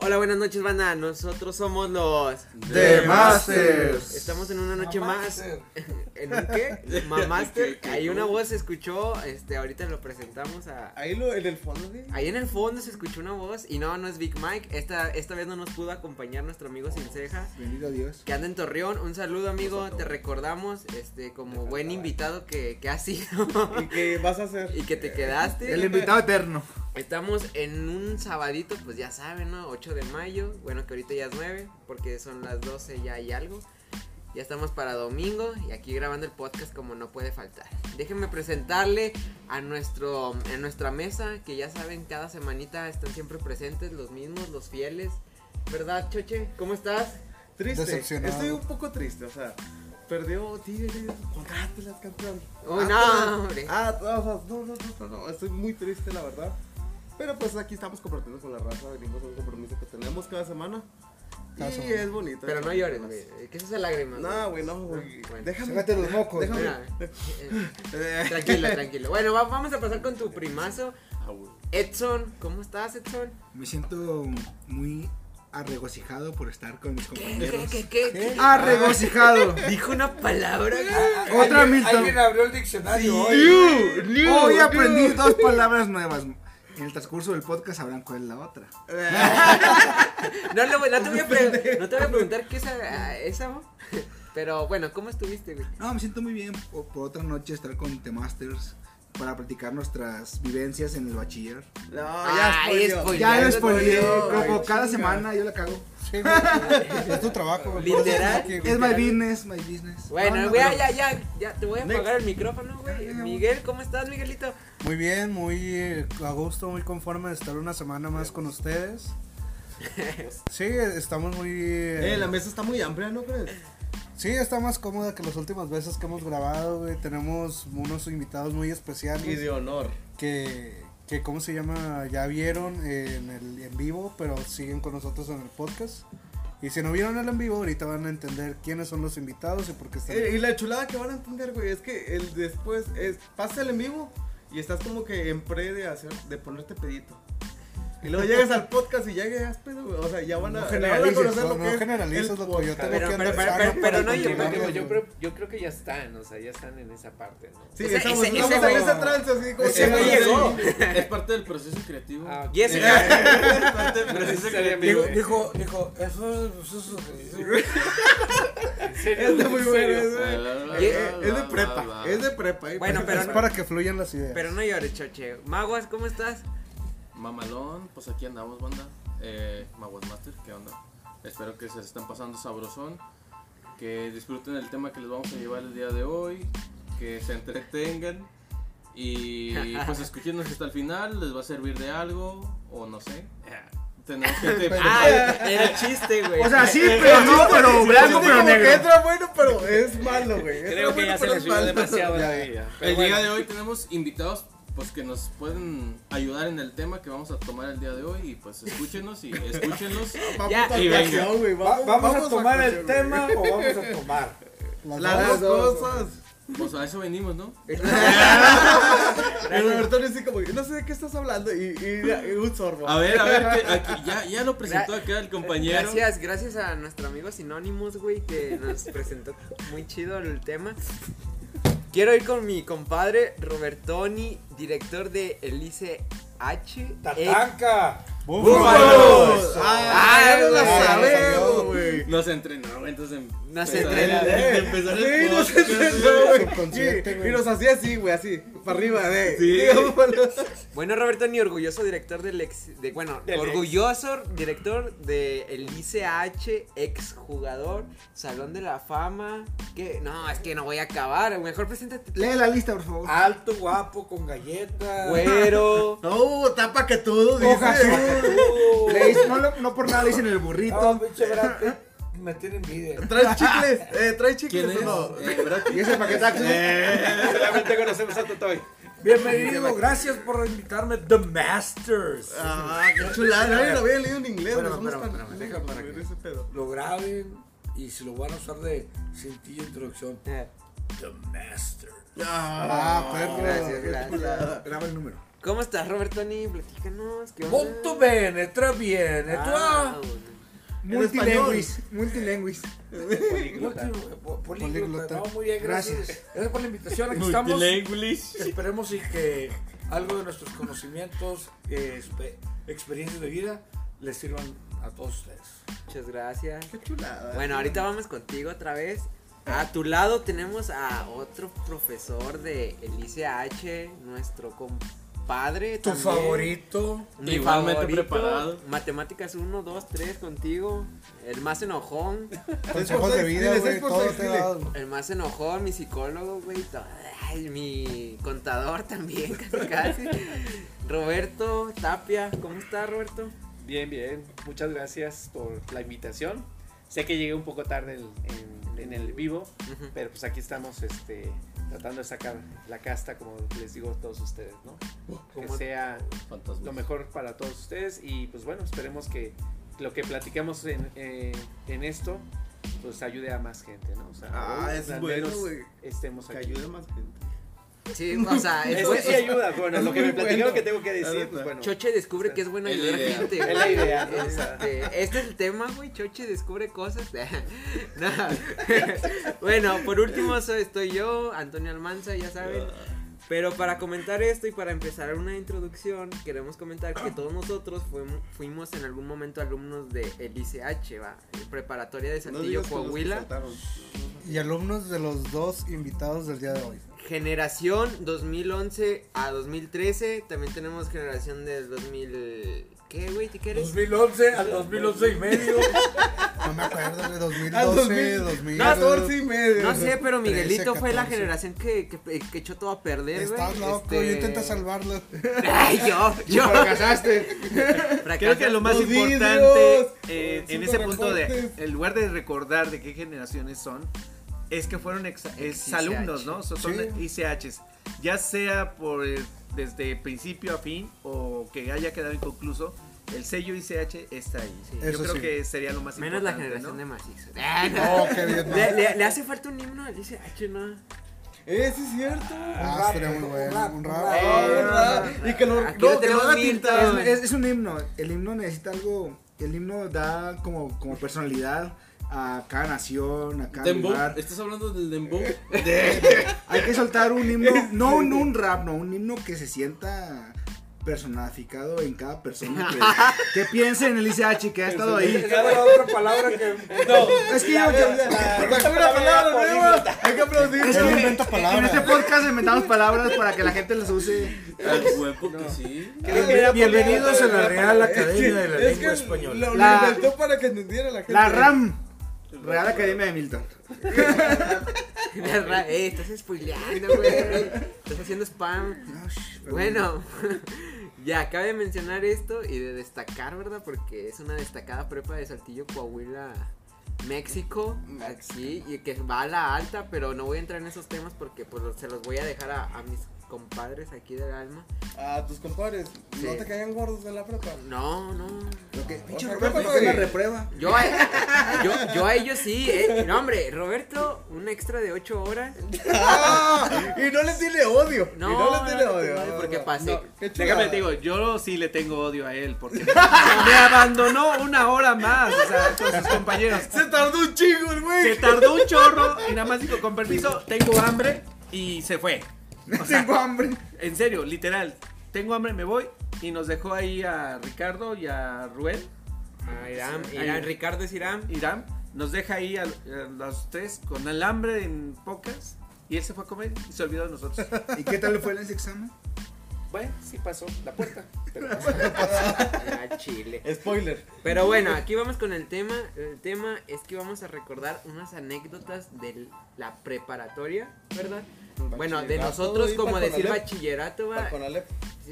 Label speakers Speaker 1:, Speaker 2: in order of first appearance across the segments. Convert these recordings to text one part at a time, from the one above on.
Speaker 1: Hola, buenas noches, banda. Nosotros somos los.
Speaker 2: The Masters.
Speaker 1: Estamos en una noche más. ¿En un qué? Mamaster. Ahí una voz se escuchó. Este, ahorita lo presentamos a.
Speaker 3: Ahí lo, en el fondo, güey.
Speaker 1: Ahí en el fondo se escuchó una voz. Y no, no es Big Mike. Esta, esta vez no nos pudo acompañar nuestro amigo Sin Ceja.
Speaker 3: Bendito Dios.
Speaker 1: Que anda en Torreón. Un saludo, amigo. Te recordamos. Este, como buen invitado que, que has sido.
Speaker 3: ¿Y qué vas a hacer?
Speaker 1: y que te quedaste.
Speaker 2: El invitado eterno.
Speaker 1: Estamos en un sabadito, pues ya saben, ¿no? 8 de mayo. Bueno, que ahorita ya es 9, porque son las 12 ya hay algo. Ya estamos para domingo y aquí grabando el podcast como no puede faltar. Déjenme presentarle a, nuestro, a nuestra mesa, que ya saben, cada semanita están siempre presentes los mismos, los fieles. ¿Verdad, Choche? ¿Cómo estás?
Speaker 3: Triste.
Speaker 2: Decepcionado.
Speaker 3: Estoy un poco triste, o sea. Perdió Tigres contra Atlas, campeón.
Speaker 1: Oh, no,
Speaker 3: Atlas.
Speaker 1: hombre.
Speaker 3: Ah, no, no, no, no, no, no. Estoy muy triste, la verdad. Pero pues aquí estamos compartiendo con la raza. Venimos a un compromiso que tenemos cada semana.
Speaker 2: Cada
Speaker 3: y
Speaker 2: semana.
Speaker 3: es bonito.
Speaker 1: Pero
Speaker 3: es
Speaker 1: no
Speaker 3: bonito,
Speaker 1: llores,
Speaker 3: pues.
Speaker 1: güey. Eh, ¿Qué es esa lágrima?
Speaker 3: No, güey, no, güey.
Speaker 1: Bueno.
Speaker 3: Déjame.
Speaker 2: Sácate los mocos,
Speaker 3: Déjame.
Speaker 1: Mira, eh,
Speaker 3: Eh,
Speaker 1: tranquilo, tranquilo. Bueno, va- vamos a pasar con tu primazo.
Speaker 3: ah, güey.
Speaker 1: Edson, ¿cómo estás, Edson?
Speaker 4: Me siento muy arregocijado por estar con mis
Speaker 1: ¿Qué,
Speaker 4: compañeros.
Speaker 1: qué, qué, qué?
Speaker 2: Arregocijado.
Speaker 1: Dijo una palabra. Ah,
Speaker 4: Otra Milton.
Speaker 5: Alguien abrió el
Speaker 2: Ah,
Speaker 5: diccionario hoy.
Speaker 2: New, new,
Speaker 4: Hoy aprendí
Speaker 2: new.
Speaker 4: dos palabras nuevas. En el transcurso del podcast sabrán cuál es la otra.
Speaker 1: No, no, güey, no te voy a, pre- no te voy a preguntar qué es a- esa, voz. Pero bueno, ¿cómo estuviste, güey?
Speaker 4: No, me siento muy bien por, por otra noche estar con The Masters para platicar nuestras vivencias en el bachiller.
Speaker 3: No,
Speaker 1: Ah,
Speaker 3: ya
Speaker 1: es spoileó.
Speaker 3: spoileó.
Speaker 4: Ya lo
Speaker 1: no
Speaker 4: spoileé,
Speaker 3: spoileó,
Speaker 4: como
Speaker 3: ay,
Speaker 4: cada
Speaker 3: chinga.
Speaker 4: semana yo la cago.
Speaker 2: Es tu trabajo, güey.
Speaker 1: Literal.
Speaker 2: Por eso que-
Speaker 4: Es my business, my business.
Speaker 1: Bueno,
Speaker 4: No, no,
Speaker 1: güey,
Speaker 4: pero-
Speaker 1: ya, ya, ya, te voy a
Speaker 2: Next.
Speaker 1: apagar el micrófono, güey. Miguel, ¿cómo estás, Miguelito?
Speaker 6: Muy bien, muy eh, a gusto, muy conforme de estar una semana más con ustedes. Sí, estamos muy... eh,
Speaker 3: Eh, la mesa está muy amplia, ¿no crees?
Speaker 6: sí, está más cómoda que las últimas veces que hemos grabado, güey. Tenemos unos invitados muy
Speaker 3: Y
Speaker 6: especiales
Speaker 3: de honor.
Speaker 6: que, que, ¿cómo se llama? Ya vieron en, el, en vivo, pero siguen con nosotros en el podcast. Y si no vieron el en vivo, ahorita van a entender quiénes son los invitados y por qué están...
Speaker 3: Eh, y la chulada que van a entender, güey, es que el después es pasa el en vivo y estás como que en pre de hacer de ponerte pedito. Y luego llegas al podcast y ya llegas pedo, güey. O sea, ya van a,
Speaker 6: No
Speaker 3: ya van a
Speaker 6: generalices,
Speaker 3: conocer
Speaker 6: no,
Speaker 3: lo
Speaker 6: no
Speaker 3: que es
Speaker 6: generalices
Speaker 3: el
Speaker 6: lo que yo
Speaker 3: podcast.
Speaker 6: tengo
Speaker 1: Pero, pero,
Speaker 6: que
Speaker 1: pero,
Speaker 6: empezar,
Speaker 1: pero,
Speaker 6: ¿no?
Speaker 1: pero no,
Speaker 6: Para
Speaker 1: yo creo
Speaker 6: continuar,
Speaker 1: que
Speaker 6: güey.
Speaker 7: Yo, creo- yo creo que ya están, o sea, ya están en esa parte, ¿no?
Speaker 3: Sí,
Speaker 1: Ese-
Speaker 3: estamos,
Speaker 1: ese-
Speaker 3: estamos
Speaker 1: ese
Speaker 3: en
Speaker 1: güey-
Speaker 3: esa trance así como
Speaker 1: ese
Speaker 3: que-
Speaker 1: güey llegó.
Speaker 2: Es parte del proceso creativo.
Speaker 7: Ah,
Speaker 1: Y ese ya.
Speaker 5: Dijo, dijo, dijo, eso es- eso es- eso es-
Speaker 7: ¿En serio?
Speaker 3: Es de muy
Speaker 7: ¿En
Speaker 3: bueno,
Speaker 7: serio?
Speaker 3: es de-
Speaker 1: Y-
Speaker 3: eh, es de prepa, es de prepa. eh,
Speaker 1: Bueno,
Speaker 6: Es para que fluyan las ideas.
Speaker 1: Pero no llores, choche. Maguas, ¿cómo estás?
Speaker 2: Mamalón, pues aquí andamos, banda. Eh, Maguas Master, ¿qué onda? Espero que se estén pasando sabrosón. Que disfruten el tema que les vamos a llevar el día de hoy. Que se entretengan. Y pues escuchenos hasta el final. Les va a servir de algo. O no sé. Tenemos gente.
Speaker 1: Ah, era el chiste, güey.
Speaker 4: O sea, sí,
Speaker 6: Eh,
Speaker 4: pero no, pero blanco, pero
Speaker 3: como que
Speaker 4: negro.
Speaker 3: entra bueno, pero es malo, güey. Entra
Speaker 7: Creo que
Speaker 3: bueno,
Speaker 7: ya se
Speaker 3: pero
Speaker 7: les
Speaker 3: es
Speaker 7: vio
Speaker 3: malo.
Speaker 7: demasiado la vida. Pero
Speaker 2: el
Speaker 7: bueno,
Speaker 2: día de hoy tenemos invitados pues que nos pueden ayudar en el tema que vamos a tomar el día de hoy y pues escúchenos y escúchenos
Speaker 3: Vamos
Speaker 1: Ya,
Speaker 3: a
Speaker 2: y venga.
Speaker 3: actuación, güey,
Speaker 5: Va-
Speaker 3: vamos-
Speaker 5: Vamos a
Speaker 3: vamos
Speaker 5: tomar el
Speaker 3: actuación, güey.
Speaker 5: tema o vamos a tomar.
Speaker 3: Las dos cosas.
Speaker 2: pues a eso venimos no
Speaker 3: El Roberto le dice como, no sé de qué estás hablando y, y- y un sorbo.
Speaker 2: a ver a ver que aquí ya ya lo presentó acá el compañero
Speaker 1: Gracias, gracias a nuestro amigo Sinónimos, güey, que nos presentó muy chido el tema. Quiero ir con mi compadre Robertoni, director de Elice H.
Speaker 5: Tatanca.
Speaker 3: ¡Búfalos!
Speaker 1: Ah,
Speaker 3: ¡Ah, ya no la
Speaker 1: güey,
Speaker 3: sabemos, güey!
Speaker 2: nos entrenó entonces
Speaker 1: Nos
Speaker 2: empezar-
Speaker 1: entrenó.
Speaker 2: de empezar el
Speaker 3: Sí, nos
Speaker 2: podcast,
Speaker 3: entrenó, güey.
Speaker 6: subconsciente,
Speaker 3: Sí,
Speaker 6: güey.
Speaker 3: Y nos hacía así, güey, así, para arriba, de.
Speaker 2: Sí.
Speaker 3: Digámoslo.
Speaker 1: Bueno, Robertoni, orgulloso director del ex. De, bueno,
Speaker 5: Del ex.
Speaker 1: orgulloso director de Elice H, ex jugador, Salón de la Fama. Que no, es que no voy a acabar. Mejor preséntate.
Speaker 4: Lee la lista, por favor.
Speaker 5: Alto, guapo, con galletas.
Speaker 1: Güero.
Speaker 3: No, tapa que todo,
Speaker 4: Hojas.
Speaker 3: dice.
Speaker 5: Uh,
Speaker 4: Le dicen- no, le- no por nada le dicen el burrito.
Speaker 5: no, pinche Brad Pitt, Me tiene envidia.
Speaker 3: ¿Traes chicles? Eh, ¿Traes chicles o
Speaker 2: ¿Quién
Speaker 3: no?
Speaker 2: es? Eh, ¿verdad que-
Speaker 4: Y ese paquetazo.
Speaker 5: Solamente conocemos a Totoy. Bienvenido, gracias por invitarme, The Masters.
Speaker 3: Ah, qué chulada. Nadie lo había leído en inglés,
Speaker 1: Espérame,
Speaker 3: no somos
Speaker 1: espérame,
Speaker 3: tan-
Speaker 1: espérame, deja para que-
Speaker 3: Ese pedo.
Speaker 5: Lo graben y si lo van a usar de sencilla introducción,
Speaker 1: Eh,
Speaker 5: The Masters.
Speaker 3: Ah,
Speaker 6: Ah, perro.
Speaker 1: Gracias,
Speaker 3: qué
Speaker 4: pues, Ah,
Speaker 1: gracias.
Speaker 3: chulada.
Speaker 4: Graba el número.
Speaker 1: ¿Cómo estás, Robert Tony? Platícanos. ¿qué onda?
Speaker 5: Punto bene, tra bien, tu
Speaker 1: Ah,
Speaker 4: Multilingüis. Multilingüis.
Speaker 5: Multi- eh, po- Políglota.
Speaker 8: Políglota.
Speaker 5: No, muy bien, gracias.
Speaker 8: Gracias.
Speaker 5: Gracias por la invitación. Aquí estamos. Esperemos y que algo de nuestros conocimientos, eh, espe- experiencias de vida, les sirvan a todos ustedes.
Speaker 1: muchas gracias.
Speaker 3: Qué chulada.
Speaker 1: Bueno, ahorita vamos contigo otra vez. A tu lado tenemos a otro profesor de Elicia H, nuestro compadre.
Speaker 5: Tu
Speaker 1: también.
Speaker 5: favorito.
Speaker 1: Mi
Speaker 2: Igualmente preparado.
Speaker 1: Matemáticas 1, 2, 3 contigo. El más enojón.
Speaker 8: Consejos de vida,
Speaker 3: Dile,
Speaker 8: güey,
Speaker 3: seis por
Speaker 8: todo
Speaker 3: seis,
Speaker 8: te
Speaker 3: dile.
Speaker 8: da, güey.
Speaker 1: El más enojón, mi psicólogo, güey. to- ay, mi contador también, casi casi. Roberto Tapia, ¿cómo está Roberto?
Speaker 6: Bien, bien. Muchas gracias por la invitación. Sé que llegué un poco tarde en, en- en el vivo,
Speaker 1: Ujú.
Speaker 6: pero pues aquí estamos este, tratando de sacar la casta, como les digo a todos ustedes, ¿no? Que
Speaker 1: ¿Cómo?
Speaker 6: sea
Speaker 2: Fantasma.
Speaker 6: lo mejor para todos ustedes y pues bueno, esperemos que lo que platicamos en, eh, en esto pues ayude a más gente, ¿no? O sea,
Speaker 3: Ah,
Speaker 6: hoy,
Speaker 3: eso es
Speaker 6: al
Speaker 3: bueno,
Speaker 6: menos
Speaker 3: güey.
Speaker 6: estemos
Speaker 3: Que
Speaker 6: aquí.
Speaker 3: ayude más gente.
Speaker 1: Sí, o sea, es,
Speaker 6: Eso sí ayuda, bueno,
Speaker 3: es
Speaker 6: lo que
Speaker 3: muy
Speaker 6: me platicaron
Speaker 3: bueno.
Speaker 6: que tengo que decir,
Speaker 3: neta.
Speaker 6: pues bueno.
Speaker 1: Choche descubre que es bueno
Speaker 2: Es la
Speaker 1: ayudar a
Speaker 2: idea.
Speaker 1: gente.
Speaker 6: Es
Speaker 1: güey.
Speaker 6: la idea, ¿no? O sea,
Speaker 1: Este, este es el tema, güey. Choche descubre cosas. No. bueno, por último soy- estoy yo, Antonio Almanza, ya saben.
Speaker 2: Ah.
Speaker 1: Pero para comentar esto y para empezar una introducción, queremos comentar que todos nosotros fuim- fuimos en algún momento alumnos de el ICH, va, preparatoria de
Speaker 3: No
Speaker 1: Saltillo,
Speaker 3: digas que los que
Speaker 1: Coahuila,
Speaker 3: saltaron.
Speaker 8: Y alumnos de los dos invitados del día de hoy.
Speaker 1: generación 2011 a 2013, también tenemos generación del 2000, ¿qué güey? ¿Qué eres?
Speaker 5: 2011 al 2011 y medio.
Speaker 8: No me acuerdo de
Speaker 4: Ah,
Speaker 8: 2012,
Speaker 3: 2012,
Speaker 8: 2000.
Speaker 3: 14 y medio.
Speaker 1: No sé,
Speaker 8: 13,
Speaker 1: pero Miguelito fue la
Speaker 8: 14.
Speaker 1: generación que, que, que echó todo a perder, güey.
Speaker 8: Estás loco,
Speaker 1: Este-
Speaker 8: yo intenté salvarlo.
Speaker 1: Ay, yo, yo.
Speaker 4: Fracasaste.
Speaker 1: Fracaso.
Speaker 9: Creo que lo más
Speaker 3: Los
Speaker 9: importante
Speaker 3: vidrios,
Speaker 9: eh,
Speaker 3: los
Speaker 9: en ese punto de
Speaker 3: superrecortes.
Speaker 9: en lugar de recordar de qué generaciones son es que fueron ex, ex alumnos, ¿no? So- Son ICHs, ya sea por eh, desde principio a fin o que haya quedado inconcluso, el sello ICH está ahí.
Speaker 1: Sí.
Speaker 9: Yo
Speaker 8: Eso
Speaker 9: creo
Speaker 8: sí.
Speaker 9: que sería lo más
Speaker 1: Menos
Speaker 9: importante.
Speaker 1: la generación de macizos.
Speaker 8: No, qué bien.
Speaker 1: le, le- le hace falta un himno al ICH, ¿no?
Speaker 3: Eh, sí es cierto.
Speaker 8: Ah, sería muy bueno. Un rap. Eh,
Speaker 3: Ah, ¿verdad? y que lo,
Speaker 1: Aquí lo
Speaker 3: no, que lo
Speaker 1: tenemos
Speaker 3: haga
Speaker 1: mil,
Speaker 3: tinta.
Speaker 1: güey.
Speaker 4: Es, es un himno. El himno necesita algo. El himno da como, como personalidad a cada nación, a cada
Speaker 2: Dembow,
Speaker 4: lugar.
Speaker 2: ¿Estás hablando del Dembow?
Speaker 4: Hay que soltar un himno, no un, un rap, no, un himno que se sienta personificado en cada persona que, que piense en el ICH que ha estado ahí.
Speaker 5: Esa era otra palabra que. No.
Speaker 4: Es que yo, yo-
Speaker 3: Inventame una palabra nueva. Hay que aplaudir.
Speaker 4: es que
Speaker 8: Él inventa
Speaker 4: en
Speaker 8: palabras.
Speaker 4: este podcast inventamos palabras para que la gente las use.
Speaker 2: Al huevo que sí.
Speaker 5: Bienvenidos a la Real Academia de la
Speaker 3: Es que
Speaker 5: Lengua Española.
Speaker 3: lo,
Speaker 4: La-
Speaker 3: lo inventó para que entendiera la gente.
Speaker 4: La RAM, Real Academia de Milton.
Speaker 1: La ra- eh, estás spoileando, güey. Estás haciendo spam. Bueno, ya, cabe mencionar esto y de destacar, ¿verdad? Porque es una destacada prepa de Saltillo, Coahuila, México, aquí, y que va a la alta, pero no voy a entrar en esos temas porque pues los- se los voy a dejar a, a mis compadres aquí del alma.
Speaker 3: A Ah, tus compadres.
Speaker 1: Sí.
Speaker 3: No te caían gordos de la prepa.
Speaker 1: No, no.
Speaker 4: Lo que, pinche
Speaker 3: O sea,
Speaker 4: Roberto,
Speaker 3: Roberto,
Speaker 4: fue una
Speaker 3: güey.
Speaker 4: reprueba.
Speaker 1: Yo a, yo, yo a ellos sí, eh. No, hombre, Roberto, un extra de 8 horas.
Speaker 3: Ah, y no les tiene odio.
Speaker 1: No,
Speaker 3: y no les tiene
Speaker 1: no, no,
Speaker 3: odio.
Speaker 1: no, porque
Speaker 3: No,
Speaker 1: pasé.
Speaker 3: qué chulada.
Speaker 9: Déjame te digo, yo sí le tengo odio a él porque me abandonó una hora más, o sea, con sus compañeros.
Speaker 3: Se tardó un chingo, el güey.
Speaker 9: Se tardó un chorro y nada más dijo, con permiso, tengo hambre y se fue. O sea,
Speaker 4: Tengo hambre.
Speaker 9: en serio, literal, tengo hambre, me voy. Y nos dejó ahí a Ricardo y a Ruel,
Speaker 1: A Ah, Irán,
Speaker 9: Sí,
Speaker 1: Irán,
Speaker 9: ahí.
Speaker 1: Ricardo es Irán.
Speaker 9: Irán. Nos deja ahí a, a los tres con el hambre en pocas. Y él se fue a comer y se olvidó de nosotros.
Speaker 4: ¿Y qué tal le fue en ese examen?
Speaker 6: Bueno, sí pasó la puerta. Pero
Speaker 9: Ah,
Speaker 1: A Chile.
Speaker 3: Spoiler.
Speaker 1: Pero bueno, aquí vamos con el tema. El tema es que vamos a recordar unas anécdotas de la preparatoria, ¿verdad? Bueno, de
Speaker 3: Bachillerato
Speaker 1: nosotros
Speaker 3: y
Speaker 1: como decir
Speaker 3: Parconalep.
Speaker 1: bachillerato, va.
Speaker 3: Parconalep.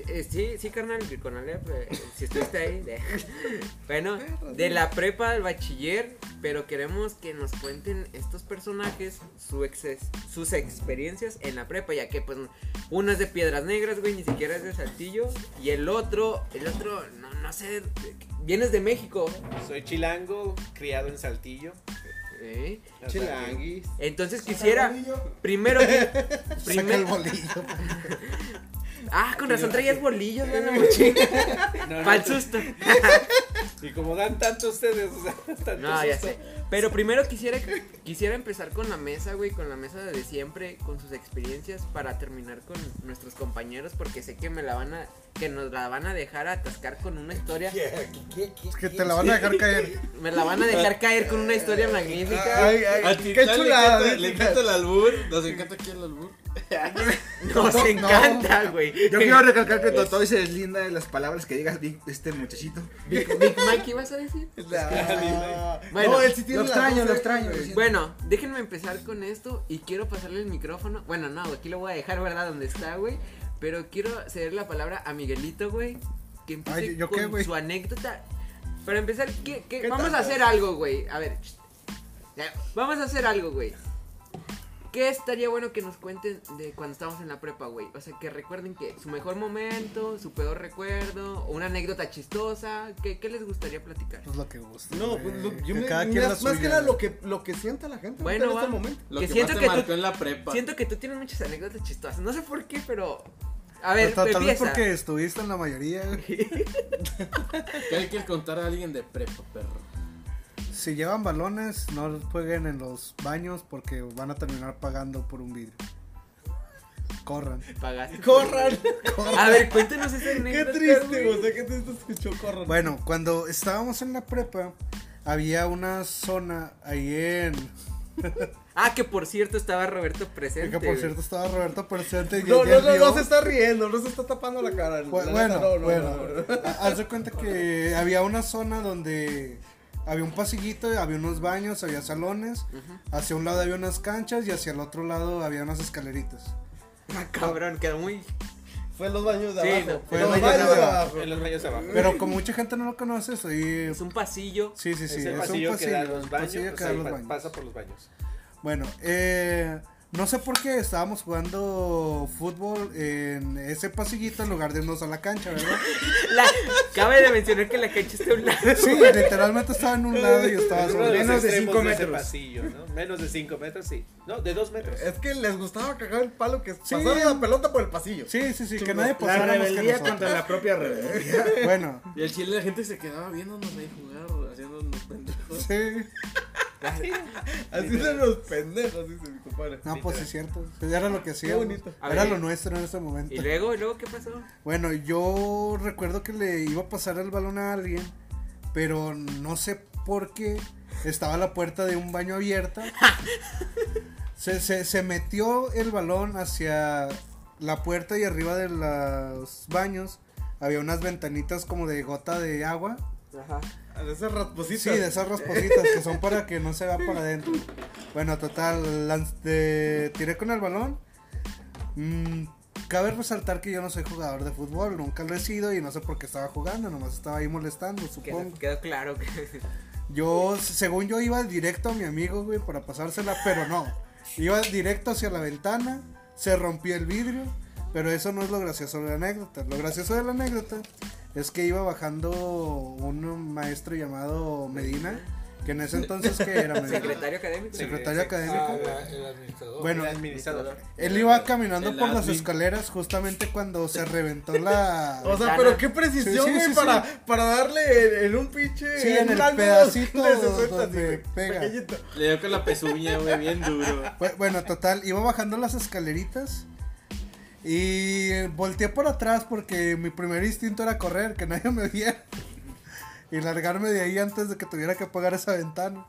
Speaker 1: Eh, Sí, sí, carnal, con Alep, eh, si estuviste ahí. de- Bueno, de la prepa al bachiller, pero queremos que nos cuenten estos personajes su exes- sus experiencias en la prepa, ya que pues uno es de Piedras Negras, güey, ni siquiera es de Saltillo, y el otro, el otro, no, no sé, vienes de México,
Speaker 6: soy chilango, criado en Saltillo.
Speaker 1: ¿eh?
Speaker 3: Chilanguis.
Speaker 1: Entonces quisiera, primero que,
Speaker 8: Saca el
Speaker 1: primero,
Speaker 8: bolillo.
Speaker 1: Ah, con razón traías bolillos, güey, en la mochila. Pa'l susto.
Speaker 9: Y como dan tanto ustedes, o sea, tanto
Speaker 1: No, ya
Speaker 9: susto.
Speaker 1: sé. Pero primero quisiera, quisiera empezar con la mesa, güey, con la mesa de siempre, con sus experiencias, para terminar con nuestros compañeros, porque sé que me la van a, que nos la van a dejar atascar con una historia,
Speaker 4: Es que te la van a dejar caer.
Speaker 1: me la van a dejar caer con una historia magnífica.
Speaker 4: Ay, ay,
Speaker 2: A ti
Speaker 4: qué
Speaker 2: tal,
Speaker 4: chulada.
Speaker 2: Le encanta, le encanta el albur. Nos encanta aquí el albur.
Speaker 1: Nos
Speaker 4: no, no.
Speaker 1: encanta, güey.
Speaker 6: Yo quiero recalcar que Totoy se deslinda de las palabras que digas este muchachito.
Speaker 1: Big, Big Mike, ¿qué ibas a decir?
Speaker 4: Ah,
Speaker 1: Bueno,
Speaker 4: no, él sí tiene
Speaker 6: lo
Speaker 4: la
Speaker 6: extraño,
Speaker 4: voz
Speaker 6: lo
Speaker 4: de-
Speaker 6: extraño.
Speaker 1: Bueno, déjenme empezar con esto y quiero pasarle el micrófono. Bueno, no, aquí lo voy a dejar, ¿verdad? Donde está, güey. Pero quiero ceder la palabra a Miguelito, güey. Que empiece
Speaker 4: Ay, ¿yo
Speaker 1: con
Speaker 4: qué, güey?
Speaker 1: su anécdota. Para empezar, ¿qué, qué?
Speaker 4: ¿Qué
Speaker 1: vamos
Speaker 4: tal?
Speaker 1: a hacer algo, güey. A ver. ch- ya, Vamos a hacer algo, güey. ¿Qué estaría bueno que nos cuenten de cuando estábamos en la prepa, güey? O sea, que recuerden que su mejor momento, su peor recuerdo, o una anécdota chistosa. ¿Qué, qué les gustaría platicar?
Speaker 4: Pues lo que gusta.
Speaker 3: No,
Speaker 4: güey.
Speaker 3: pues lo- yo
Speaker 4: Que
Speaker 3: me-
Speaker 4: cada
Speaker 3: me-
Speaker 4: quien la
Speaker 3: más
Speaker 4: suya,
Speaker 3: que nada
Speaker 4: güey.
Speaker 3: lo que, lo que sienta la gente
Speaker 1: Bueno,
Speaker 3: ahorita en
Speaker 1: va.
Speaker 3: este momento.
Speaker 2: Lo
Speaker 1: Que
Speaker 2: que,
Speaker 1: siento
Speaker 2: más
Speaker 1: que
Speaker 2: te
Speaker 1: tú-
Speaker 2: marcó en la prepa.
Speaker 1: Siento que tú tienes muchas anécdotas chistosas. No sé por qué, pero. A
Speaker 4: Pero
Speaker 1: ver,
Speaker 4: tal, tal vez
Speaker 1: empieza.
Speaker 4: porque estuviste en la mayoría. güey.
Speaker 2: ¿Qué hay que contar a alguien de prepa, perro?
Speaker 4: Si llevan balones, no jueguen en los baños porque van a terminar pagando por un vidrio. Corran.
Speaker 1: Pagaste.
Speaker 3: Corran.
Speaker 1: A ver, cuéntanos esa
Speaker 3: Qué
Speaker 1: anécdota.
Speaker 3: triste,
Speaker 1: güey.
Speaker 3: güey. O sea, qué triste escuchó Corran.
Speaker 4: Bueno, cuando estábamos en la prepa, había una zona ahí en.
Speaker 1: Ah, que por cierto estaba Roberto presente.
Speaker 4: Que por
Speaker 1: güey.
Speaker 4: cierto estaba Roberto presente. y
Speaker 3: No,
Speaker 4: ella
Speaker 3: no, no,
Speaker 4: vio-
Speaker 3: no se está riendo, no se está tapando la cara. la
Speaker 4: Bu-
Speaker 3: neta,
Speaker 4: Bueno,
Speaker 3: no, no,
Speaker 4: bueno.
Speaker 3: no, no.
Speaker 4: Ha- Haz de cuenta que había una zona donde había un pasillito, había unos baños, había salones. Hacia un lado había unas canchas y hacia el otro lado había unas escaleritas.
Speaker 1: Ah, cabrón, quedó muy.
Speaker 3: Fue en los baños de
Speaker 1: Sí,
Speaker 3: abajo.
Speaker 1: no,
Speaker 4: fue en
Speaker 3: los
Speaker 4: los baños
Speaker 3: baños de
Speaker 4: de
Speaker 3: abajo.
Speaker 9: En los baños abajo.
Speaker 4: Pero como mucha gente no lo conoce, soy.
Speaker 1: Es un pasillo.
Speaker 4: Sí, sí, sí.
Speaker 9: es el
Speaker 4: un
Speaker 9: pasillo, que da a
Speaker 4: un
Speaker 9: los baños.
Speaker 4: pasillo
Speaker 9: o
Speaker 4: que
Speaker 9: sea,
Speaker 4: da a los
Speaker 9: pa-
Speaker 4: baños.
Speaker 9: Pasa por los baños.
Speaker 4: Bueno, eh, no sé por qué estábamos jugando fútbol en ese pasillito en lugar de irnos a la cancha, ¿verdad?
Speaker 1: La... Cabe de mencionar que la cancha está a un lado.
Speaker 4: Sí, literalmente estaba en un lado y estaba
Speaker 9: Uno
Speaker 4: solo.
Speaker 9: los
Speaker 6: menos de
Speaker 9: extremos
Speaker 6: cinco
Speaker 9: ese
Speaker 6: metros.
Speaker 9: pasillo, ¿no? Menos de 5 metros, sí. No, de 2 metros.
Speaker 3: Es que les gustaba cagar el palo que
Speaker 4: Sí.
Speaker 3: pasara la pelota por el pasillo.
Speaker 4: Sí, sí, sí, que nadie
Speaker 6: La
Speaker 4: pasara más que
Speaker 6: rebeldía
Speaker 4: nosotros.
Speaker 6: contra la propia rebeldía.
Speaker 4: Bueno,
Speaker 2: Y al chile la gente se quedaba viéndonos ahí jugar, haciéndonos pendejos.
Speaker 4: sí.
Speaker 3: Así son los pendejos, dice mi compadre.
Speaker 4: No, pues sí es cierto. Era lo que hacía.
Speaker 3: bonito.
Speaker 1: A
Speaker 4: Era
Speaker 1: ver.
Speaker 4: lo nuestro en ese momento.
Speaker 1: Y luego, ¿y luego qué pasó?
Speaker 4: Bueno, yo recuerdo que le iba a pasar el balón a alguien, pero no sé por qué estaba la puerta de un baño abierta. se, se- se metió el balón hacia la puerta y arriba de los baños había unas ventanitas como de gota de agua.
Speaker 1: Ajá.
Speaker 3: A esas raspositas.
Speaker 4: Sí, de esas raspositas que son para que no se vea para adentro. Bueno, total, lanz- de- tiré con el balón. Mm, cabe resaltar que yo no soy jugador de fútbol, nunca lo he sido y no sé por qué estaba jugando, nomás estaba ahí molestando,
Speaker 1: Quedó,
Speaker 4: supongo.
Speaker 1: quedó claro que.
Speaker 4: Yo, según yo, iba directo a mi amigo, güey, para pasársela, pero no. Iba directo hacia la ventana, se rompió el vidrio, pero eso no es lo gracioso de la anécdota. Lo gracioso de la anécdota es que iba bajando un maestro llamado Medina, que en ese entonces que era Medina,
Speaker 1: Secretario académico.
Speaker 4: secretario
Speaker 10: Ah,
Speaker 4: académico.
Speaker 10: la- el administrador.
Speaker 4: Bueno,
Speaker 9: El administrador.
Speaker 4: él iba caminando
Speaker 2: Ah, El
Speaker 4: por las
Speaker 2: admin.
Speaker 4: escaleras justamente cuando se reventó la...
Speaker 3: O sea,
Speaker 1: Ventana.
Speaker 3: pero qué precisión,
Speaker 4: Sí, sí,
Speaker 3: güey,
Speaker 4: sí,
Speaker 3: para, para darle en, en un pinche.
Speaker 4: Sí, en
Speaker 3: un
Speaker 4: el
Speaker 3: algo
Speaker 4: pedacito
Speaker 3: de 60,
Speaker 4: donde
Speaker 3: sí, güey,
Speaker 4: pega.
Speaker 3: pequeñito.
Speaker 2: Le dio con la pezuña, güey, bien duro.
Speaker 4: Bu- Bueno, total, iba bajando las escaleritas y volteé por atrás porque mi primer instinto era correr, que nadie me viera y largarme de ahí antes de que tuviera que apagar esa ventana.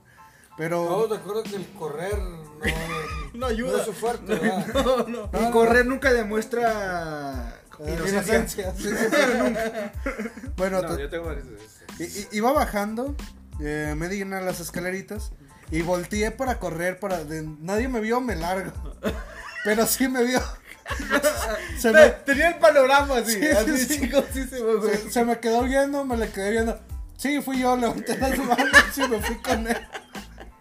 Speaker 10: Todos
Speaker 4: Pero
Speaker 10: de acuerdo que el correr no,
Speaker 3: No ayuda.
Speaker 10: no es su fuerte, ¿verdad?
Speaker 3: No, no.
Speaker 4: No, no,
Speaker 6: Y correr nunca demuestra
Speaker 4: eh,
Speaker 6: inocencia.
Speaker 4: inocencia, sí, sí, sí, nunca. Bueno,
Speaker 9: No,
Speaker 4: to-
Speaker 9: yo tengo varios.
Speaker 4: i- i- iba bajando, eh, me di una de las escaleritas y volteé para correr, para de- nadie me vio, me largo. Pero sí me vio. Se
Speaker 3: Te-
Speaker 4: me-
Speaker 3: Tenía el panorama así.
Speaker 4: Sí, sí,
Speaker 3: así,
Speaker 4: sí.
Speaker 3: chicos, sí se me
Speaker 4: Se, se me quedó viendo, me le quedé viendo. Sí, fui yo, levanté las manos y me fui con él.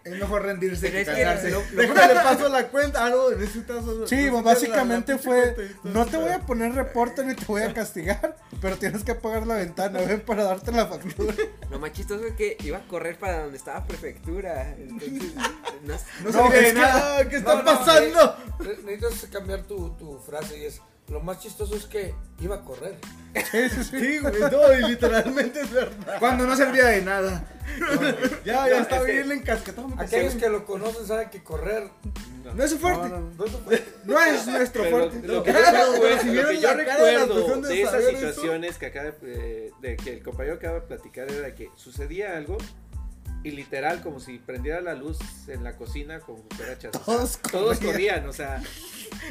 Speaker 6: Es mejor rendirse
Speaker 1: Pero
Speaker 6: que
Speaker 1: es que
Speaker 6: casarse.
Speaker 1: lo-
Speaker 3: Déjame le paso la cuenta. Ah, no, necesitas.
Speaker 4: Sí, pues,
Speaker 3: necesitas
Speaker 4: básicamente
Speaker 3: la- la
Speaker 4: fue,
Speaker 3: pinche cuenta y
Speaker 4: no
Speaker 3: todo.
Speaker 4: te voy a poner reporte ni te voy a castigar, pero tienes que pagar la ventana, ven para darte la factura.
Speaker 1: Lo más chistoso es que iba a correr para donde estaba prefectura. Entonces, no sé.
Speaker 4: No,
Speaker 3: No,
Speaker 4: es
Speaker 3: es
Speaker 4: que-
Speaker 3: que- ah, ¿Qué está
Speaker 10: No, no,
Speaker 1: eh,
Speaker 3: pasando?
Speaker 10: ne- Necesitas cambiar tu, tu frase y es
Speaker 1: Lo más chistoso es que iba a correr.
Speaker 3: Sí, güey, no, y literalmente es verdad.
Speaker 4: Cuando no servía de nada.
Speaker 3: Ya, ya está bien encasquetado. me pasé.
Speaker 1: Aquellos que lo conocen saben que correr.
Speaker 4: No es su fuerte. No,
Speaker 1: no es un fuerte.
Speaker 4: es nuestro
Speaker 9: Pero
Speaker 4: fuerte.
Speaker 9: lo que yo recuerdo,
Speaker 3: si
Speaker 9: lo
Speaker 3: vieron
Speaker 9: que yo
Speaker 3: la cara de la
Speaker 9: recuerdo
Speaker 3: persona
Speaker 9: de,
Speaker 3: de
Speaker 9: esas
Speaker 3: saber eso.
Speaker 9: situaciones que acaba de, de que el compañero acaba de platicar era que sucedía algo y literal como si prendiera la luz en la cocina con cucarachas. o sea,
Speaker 4: Todos
Speaker 9: todos
Speaker 4: corrían.
Speaker 9: corrían, o sea,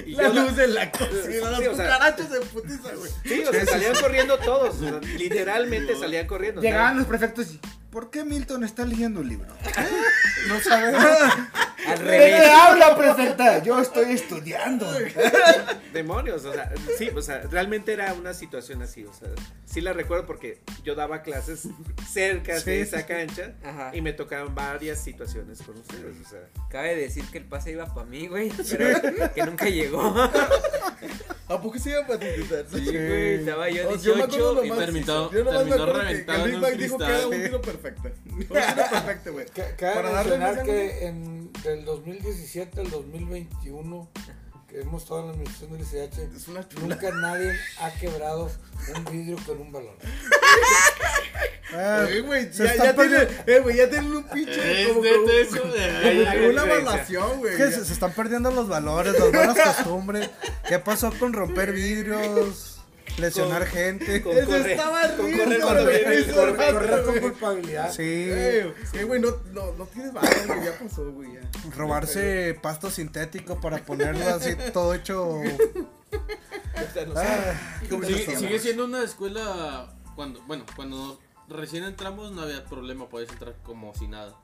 Speaker 9: y
Speaker 3: La
Speaker 9: yo la-
Speaker 3: luz de la cocina,
Speaker 9: Sí,
Speaker 3: las
Speaker 9: o sea-
Speaker 3: cucarachas de putiza, güey.
Speaker 9: sí, o sea, salían corriendo todos, o sea, literalmente salían corriendo. o sea,
Speaker 4: Llegaban los prefectos y. ¿Por qué Milton está leyendo un libro?
Speaker 6: No sabes.
Speaker 9: al
Speaker 4: ¿De qué
Speaker 9: revés.
Speaker 4: habla, prefecta? Yo estoy estudiando.
Speaker 9: Demonios, o sea, sí, o sea, realmente era una situación así, o sea, sí la recuerdo porque yo daba clases cerca de esa cancha
Speaker 5: Ajá.
Speaker 9: y me tocaron varias situaciones con ustedes, o sea,
Speaker 5: Cabe decir que el pase iba para mí, güey. Pero que nunca llegó.
Speaker 3: ¿A poco se iba a patitar?
Speaker 5: Sí, güey. Estaba yo
Speaker 3: O sea, yo me
Speaker 5: 18
Speaker 3: acuerdo
Speaker 5: y
Speaker 2: nomás-
Speaker 5: per-
Speaker 2: terminó-
Speaker 3: yo nomás me
Speaker 2: terminó
Speaker 3: acuerdo que-
Speaker 2: reventado
Speaker 3: que
Speaker 2: en
Speaker 3: Big
Speaker 2: un
Speaker 3: Bang dijo que era un
Speaker 2: cristal.
Speaker 3: tiro perfecto. Un tiro perfecto, güey.
Speaker 1: Ca- Cabe
Speaker 3: Para darle
Speaker 1: mencionar
Speaker 3: más
Speaker 1: que en, del 2017 al 2021, que hemos estado en la administración del ICH,
Speaker 3: Es una chula.
Speaker 1: nunca nadie ha quebrado un vidrio con un balón.
Speaker 6: Ah,
Speaker 3: Eh, güey,
Speaker 6: se
Speaker 3: ya,
Speaker 6: está
Speaker 3: ya tienen,
Speaker 6: perdiendo-
Speaker 3: eh, güey, ya tienen un pinche.
Speaker 2: Es
Speaker 3: como-
Speaker 2: de- de
Speaker 3: como-
Speaker 2: eso, de-
Speaker 3: como
Speaker 2: ahí-
Speaker 3: una evaluación, güey.
Speaker 6: Es que se, se están perdiendo los valores, las buenas costumbres. ¿Qué pasó con romper vidrios? Lesionar gente.
Speaker 9: con
Speaker 3: Ese
Speaker 9: corre-
Speaker 3: estaba
Speaker 9: con
Speaker 3: riendo,
Speaker 9: correr
Speaker 3: güey.
Speaker 9: cuando viene el
Speaker 3: Eso
Speaker 1: Corre-
Speaker 3: rato,
Speaker 1: Correr con
Speaker 3: güey.
Speaker 1: culpabilidad.
Speaker 6: Sí.
Speaker 3: Eh, eh, güey, no, no, no tienes valor, güey, ya pasó, güey, ya.
Speaker 6: Robarse pasto sintético para ponerlo así todo hecho. Ah, qué buenos
Speaker 2: Sigue,
Speaker 6: tiempos.
Speaker 2: sigue siendo una escuela cuando, bueno, cuando recién entramos no había problema, podías entrar como si nada.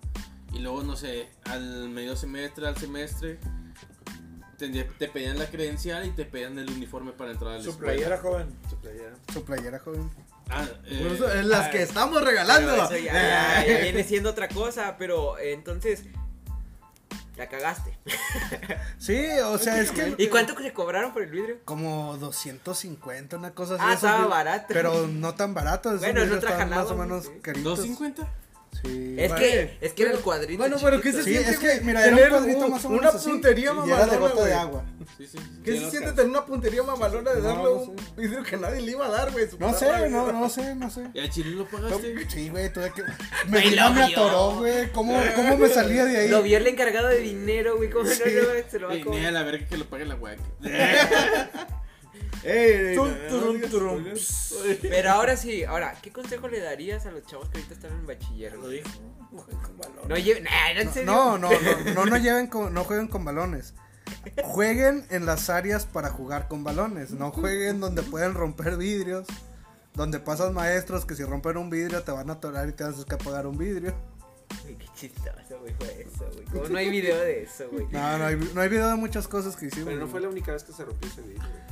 Speaker 2: Y luego, no sé, al medio semestre, al semestre, te, te pedían la credencial y te pedían el uniforme para entrar al
Speaker 1: Su playera, joven.
Speaker 9: Su playera.
Speaker 6: Su playera, joven.
Speaker 2: Ah, eh,
Speaker 3: Por eso, es las que estamos regalando.
Speaker 5: Ah, Pero eso ya, ya- ya viene siendo otra cosa, pero eh, entonces. La cagaste.
Speaker 6: Sí, o sea, es que.
Speaker 5: ¿Y cuánto que se cobraron por el vidrio?
Speaker 6: Como 250, una cosa así.
Speaker 5: Ah,
Speaker 6: esos
Speaker 5: estaba
Speaker 6: vi-
Speaker 5: barato.
Speaker 6: Pero no tan barato. esos
Speaker 5: Bueno, es
Speaker 6: vidrios
Speaker 5: otra
Speaker 6: estaban más
Speaker 5: jalada,
Speaker 6: o menos
Speaker 5: ¿no?
Speaker 6: caritos.
Speaker 2: ¿250?
Speaker 6: Sí.
Speaker 5: Es que, es que era el cuadrito.
Speaker 3: Bueno, pero ¿qué se
Speaker 5: chiquito.
Speaker 6: Sí,
Speaker 3: siente,
Speaker 6: es que,
Speaker 3: güey,
Speaker 6: mira,
Speaker 3: tener
Speaker 6: era un cuadrito
Speaker 3: un-
Speaker 6: más o menos
Speaker 3: una
Speaker 6: así,
Speaker 3: puntería
Speaker 6: y era de
Speaker 3: mamalona,
Speaker 6: gota de
Speaker 3: güey.
Speaker 6: agua.
Speaker 2: Sí, sí.
Speaker 3: ¿Qué
Speaker 2: Sí,
Speaker 3: se
Speaker 2: los
Speaker 3: siente
Speaker 2: cal-
Speaker 3: tener una puntería mamalona de
Speaker 6: No,
Speaker 3: darle
Speaker 6: no
Speaker 3: un vidrio que nadie le iba a dar, güey? su
Speaker 6: No
Speaker 3: perra
Speaker 6: sé,
Speaker 3: vida.
Speaker 6: no, no sé, no sé.
Speaker 2: ¿Y a Chile lo pagaste?
Speaker 6: Sí, güey, tuve que. Me, vino, me atoró, güey. ¿Cómo, ¿Cómo me salía de ahí?
Speaker 5: Lo vio el encargado de dinero, güey. ¿Cómo no, no, se lo va a
Speaker 2: Y ni a
Speaker 5: cobrar?
Speaker 2: la verga que lo pague la guaca.
Speaker 3: Ey,
Speaker 1: Tum,
Speaker 3: Eh, no, no
Speaker 1: turum,
Speaker 3: digas
Speaker 1: turum.
Speaker 3: spoilers.
Speaker 5: Pero ahora sí, ahora, ¿qué consejo le darías a los chavos que ahorita están en bachiller?
Speaker 1: Lo
Speaker 5: güey?
Speaker 1: dijo. Juega con balón.
Speaker 5: No lleven. Nah, ¿en serio?
Speaker 6: No, no, no, no, no lleven con- no jueguen con balones. Jueguen en las áreas para jugar con balones. No jueguen donde pueden romper vidrios. Donde pasan maestros que si rompen un vidrio te van a atorar y te haces que apagar un vidrio.
Speaker 5: Güey, Qué chistoso, güey, fue eso, güey. ¿Cómo no hay video de eso, güey?
Speaker 6: No, no hay, no hay video de muchas cosas que hicimos.
Speaker 9: Pero no fue la única vez que se rompió ese vidrio. güey.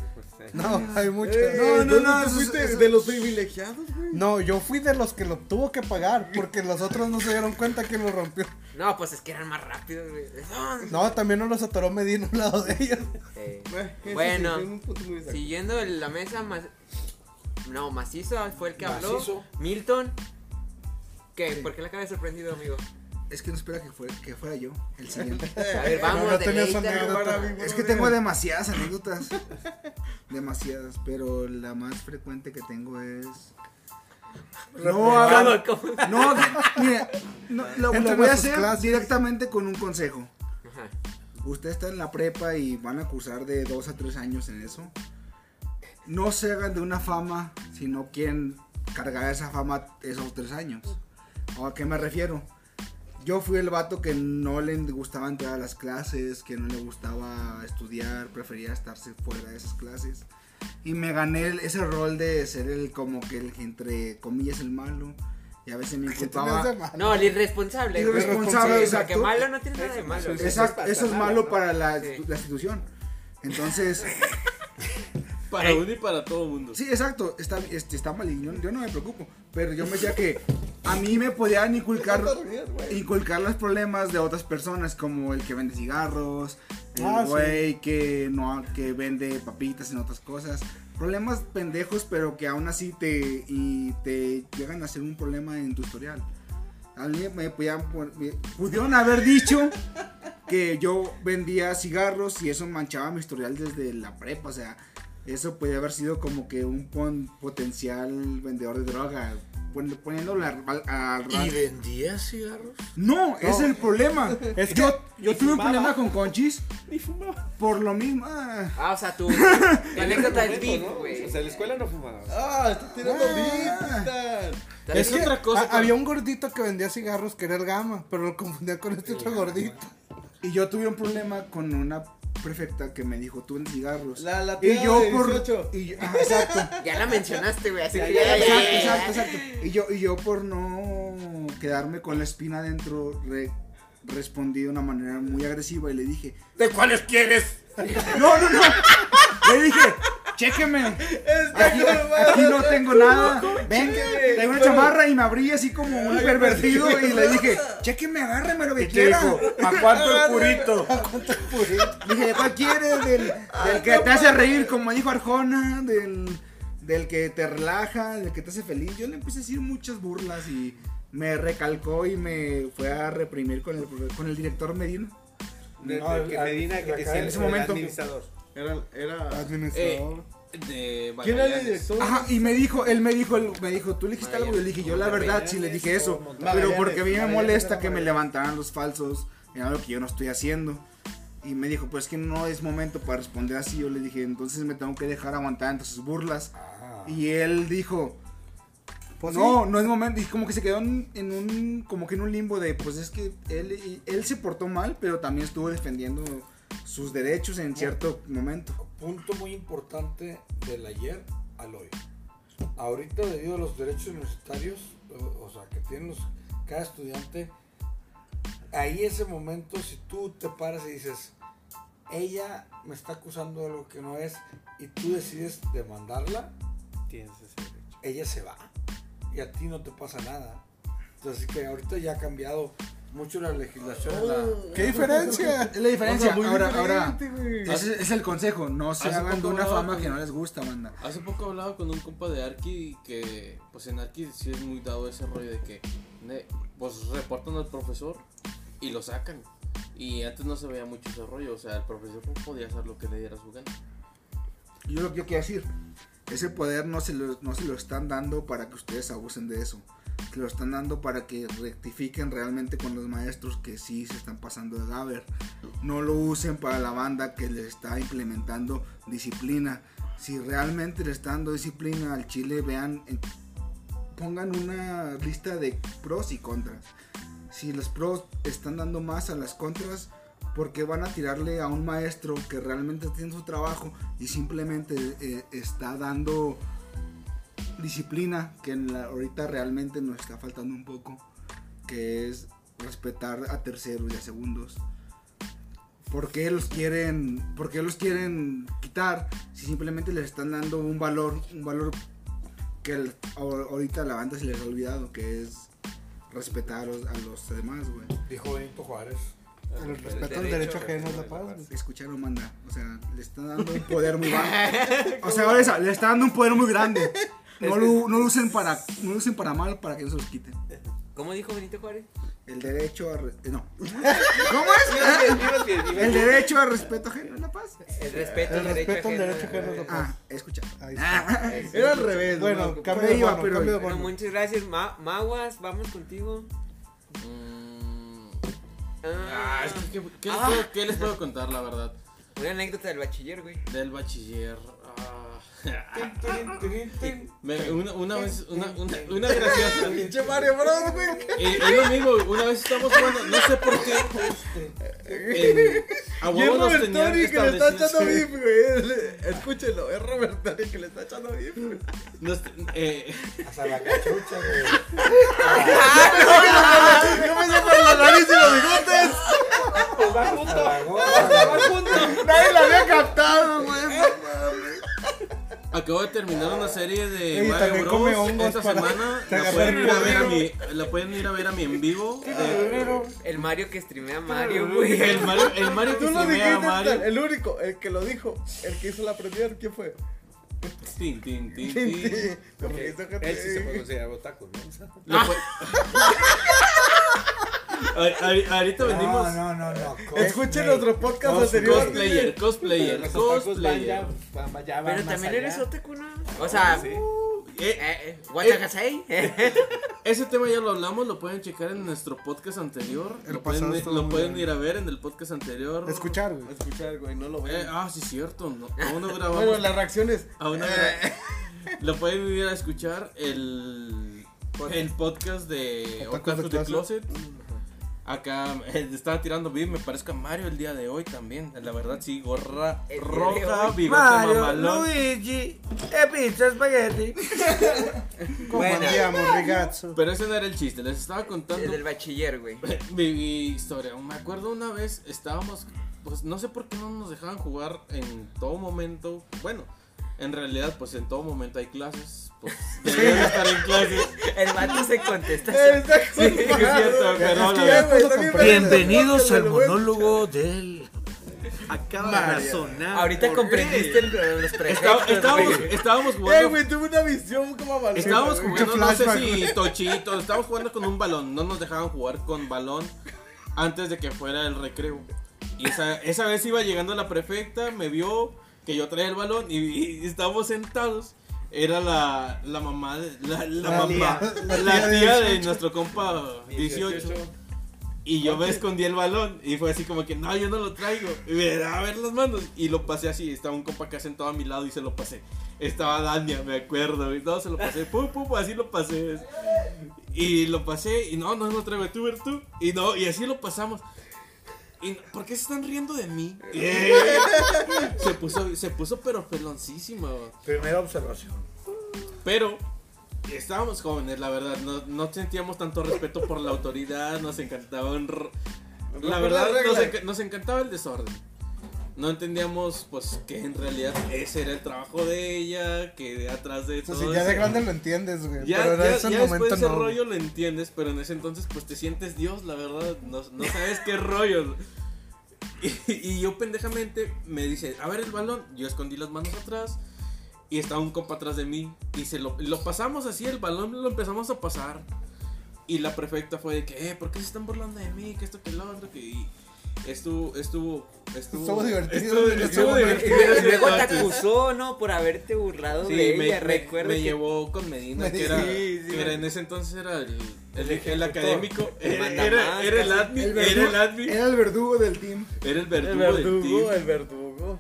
Speaker 6: No, hay muchas.
Speaker 3: Ey,
Speaker 6: No, no,
Speaker 3: Eh, ¿dónde
Speaker 6: no.
Speaker 3: te
Speaker 6: eso-
Speaker 3: fuiste?
Speaker 6: eso-
Speaker 3: de los privilegiados, güey.
Speaker 6: No, yo fui de los que lo tuvo que pagar porque los otros no se dieron cuenta que lo rompió.
Speaker 5: No, pues es que eran más rápidos, güey.
Speaker 6: No, también no los atoró Medina a un lado de ellos.
Speaker 3: Eh,
Speaker 5: Eh,
Speaker 3: eso sí,
Speaker 5: Bueno.
Speaker 3: fue un punto muy exacto.
Speaker 5: siguiendo en la mesa, más... no, Macizo fue el que habló.
Speaker 1: Macizo.
Speaker 5: Milton. ¿Qué? ¿Por qué la cara de sorprendido, amigo?
Speaker 4: Es que no espera que, fuera- que fuera yo el siguiente.
Speaker 5: A ver, vamos,
Speaker 6: Eh, no tenía esa
Speaker 5: deleítanos.
Speaker 6: anécdota.
Speaker 3: Para mí,
Speaker 4: Es que tengo demasiadas anécdotas. Demasiadas, pero la más frecuente que tengo es. No hagan.
Speaker 5: ¿Cómo?
Speaker 4: No, mira, no, lo, lo
Speaker 6: Entre
Speaker 4: voy a
Speaker 6: sus
Speaker 4: hacer
Speaker 6: clases.
Speaker 4: directamente con un consejo.
Speaker 5: Ajá.
Speaker 4: Usted está en la prepa y van a cursar de dos a tres años en eso. No se hagan de una fama si no quieren cargar esa fama esos tres años. ¿A qué me refiero? Yo fui el vato que no le gustaban todas las clases, que no le gustaba estudiar, prefería estarse fuera de esas clases. Y me gané el- ese rol de ser el como que el que entre comillas el malo. Y a veces me
Speaker 6: Tenías de
Speaker 4: inculpaba.
Speaker 6: malo.
Speaker 5: No, el irresponsable. güey.
Speaker 4: Irresponsable,
Speaker 5: Sí, porque
Speaker 4: exacto.
Speaker 5: malo no tiene nada de malo. güey.
Speaker 4: Exacto, eso es malo para la,
Speaker 5: Sí.
Speaker 4: la institución. Entonces,
Speaker 2: Para uno y para todo mundo.
Speaker 4: sí, exacto, está, este, está mal y yo, yo no me preocupo. Pero yo me decía que a mí me podían inculcar, inculcar los problemas de otras personas, como el que vende cigarros, el
Speaker 6: Ah, sí.
Speaker 4: güey que, no, que vende papitas en otras cosas. Problemas pendejos, pero que aún así te, y te llegan a ser un problema en tu historial. A mí me podían pon- me- pudieron haber dicho que yo vendía cigarros y eso manchaba mi historial desde la prepa. O sea, eso podría haber sido como que un pon- potencial vendedor de droga. pon- Poniéndolo al, al- al-
Speaker 1: ¿Y vendía cigarros?
Speaker 4: No, es el problema.
Speaker 6: Es que-
Speaker 4: yo, yo tuve un
Speaker 9: fumaba.
Speaker 4: problema con Conchis por lo mismo. ah.
Speaker 5: Ah, o sea, tú. tu anécdota es
Speaker 9: Momento,
Speaker 5: VIP,
Speaker 9: ¿no?
Speaker 5: güey.
Speaker 9: O sea, en la escuela no fumabas.
Speaker 3: Ah, está tirando
Speaker 4: Ah.
Speaker 3: beat,
Speaker 5: Tal
Speaker 6: Es
Speaker 5: vez
Speaker 6: que
Speaker 5: otra cosa.
Speaker 6: ha- Ah, había un gordito que vendía cigarros que era el gama, pero lo confundía con este otro gordito.
Speaker 4: Y yo tuve un problema con una prefecta que me dijo, tú vendes cigarros.
Speaker 3: La- la
Speaker 4: y
Speaker 3: tía
Speaker 4: yo
Speaker 3: de
Speaker 4: por...
Speaker 3: 18.
Speaker 4: Y yo- ah, exacto.
Speaker 5: Ya la mencionaste, güey. Así que
Speaker 4: Ya,
Speaker 5: ya, ya,
Speaker 4: exacto,
Speaker 5: ya, ya.
Speaker 4: exacto, exacto. Y yo, y yo por no quedarme con la espina adentro, re- respondí de una manera muy agresiva y le dije,
Speaker 1: ¿De cuáles quieres?
Speaker 4: no, no, no. Le dije, chéqueme. Aquí, aquí no tengo nada. Ven, traigo una chamarra y me abrí así como un pervertido y le dije, chéqueme, agárreme lo que quiera.
Speaker 1: ¿a cuánto el purito?
Speaker 4: Le dije, ¿de cuál quieres? Del, del que te hace reír, como dijo Arjona, del, del que te relaja, del que te hace feliz. Yo le empecé a decir muchas burlas y me recalcó y me fue a reprimir con el, con el director Medina.
Speaker 9: De,
Speaker 6: No,
Speaker 9: de que
Speaker 6: al-
Speaker 9: Medina, que
Speaker 6: acá
Speaker 9: es
Speaker 6: en
Speaker 9: el,
Speaker 4: ese
Speaker 9: el
Speaker 4: momento.
Speaker 9: administrador.
Speaker 3: Era, era...
Speaker 6: Administrador.
Speaker 2: De
Speaker 3: ¿Quién era el
Speaker 2: Magallanes.
Speaker 3: director?
Speaker 4: Ajá, y me dijo, él me dijo, él me dijo, tú le dijiste algo, yo le dije, yo la verdad sí le dije eso, pero porque a mí me molesta que me levantaran los falsos en algo que yo no estoy haciendo. Y me dijo, pues que no es momento para responder así. Yo le dije, entonces me tengo que dejar aguantar entre sus burlas.
Speaker 3: Ah.
Speaker 1: Ah.
Speaker 4: Y él dijo, pues no, no es momento. Y como que se quedó en, en un, como que en un limbo de, pues es que él, y- él se portó mal, pero también estuvo defendiendo sus derechos en cierto momento.
Speaker 1: Punto muy importante del ayer al hoy. Ahorita, debido a los derechos universitarios, o, o sea, que tienen los, cada estudiante, ahí ese momento, si tú te paras y dices, ella me está acusando de lo que no es, y tú decides demandarla,
Speaker 9: Tienes ese derecho.
Speaker 1: ella se va y a ti no te pasa nada. Entonces que ahorita ya ha cambiado mucho la legislación. la-
Speaker 6: ¿Qué diferencia?
Speaker 4: Es la diferencia.
Speaker 3: O sea, muy
Speaker 4: ahora, ahora,
Speaker 3: diferente, güey.
Speaker 4: ese es el consejo. No se
Speaker 2: hace
Speaker 4: hagan de
Speaker 2: poco
Speaker 4: una
Speaker 2: hablaba
Speaker 4: fama
Speaker 2: con-
Speaker 4: que no les gusta, banda.
Speaker 2: Hace poco hablaba con un compa de Arki que, pues en Arki sí es muy dado ese rollo de que, ne- pues reportan al profesor y lo sacan. Y antes no se veía mucho ese rollo, o sea, el profesor podía hacer lo que le diera su gana.
Speaker 4: Yo lo que yo quiero decir, ese poder no se, lo, no se lo están dando para que ustedes abusen de eso. Se lo están dando para que rectifiquen realmente con los maestros que sí se están pasando de gaber. No lo usen para la banda que les está implementando disciplina. Si realmente le están dando disciplina al Chile, vean, eh, pongan una lista de pros y contras. Si los pros están dando más a las contras, porque van a tirarle a un maestro que realmente tiene su trabajo y simplemente eh, está dando disciplina que en la- ahorita realmente nos está faltando un poco, que es respetar a terceros y a segundos. ¿Por qué los quieren, por qué los quieren quitar si simplemente les están dando un valor, un valor que el- ahor- ahorita a la banda se les ha olvidado, que es respetar a los, a los demás, güey?
Speaker 1: Dijo Benito Juárez.
Speaker 6: El respeto al derecho ajeno es la paz. güey.
Speaker 4: Escucharon, manda. O sea, le están dando un poder muy grande. O sea, ahora esa, le están dando un poder muy grande. No lo, no lo usen para, no lo usen para mal para que no se los quiten.
Speaker 5: ¿Cómo dijo Benito Juárez?
Speaker 4: El derecho a. re- eh, No. ¿Cómo es? El derecho al respeto ajeno a la paz.
Speaker 5: El respeto,
Speaker 6: El respeto al
Speaker 5: ajeno.
Speaker 6: derecho ajeno es la paz.
Speaker 4: Ah, escucha. Ah,
Speaker 6: Ahí está.
Speaker 3: Era al revés,
Speaker 6: Bueno,
Speaker 3: ¿no?
Speaker 6: cambio de
Speaker 4: iba,
Speaker 6: mano,
Speaker 4: pero-
Speaker 6: cambio de
Speaker 5: Bueno,
Speaker 6: mano.
Speaker 5: muchas gracias, Ma- Maguas. Vamos contigo.
Speaker 2: Mm,
Speaker 5: Ah,
Speaker 2: ah, es que, ¿qué, qué les
Speaker 5: Ah.
Speaker 2: puedo, qué les puedo contar, la verdad?
Speaker 1: Ah,
Speaker 5: Una anécdota del bachiller, güey.
Speaker 2: Del bachiller. ah,
Speaker 1: Tin, tin, tin.
Speaker 2: me- una, una vez, una, una, una graciosa.
Speaker 3: Pinche Mario Bros, güey.
Speaker 2: Eh, es lo mismo, una vez estamos jugando, no sé por qué. en- a
Speaker 3: Y es
Speaker 2: huevo nos
Speaker 3: Robert
Speaker 2: tenían
Speaker 3: Tony que le está
Speaker 2: establecidos-
Speaker 3: echando beef, güey. Escúchenlo, es Robert Tony que le está echando beef, güey.
Speaker 2: nos- eh,
Speaker 1: Hasta la cachucha, güey.
Speaker 3: Yo me saco la nariz y los bigotes.
Speaker 1: Hasta la gorra.
Speaker 3: Nadie la había captado, güey.
Speaker 2: Acabo de terminar una serie de
Speaker 6: Ey,
Speaker 2: Mario
Speaker 6: también
Speaker 2: Bros.
Speaker 6: come hongos
Speaker 2: esta
Speaker 6: para-
Speaker 2: semana.
Speaker 6: te
Speaker 2: La
Speaker 6: agarra
Speaker 2: pueden,
Speaker 6: el
Speaker 2: ir a ver a mi,
Speaker 6: culero.
Speaker 2: la pueden ir a ver a mi en vivo. eh, de-
Speaker 5: El Mario que streamea a Mario, güey.
Speaker 2: el Mario, el Mario Ah, que
Speaker 3: Tú lo
Speaker 2: streamea a
Speaker 3: dijiste,
Speaker 2: Mario.
Speaker 3: Stan, el único, el que lo dijo, el que hizo la premier, ¿quién fue?
Speaker 2: Tin, tin, tin,
Speaker 3: Sí,
Speaker 2: tin.
Speaker 3: sí. Como que hizo
Speaker 9: Él sí se puede
Speaker 3: gente-
Speaker 9: considerar otaku,
Speaker 2: Lo,
Speaker 9: ¿no?
Speaker 2: pue- Ahori- Ahorita vendimos
Speaker 5: No, no, no, no.
Speaker 3: eh, Escuchen otro podcast
Speaker 5: Cosplay.
Speaker 3: anterior.
Speaker 2: cosplayer, cosplayer,
Speaker 11: Los otakus van ya,
Speaker 2: cosplayer.
Speaker 11: van- van- ya van
Speaker 1: Pero
Speaker 11: más
Speaker 1: también
Speaker 11: allá.
Speaker 1: eres otaku, ¿no? O sea,
Speaker 11: Sí.
Speaker 1: eh,
Speaker 2: Eh,
Speaker 1: eh, what the say?
Speaker 2: ese tema ya lo hablamos, lo pueden checar en nuestro podcast anterior.
Speaker 4: El
Speaker 2: lo
Speaker 4: pasado
Speaker 2: pueden,
Speaker 4: estuvo
Speaker 2: lo
Speaker 4: muy
Speaker 2: pueden
Speaker 4: bueno.
Speaker 2: ir a ver en el podcast anterior.
Speaker 4: Escuchar, güey.
Speaker 3: Escuchar, güey, no lo
Speaker 2: Eh,
Speaker 3: vean.
Speaker 2: ah, sí, cierto. No, aún no grabamos.
Speaker 3: Bueno, las reacciones.
Speaker 2: Aún no gra- Lo pueden ir a escuchar el, el podcast de
Speaker 4: Otakus
Speaker 2: Otakus
Speaker 4: de
Speaker 2: de Closet. Acá eh, estaba tirando beat, me parezco a Mario el día de hoy también. La verdad, sí, gorra
Speaker 1: El día de
Speaker 2: roja,
Speaker 1: hoy.
Speaker 2: bigote mamalón.
Speaker 6: Luigi, e pizza spaghetti.
Speaker 4: Como andiamo, ragazzo.
Speaker 2: Pero ese no era el chiste, les estaba contando
Speaker 1: El del bachiller, güey.
Speaker 2: mi, mi historia. Me acuerdo una vez estábamos, pues no sé por qué no nos dejaban jugar en todo momento. Bueno, en realidad, pues en todo momento hay clases. Pues deberían estar en clases.
Speaker 1: El vato se contesta.
Speaker 2: Sí, es cierto, perdón, la verdad.
Speaker 3: güey, también
Speaker 4: Pero
Speaker 6: Bienvenidos al monólogo del. Acaba de razonar.
Speaker 1: Ah, Ahorita
Speaker 6: por-
Speaker 1: comprendiste el- los
Speaker 2: Está-
Speaker 1: preceptos,
Speaker 2: estábamos,
Speaker 1: güey.
Speaker 2: estábamos
Speaker 3: Eh,
Speaker 2: jugando.
Speaker 3: güey, tuve una visión como avanzada.
Speaker 2: Estábamos
Speaker 3: güey.
Speaker 2: jugando,
Speaker 4: Mucho
Speaker 2: no sé
Speaker 4: flashback,
Speaker 2: si Tochito, estábamos jugando con un balón, no nos dejaban jugar con balón antes de que fuera el recreo. Y esa, esa vez iba llegando la prefecta, me vio que yo traía el balón y, y estábamos sentados. Era la, la mamá, de- la,
Speaker 4: La
Speaker 2: la mamá,
Speaker 4: tía.
Speaker 2: la,
Speaker 4: La tía
Speaker 2: tía
Speaker 4: de
Speaker 2: de
Speaker 4: 18.
Speaker 2: nuestro compa 18.
Speaker 11: 18.
Speaker 2: Y yo me escondí el balón y fue así como que, no, yo no lo traigo. Y me da a ver las manos. Y lo pasé así, estaba un compa acá sentado a mi lado y se lo pasé. Estaba Dania, me acuerdo. Y no, se lo pasé, pum, pum, así lo pasé. Y lo pasé y no, no lo traigo tú, ver tú. Y no, y así lo pasamos. Y, no, ¿Por qué se están riendo de mí? eh, se, puso, se puso pero peloncísima.
Speaker 5: Primera observación.
Speaker 2: Pero estábamos jóvenes, la verdad. No, no sentíamos tanto respeto por la autoridad. Nos encantaba un r- La verdad, nos, enca- nos encantaba el desorden. No entendíamos, pues, que en realidad ese era el trabajo de ella. Que de atrás de
Speaker 4: O sea,
Speaker 2: todo.
Speaker 4: si ya de
Speaker 2: ese-
Speaker 4: grande lo entiendes, güey.
Speaker 2: ya,
Speaker 4: pero en
Speaker 2: ya-
Speaker 4: ese
Speaker 2: ya después de
Speaker 4: momento
Speaker 2: ese
Speaker 4: no.
Speaker 2: rollo lo entiendes, pero en ese entonces pues te sientes Dios, la verdad, no, no sabes qué rollo. Y, y yo pendejamente me dice, a ver el balón, yo escondí las manos atrás y estaba un copa atrás de mí y se lo, lo pasamos así, el balón lo empezamos a pasar. Y la prefecta fue de que, eh, ¿por qué se están burlando de mí? Que esto, que lo otro, que... y estuvo, estuvo, estuvo...
Speaker 4: Estuvo divertido,
Speaker 2: Estuvo,
Speaker 4: en ese
Speaker 2: estuvo
Speaker 4: momento.
Speaker 2: divertido.
Speaker 1: Y luego te
Speaker 2: Entonces,
Speaker 1: acusó, ¿no? Por haberte burlado
Speaker 2: Sí,
Speaker 1: de
Speaker 2: me,
Speaker 1: ella.
Speaker 2: me-
Speaker 1: Recuerda
Speaker 2: me
Speaker 1: que-
Speaker 2: llevó con Medina, que era, que era en ese entonces era el, el- el académico,
Speaker 1: El
Speaker 2: era,
Speaker 1: mandamás,
Speaker 2: era- era el
Speaker 1: casi.
Speaker 2: admin,
Speaker 12: El
Speaker 2: era
Speaker 12: verdugo.
Speaker 2: el admin,
Speaker 12: Era el verdugo del team.
Speaker 2: era el
Speaker 3: El
Speaker 2: verdugo, del
Speaker 3: verdugo,
Speaker 2: team.
Speaker 3: el verdugo.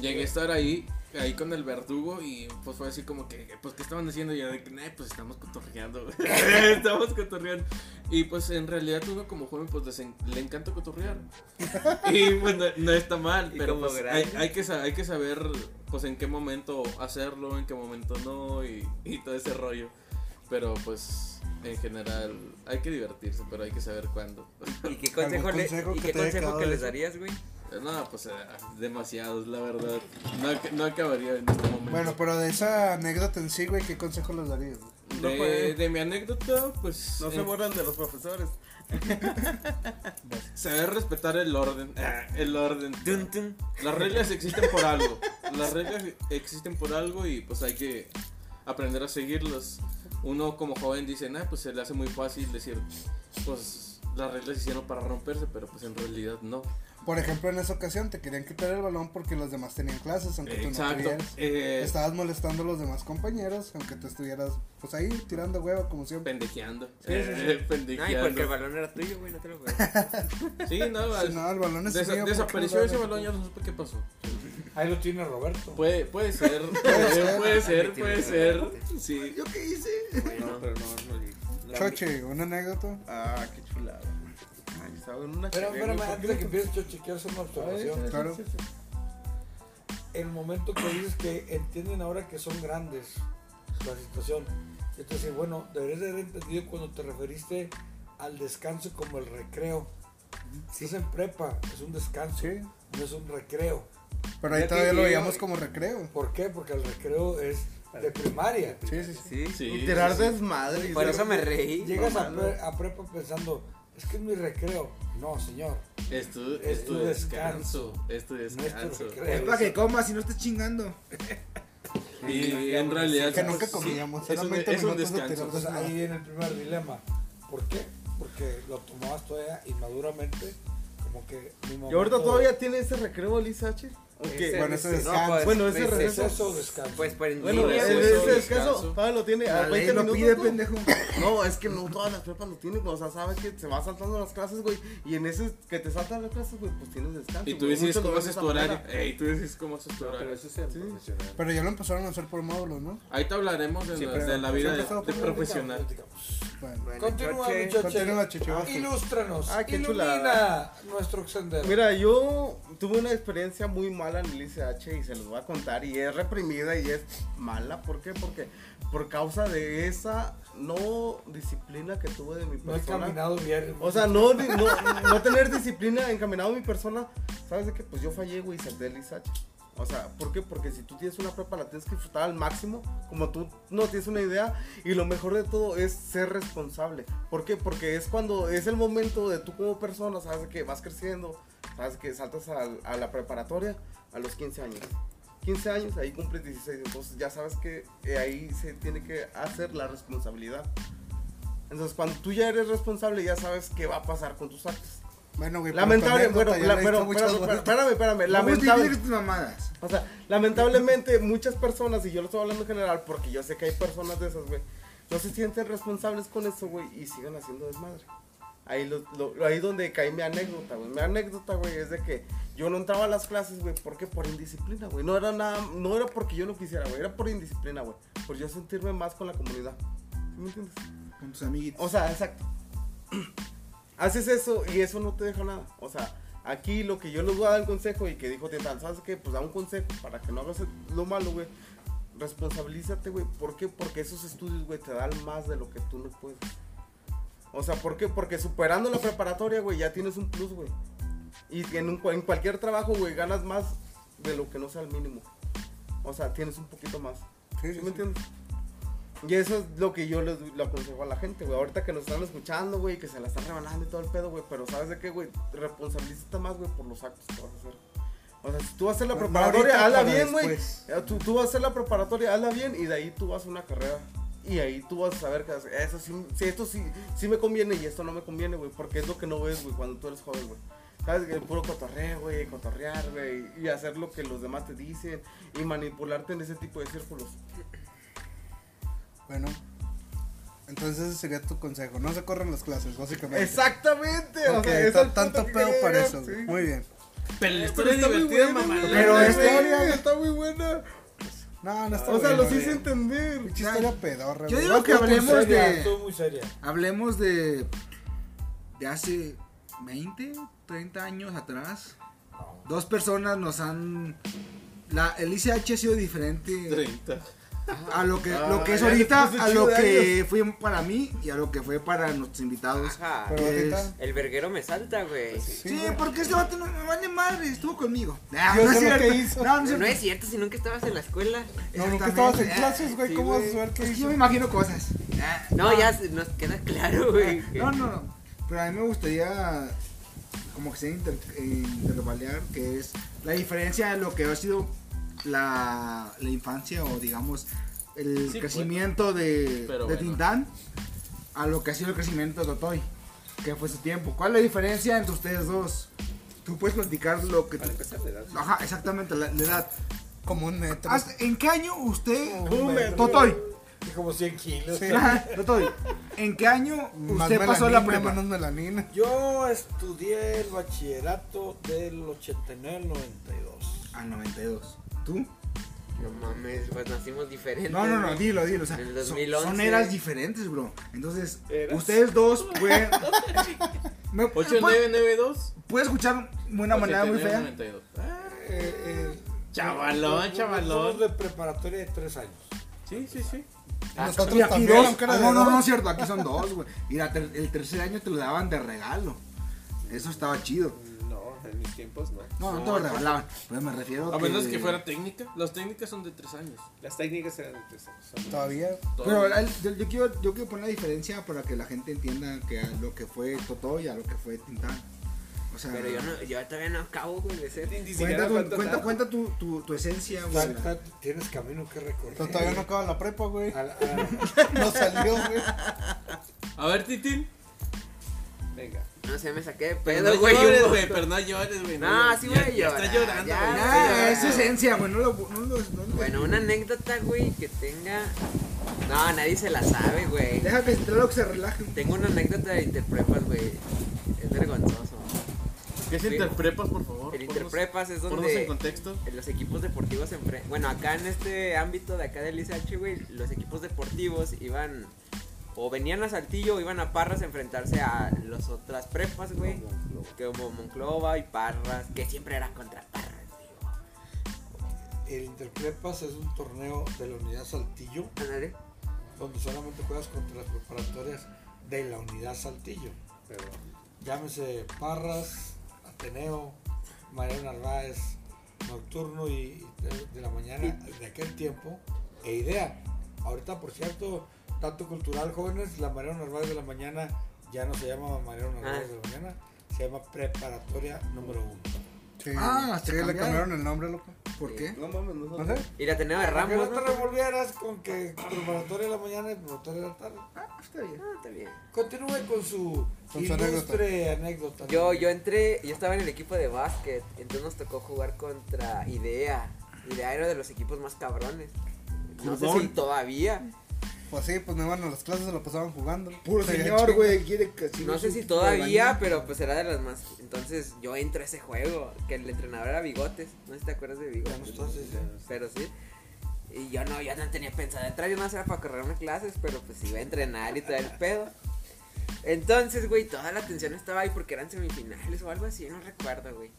Speaker 2: Llegué a estar ahí, ahí con el verdugo y pues fue así como que, pues, ¿qué estaban haciendo? Y yo de que, "Nah, pues estamos cotorreando, estamos cotorreando. Y pues en realidad uno como joven pues desen- le encanta cotorrear. Y pues no, no está mal,
Speaker 1: Y
Speaker 2: pero
Speaker 1: como
Speaker 2: pues, hay,
Speaker 1: grande.
Speaker 2: hay que, sa- hay que saber pues en qué momento hacerlo, en qué momento no y, y todo ese rollo. Pero pues en general hay que divertirse, pero hay que saber cuándo.
Speaker 1: ¿Y qué consejo, le-
Speaker 4: consejo
Speaker 1: y
Speaker 4: que
Speaker 1: qué
Speaker 4: te haya
Speaker 1: consejo
Speaker 4: quedado
Speaker 1: que
Speaker 4: de
Speaker 1: les
Speaker 4: eso?
Speaker 1: darías, güey?
Speaker 2: No, pues eh, demasiados, la verdad. No, ac- no acabaría en este momento.
Speaker 4: Bueno, pero de esa anécdota en sí, güey, ¿qué consejo les darías? güey?
Speaker 3: No
Speaker 2: De,
Speaker 3: puede.
Speaker 2: de mi anécdota, pues
Speaker 3: No se
Speaker 2: eh,
Speaker 3: borran de los profesores.
Speaker 2: saber respetar el orden. Ah, El orden.
Speaker 1: Tun, tun.
Speaker 2: Las reglas existen por algo. Las reglas existen por algo y pues hay que aprender a seguirlas. Uno como joven dice, nah, pues se le hace muy fácil decir, pues las reglas se hicieron para romperse, pero pues en realidad no.
Speaker 4: Por ejemplo, en esa ocasión te querían quitar el balón porque los demás tenían clases, aunque tú no
Speaker 2: Exacto.
Speaker 4: tuvieras.
Speaker 2: Eh,
Speaker 4: Estabas molestando a los demás compañeros, aunque tú estuvieras pues ahí tirando huevo como siempre.
Speaker 2: pendejeando.
Speaker 1: Sí, sí, sí. No, y
Speaker 2: Eh,
Speaker 1: porque el
Speaker 2: pendejeando.
Speaker 1: balón era tuyo, güey, no te lo juego.
Speaker 2: Sí, no,
Speaker 4: Si no, el balón es
Speaker 2: desa-
Speaker 4: mío, ¿por qué
Speaker 2: desapareció
Speaker 4: no
Speaker 2: ese
Speaker 4: lo-
Speaker 2: balón, ya no supe qué pasó.
Speaker 5: Ahí lo tiene Roberto.
Speaker 2: Puede, puede ser, puede, puede ser, puede ser. Sí.
Speaker 12: ¿Yo qué hice?
Speaker 11: No, pero no, no, no.
Speaker 4: Choche, una anécdota.
Speaker 3: Ah, qué chulada. Ay, estaba en una
Speaker 5: Pero,
Speaker 3: chévere, güey,
Speaker 5: espérame,
Speaker 3: ¿por
Speaker 5: antes
Speaker 3: qué
Speaker 5: de que empieces yo chequear hacer una
Speaker 3: no?
Speaker 5: observación.
Speaker 4: Claro.
Speaker 5: El momento que dices que entienden ahora que son grandes la situación. Entonces, bueno, deberías de haber entendido cuando te referiste al descanso como el recreo. Si es en prepa, es un descanso,
Speaker 4: Sí.
Speaker 5: no es un recreo.
Speaker 4: Pero ahí
Speaker 11: Ya
Speaker 4: todavía
Speaker 11: que
Speaker 4: lo
Speaker 11: llego,
Speaker 4: veíamos
Speaker 11: güey.
Speaker 4: como recreo.
Speaker 5: ¿Por qué? Porque el recreo es de primaria.
Speaker 4: Sí, sí, sí.
Speaker 1: Sí.
Speaker 2: Sí,
Speaker 3: Tirar
Speaker 2: sí, sí.
Speaker 3: desmadre. y
Speaker 1: Por
Speaker 3: ser-
Speaker 1: eso me reí.
Speaker 5: Llegas a, pre- a prepa pensando, es que es mi recreo. No, señor,
Speaker 2: Es tu,
Speaker 5: Es
Speaker 2: es
Speaker 5: tu
Speaker 2: tu descanso. Es tu
Speaker 5: no es tu
Speaker 2: descanso.
Speaker 5: recreo.
Speaker 12: Es para que comas y no estés chingando.
Speaker 2: Y en realidad.
Speaker 4: Que nunca
Speaker 2: pues, sí,
Speaker 4: comíamos,
Speaker 2: Es
Speaker 4: eran
Speaker 2: un,
Speaker 4: 20
Speaker 2: es un
Speaker 4: minutos de
Speaker 2: descanso.
Speaker 5: Entonces ahí viene el primer dilema. ¿Por qué?
Speaker 1: porque lo tomabas todavía inmaduramente. Como que mi
Speaker 3: ¿Y ahorita
Speaker 1: momento-
Speaker 3: todavía tiene ese recreo, Lisa H? Este,
Speaker 9: Ese-
Speaker 3: bueno,
Speaker 6: Bueno, eso
Speaker 9: ese-
Speaker 6: es-
Speaker 9: no,
Speaker 5: No, pues,
Speaker 3: Bueno, ese
Speaker 9: pues,
Speaker 3: regreso.
Speaker 1: Receso o descanso.
Speaker 5: Pues por en
Speaker 3: Bueno,
Speaker 5: línea,
Speaker 3: ese,
Speaker 5: güey.
Speaker 2: eso,
Speaker 3: ese descanso,
Speaker 2: descanso.
Speaker 3: Pablo lo tiene a
Speaker 4: La ley
Speaker 3: 20
Speaker 4: lo
Speaker 3: minutos.
Speaker 4: pide,
Speaker 3: ¿no?
Speaker 4: pendejo.
Speaker 3: No, es que no todas las prepas lo tienen, o sea, sabes que se va saltando las clases, güey, y en ese que te saltan las clases, güey, pues tienes descanso.
Speaker 2: Y tú
Speaker 3: güey,
Speaker 2: dices
Speaker 3: muchos
Speaker 2: cómo
Speaker 3: lugares
Speaker 2: haces
Speaker 3: de
Speaker 2: tu
Speaker 3: esa
Speaker 2: horario.
Speaker 3: manera.
Speaker 2: Ey, tú dices cómo haces tu
Speaker 9: pero
Speaker 2: horario.
Speaker 9: eso es el
Speaker 3: Sí.
Speaker 9: profesional.
Speaker 6: Pero ya lo empezaron a hacer por módulos, ¿no?
Speaker 2: Ahorita hablaremos de, la,
Speaker 6: pero
Speaker 2: de la
Speaker 6: siempre
Speaker 2: vida
Speaker 6: ha
Speaker 2: de,
Speaker 6: estado
Speaker 2: de
Speaker 6: por
Speaker 2: profesional.
Speaker 5: Bueno,
Speaker 1: Continúa,
Speaker 5: Choche.
Speaker 1: muchacho.
Speaker 6: Continúa, Chicho.
Speaker 1: Ilústranos.
Speaker 3: Ah, qué
Speaker 1: ilumina
Speaker 3: chulada.
Speaker 1: nuestro sendero.
Speaker 3: Mira, yo tuve una experiencia muy mala en el ICH y se los voy a contar y es reprimida y es mala, ¿por qué? Porque por causa de esa no disciplina que tuve de mi
Speaker 1: no he
Speaker 3: persona.
Speaker 1: caminado bien.
Speaker 3: o sea, no, di- no, no tener disciplina encaminado a mi persona, ¿sabes de qué? Pues yo fallé, güey, y salté el ISH. O sea, ¿por qué? Porque si tú tienes una prepa, la tienes que disfrutar al máximo, como tú no tienes una idea, y lo mejor de todo es ser responsable. ¿Por qué? Porque es cuando es el momento de tú como persona, ¿sabes de qué? Vas creciendo, ¿sabes que Saltas al- a, la preparatoria a los 15 años. 15 años, ahí cumples 16, entonces ya sabes que eh, ahí se tiene que hacer la responsabilidad. Entonces, cuando tú ya eres responsable, ya sabes qué va a pasar con tus actos.
Speaker 6: Bueno, güey. pero
Speaker 3: Lamentable,
Speaker 6: también,
Speaker 3: bueno,
Speaker 6: ya
Speaker 3: la-
Speaker 6: le
Speaker 3: pero,
Speaker 6: diste muchas
Speaker 3: espérame,
Speaker 6: vueltas.
Speaker 3: espérame, espérame,
Speaker 4: Vamos a
Speaker 3: lamentable-
Speaker 4: dividir tus mamadas.
Speaker 3: o sea, lamentablemente muchas personas, y yo lo estoy hablando en general, porque yo sé que hay personas de esas, güey, no se sienten responsables con eso, güey, y siguen haciendo desmadre. Ahí, lo, lo- lo- ahí donde cae mi anécdota, güey. Mi anécdota, güey, es de que yo no entraba a las clases, güey, porque por indisciplina, güey. No era nada, no era porque yo no quisiera, güey, era por indisciplina, güey. Por yo sentirme más con la comunidad. ¿Sí me entiendes?
Speaker 4: Con tus amiguitos.
Speaker 3: O sea, exacto. Haces eso y eso no te deja nada. O sea, aquí lo que yo les voy a dar el consejo y que dijo Tetan, ¿sabes qué? Pues da un consejo para que no hagas lo malo, güey. Responsabilízate, güey. ¿Por qué? Porque esos estudios, güey, te dan más de lo que tú no puedes. O sea, ¿por qué? Porque superando la preparatoria, güey, ya tienes un plus, güey. Y en, un- en cualquier trabajo, güey, ganas más de lo que no sea el mínimo. O sea, tienes un poquito más.
Speaker 6: Sí,
Speaker 3: ¿Sí
Speaker 6: sí,
Speaker 3: me
Speaker 6: sí.
Speaker 3: entiendes? Y eso es lo que yo les doy- le aconsejo a la gente, güey. Ahorita que nos están escuchando, güey, que se la están rebanando y todo el pedo, güey. Pero ¿sabes de qué, güey? Responsabilízate más, güey, por los actos que vas a hacer. O sea, si tú vas a hacer la
Speaker 6: No, no
Speaker 3: preparatoria,
Speaker 6: ahorita,
Speaker 3: hazla
Speaker 6: para
Speaker 3: bien, güey.
Speaker 6: Pues después.
Speaker 3: Eh, Tú, tú vas a hacer la preparatoria, hazla bien y de ahí tú vas a una carrera. Y ahí tú vas a saber que eso sí, sí, esto sí, sí me conviene y esto no me conviene, güey. Porque es lo que no ves, güey, cuando tú eres joven, güey. ¿Sabes? El puro cotorreo, güey, cotorrear, güey. Y hacer lo que los demás te dicen. Y manipularte en ese tipo de círculos.
Speaker 6: Bueno. Entonces ese sería tu consejo. No se corran las clases, básicamente.
Speaker 3: Exactamente.
Speaker 6: Ok,
Speaker 3: es
Speaker 6: ta-
Speaker 3: el
Speaker 6: tanto
Speaker 3: punto que
Speaker 6: pedo
Speaker 3: quería
Speaker 6: para
Speaker 3: llegar,
Speaker 6: eso. güey.
Speaker 3: sí.
Speaker 6: Muy bien.
Speaker 2: Pero la historia es divertida, mamá.
Speaker 4: Pero
Speaker 3: La
Speaker 4: este-
Speaker 3: historia está muy buena.
Speaker 6: No, no está
Speaker 3: O sea,
Speaker 6: bien,
Speaker 3: los
Speaker 6: güey.
Speaker 3: hice entender.
Speaker 6: Pinche historia pedorra,
Speaker 4: Yo
Speaker 6: güey.
Speaker 4: digo que hablemos
Speaker 1: seria,
Speaker 4: de.
Speaker 1: estuvo muy seria.
Speaker 4: Hablemos de. De hace 20, 30 años atrás. Dos personas nos han. La, el ICH ha sido diferente
Speaker 2: 30.
Speaker 4: a lo que, lo que es
Speaker 3: ya le
Speaker 4: ahorita,
Speaker 3: puse
Speaker 4: a lo
Speaker 3: chido
Speaker 4: que fue para mí y a lo que fue para nuestros invitados.
Speaker 5: Ajá.
Speaker 6: Pero
Speaker 4: Es-
Speaker 6: ahorita-
Speaker 5: El verguero me salta, güey.
Speaker 4: Sí, porque este vato no me vale madre, estuvo conmigo.
Speaker 6: Yo
Speaker 4: no es
Speaker 6: sé lo que
Speaker 4: cierto.
Speaker 6: hizo.
Speaker 4: No, no es
Speaker 5: No,
Speaker 4: cierto.
Speaker 5: no es cierto si nunca estabas en la escuela.
Speaker 6: No, nunca estabas
Speaker 4: Exactamente.
Speaker 6: en clases, güey.
Speaker 4: Sí,
Speaker 6: ¿Cómo vas a saber qué
Speaker 4: Es que yo
Speaker 6: hizo?
Speaker 4: me imagino cosas.
Speaker 1: Ah.
Speaker 5: No, ya se- nos queda claro, güey.
Speaker 4: No, no, no. Pero a mí me gustaría como que sea inter- intervalear, que es la diferencia de lo que ha sido la, la infancia o digamos el
Speaker 2: Sí, pues.
Speaker 4: crecimiento de,
Speaker 2: Pero
Speaker 4: de
Speaker 2: bueno.
Speaker 4: Tintán a lo que ha sido el crecimiento de Totoy, que fue su tiempo. ¿Cuál es la diferencia entre ustedes dos? Tú puedes platicar lo que... tú-
Speaker 9: Para empezar, le das.
Speaker 4: Ajá, exactamente, la, la edad.
Speaker 6: Como un metro.
Speaker 4: ¿Hasta- ¿En qué año usted...
Speaker 1: Un metro.
Speaker 4: Totoy.
Speaker 1: Y como 100 kilos.
Speaker 6: Sí.
Speaker 4: Ajá, Totoy, ¿En qué año
Speaker 6: Más
Speaker 4: usted pasó la
Speaker 6: melanina,
Speaker 4: prepa?
Speaker 6: menos melanina.
Speaker 1: Yo estudié el bachillerato del 89 al 92.
Speaker 4: Al 92. ¿Tú?
Speaker 5: No mames, pues nacimos diferentes.
Speaker 4: No, no, no,
Speaker 5: güey.
Speaker 4: dilo, dilo. O sea,
Speaker 5: En el
Speaker 4: son-
Speaker 5: 2011.
Speaker 4: son eras diferentes, bro. Entonces,
Speaker 9: Eras.
Speaker 4: ustedes dos pueden. Me- puede,
Speaker 2: 8992.
Speaker 4: puede escuchar de una manera muy fea.
Speaker 2: 92.
Speaker 1: Eh, eh,
Speaker 2: Chavalón,
Speaker 1: Somos
Speaker 2: chavalón.
Speaker 1: de preparatoria de 3 años.
Speaker 2: Sí, sí, sí.
Speaker 6: Nosotros
Speaker 4: Y aquí
Speaker 6: también,
Speaker 4: dos.
Speaker 6: aunque era
Speaker 4: ah,
Speaker 6: de
Speaker 4: No, no,
Speaker 6: dos.
Speaker 4: no, es cierto. Aquí son dos, güey. Y la ter- el tercer año te lo daban de regalo. Eso estaba chido.
Speaker 9: No, en mis tiempos no.
Speaker 4: No, no te lo regalaban. Pero me refiero
Speaker 2: A menos que fuera técnica. Las técnicas son de 3 años.
Speaker 9: Las técnicas eran de tres años, son-
Speaker 6: Todavía.
Speaker 4: Pero el- yo, yo quiero, yo quiero poner la diferencia para que la gente entienda que a lo que fue Totó y a lo que fue Tintán. O sea,
Speaker 5: Pero yo, no, yo todavía no acabo, güey, de ser.
Speaker 9: Ni
Speaker 4: cuenta,
Speaker 9: siquiera
Speaker 4: tu,
Speaker 9: cuánto
Speaker 4: cuenta,
Speaker 9: tarda.
Speaker 4: cuenta tu, tu, tu esencia, güey.
Speaker 1: Ta- ta- Tienes camino que recorrer.
Speaker 6: Pero todavía no acaba la prepa, güey.
Speaker 1: A la- a la-
Speaker 6: No salió, güey.
Speaker 2: A ver, Titil.
Speaker 9: Venga.
Speaker 1: No sé, me saqué de
Speaker 2: Pero
Speaker 1: pedo,
Speaker 2: no
Speaker 1: güey.
Speaker 2: llores,
Speaker 1: un
Speaker 2: güey,
Speaker 1: poco.
Speaker 2: pero no llores, güey.
Speaker 1: No, sí voy a
Speaker 2: ya, ya
Speaker 1: llorar,
Speaker 2: está llorando,
Speaker 1: ya.
Speaker 2: güey, está
Speaker 1: Ah,
Speaker 6: Ah,
Speaker 2: llorando.
Speaker 6: es esencia, güey. No lo. No lo, no lo-
Speaker 1: Bueno, una anécdota, güey, que tenga. No, nadie se la sabe, güey.
Speaker 6: Deja que Tlaloc se relaje.
Speaker 1: Tengo una anécdota de interprepas, güey. Es vergonzoso.
Speaker 2: ¿Qué es
Speaker 1: Sí.
Speaker 2: Interprepas, por favor?
Speaker 1: El
Speaker 2: Ponnos-
Speaker 1: interprepas es
Speaker 2: Ponnos en
Speaker 1: donde
Speaker 2: contexto.
Speaker 1: los equipos deportivos enfre- Bueno, acá en este ámbito de acá del ICH, güey, los equipos deportivos iban. O venían a Saltillo o iban a Parras a enfrentarse a las otras prepas, güey. Que Como Monclova y Parras, que siempre era contra Parras, digo.
Speaker 5: El Interprepas es un torneo de la unidad Saltillo
Speaker 1: Ándale.
Speaker 5: donde solamente juegas contra las preparatorias de la unidad Saltillo.
Speaker 9: Pero,
Speaker 5: Llámese Parras, Ateneo, Mariano Narváez, Nocturno y y de- de la mañana de aquel tiempo e Idea. Ahorita, por cierto, dato cultural, jóvenes, la Mariano Narváez de la mañana ya no se llama Mariano Narváez de la mañana, se llama Preparatoria número uno.
Speaker 4: Sí.
Speaker 6: Ah,
Speaker 4: Sí,
Speaker 6: se
Speaker 4: le
Speaker 6: cambiaron.
Speaker 4: cambiaron el nombre, loco.
Speaker 6: ¿Por qué?
Speaker 3: No mames, no
Speaker 4: No
Speaker 3: sabía.
Speaker 4: sé.
Speaker 1: Y la tenía de
Speaker 5: Para que no
Speaker 1: Ramos,
Speaker 5: te
Speaker 1: ¿no?
Speaker 5: revolvieras con que preparatoria de la mañana y preparatoria de la tarde.
Speaker 6: Ah, está bien.
Speaker 1: Ah, está bien.
Speaker 5: Continúe con su
Speaker 4: Con su
Speaker 5: ilustre anécdota.
Speaker 1: Yo, yo entré, yo estaba en el equipo de básquet, entonces nos tocó jugar contra Idea. Idea era de los equipos más cabrones. No sé si
Speaker 4: Fútbol.
Speaker 1: todavía.
Speaker 4: Pues sí, pues no iban a las clases, se lo pasaban jugando.
Speaker 6: Puro
Speaker 4: Sí,
Speaker 6: señor,
Speaker 4: chinga.
Speaker 6: güey. Quiere que
Speaker 1: No sé si todavía, pero pues era de las más. Entonces yo entro a ese juego, que el entrenador era Bigotes. No sé si te acuerdas de
Speaker 5: Ya no
Speaker 1: Bigotes.
Speaker 5: estás, sí, sí.
Speaker 1: Pero sí. Y yo no, yo no tenía pensado entrar, yo no era para correrme clases, pero pues iba a entrenar y todo el pedo. Entonces, güey, toda la atención estaba ahí porque eran semifinales o algo así, no recuerdo, güey.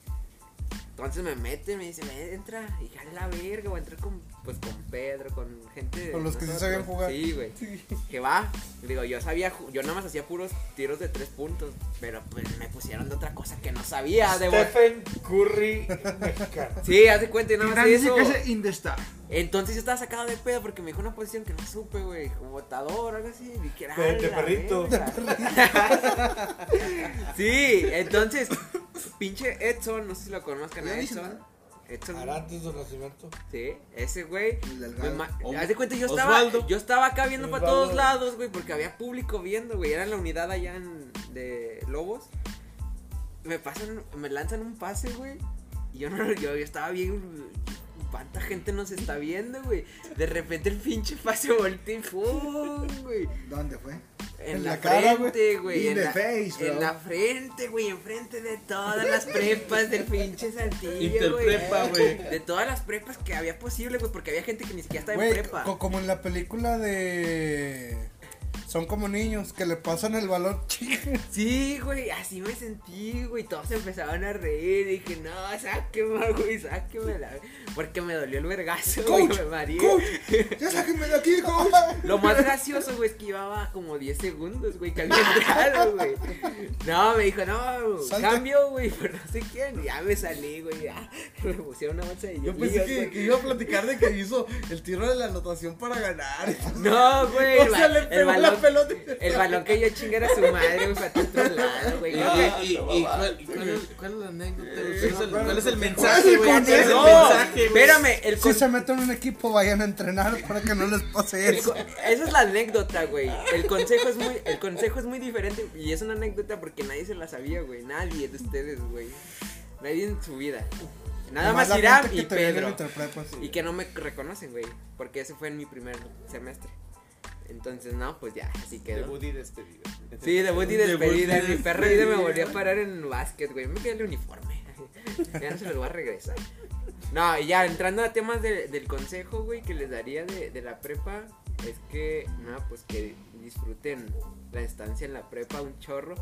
Speaker 1: Entonces me mete, me dice, "Ve, entra, y ya la verga, voy a entrar con, pues, con Pedro, con gente. de
Speaker 4: Con los que sí
Speaker 1: nosotros.
Speaker 4: sabían jugar.
Speaker 1: Sí, güey. Que va, digo, yo sabía, ju- yo nada más hacía puros tiros de tres puntos, pero pues me pusieron de otra cosa que no sabía. De bo-
Speaker 5: Stephen Curry mexicano.
Speaker 1: sí, haz de cuenta, y nada más
Speaker 6: Nadie dice
Speaker 1: eso.
Speaker 6: que es Indestar.
Speaker 1: Entonces yo estaba sacado de pedo porque me dijo una posición que no supe, güey, como botador, algo así. Vi que era.
Speaker 5: De- de
Speaker 1: la
Speaker 5: perrito.
Speaker 1: verga. sí, entonces, pinche Edson, no sé si lo conozcan a
Speaker 6: Ya dicen,
Speaker 1: Edson. Edson.
Speaker 5: Arantes del Nacimiento.
Speaker 1: Sí, ese güey.
Speaker 6: El
Speaker 4: Pues
Speaker 1: me
Speaker 6: delgado.
Speaker 1: ma-
Speaker 2: Om-
Speaker 1: Haz de cuenta, yo estaba,
Speaker 2: Osvaldo.
Speaker 1: yo estaba acá viendo para
Speaker 5: Osvaldo.
Speaker 1: todos lados, güey, porque había público viendo, güey. Era la unidad allá en- de Lobos. Me pasan, me lanzan un pase, güey. Y yo no, yo, yo estaba bien. ¿Cuánta gente nos está viendo, güey? De repente el pinche pase voltea y ¡fum! güey.
Speaker 6: ¿Dónde fue?
Speaker 1: En,
Speaker 4: En
Speaker 1: la,
Speaker 4: la cara, güey.
Speaker 1: frente, güey.
Speaker 6: In
Speaker 1: En,
Speaker 6: the
Speaker 1: la-
Speaker 6: face,
Speaker 1: en
Speaker 6: bro.
Speaker 1: la frente, güey. Enfrente de todas las prepas del pinche Santillo, güey. Eh,
Speaker 2: Interprepa, güey.
Speaker 1: De todas las prepas que había posible, güey. Porque había gente que ni siquiera estaba en
Speaker 4: Güey,
Speaker 1: prepa.
Speaker 4: co- como en la película de. Son como niños que le pasan el balón. Chinga.
Speaker 1: Sí, güey. Así me sentí, güey. Todos empezaban a reír. Dije, no, sáqueme, güey. Sáqueme la. Porque me dolió el vergazo, güey.
Speaker 6: Coach,
Speaker 1: Me mareé.
Speaker 6: Coach, ya sáquenme de aquí, coach.
Speaker 1: Lo más gracioso, güey, es que llevaba como 10 segundos, güey, que había entrado, güey. No, me dijo, no,
Speaker 4: Salta.
Speaker 1: cambio, güey, pero no sé quién. Y Ya me salí, güey, ya. Me pusieron una bolsa de
Speaker 3: Yo
Speaker 1: hielillos,
Speaker 3: pensé que,
Speaker 1: güey.
Speaker 3: que iba a platicar de que hizo el tiro de la anotación para ganar.
Speaker 1: No, güey.
Speaker 3: pues,
Speaker 1: el
Speaker 3: o sea,
Speaker 1: ba-
Speaker 3: le
Speaker 1: el
Speaker 3: pegó la
Speaker 1: balón-
Speaker 3: pelota.
Speaker 1: El balón que yo chingara a su madre, güey, para otro lado, güey.
Speaker 2: Y-
Speaker 1: Creo que-
Speaker 2: y- y- y- ¿Cuál y cuál es cuál es la anécdota? güey? ¿Cuál es el- ¿Cuál es el
Speaker 4: ¿Cuál es
Speaker 2: mensaje,
Speaker 4: el
Speaker 2: güey? ¿Cuál es el
Speaker 1: No,
Speaker 2: mensaje, güey?
Speaker 1: espérame, el
Speaker 4: Si
Speaker 1: con-
Speaker 4: se meten en un equipo, vayan a entrenar para que no les pase
Speaker 1: El
Speaker 4: eso.
Speaker 1: co- Esa es la anécdota, güey. El consejo es muy, el consejo es muy diferente y es una anécdota porque nadie se la sabía, güey. Nadie de ustedes, güey. Nadie en su vida. Nada
Speaker 4: Nomás
Speaker 1: más
Speaker 4: la
Speaker 1: Irán
Speaker 4: gente
Speaker 1: y
Speaker 4: que te viene en
Speaker 1: Pedro.
Speaker 4: Interprepas.
Speaker 1: Y que no me reconocen, güey. Porque ese fue en mi primer semestre. Entonces, no, pues ya, así quedó.
Speaker 9: debut y despedida.
Speaker 1: Sí, debut y
Speaker 2: Debut y
Speaker 1: despedida. Mi perro vida me
Speaker 2: despedida.
Speaker 1: volvió a parar en básquet, güey. Me quedé el uniforme. Ya no se los voy a regresar. No, y ya entrando a temas de- del consejo, güey, que les daría de, de la prepa, es que, no, pues que disfruten la estancia en la prepa un chorro.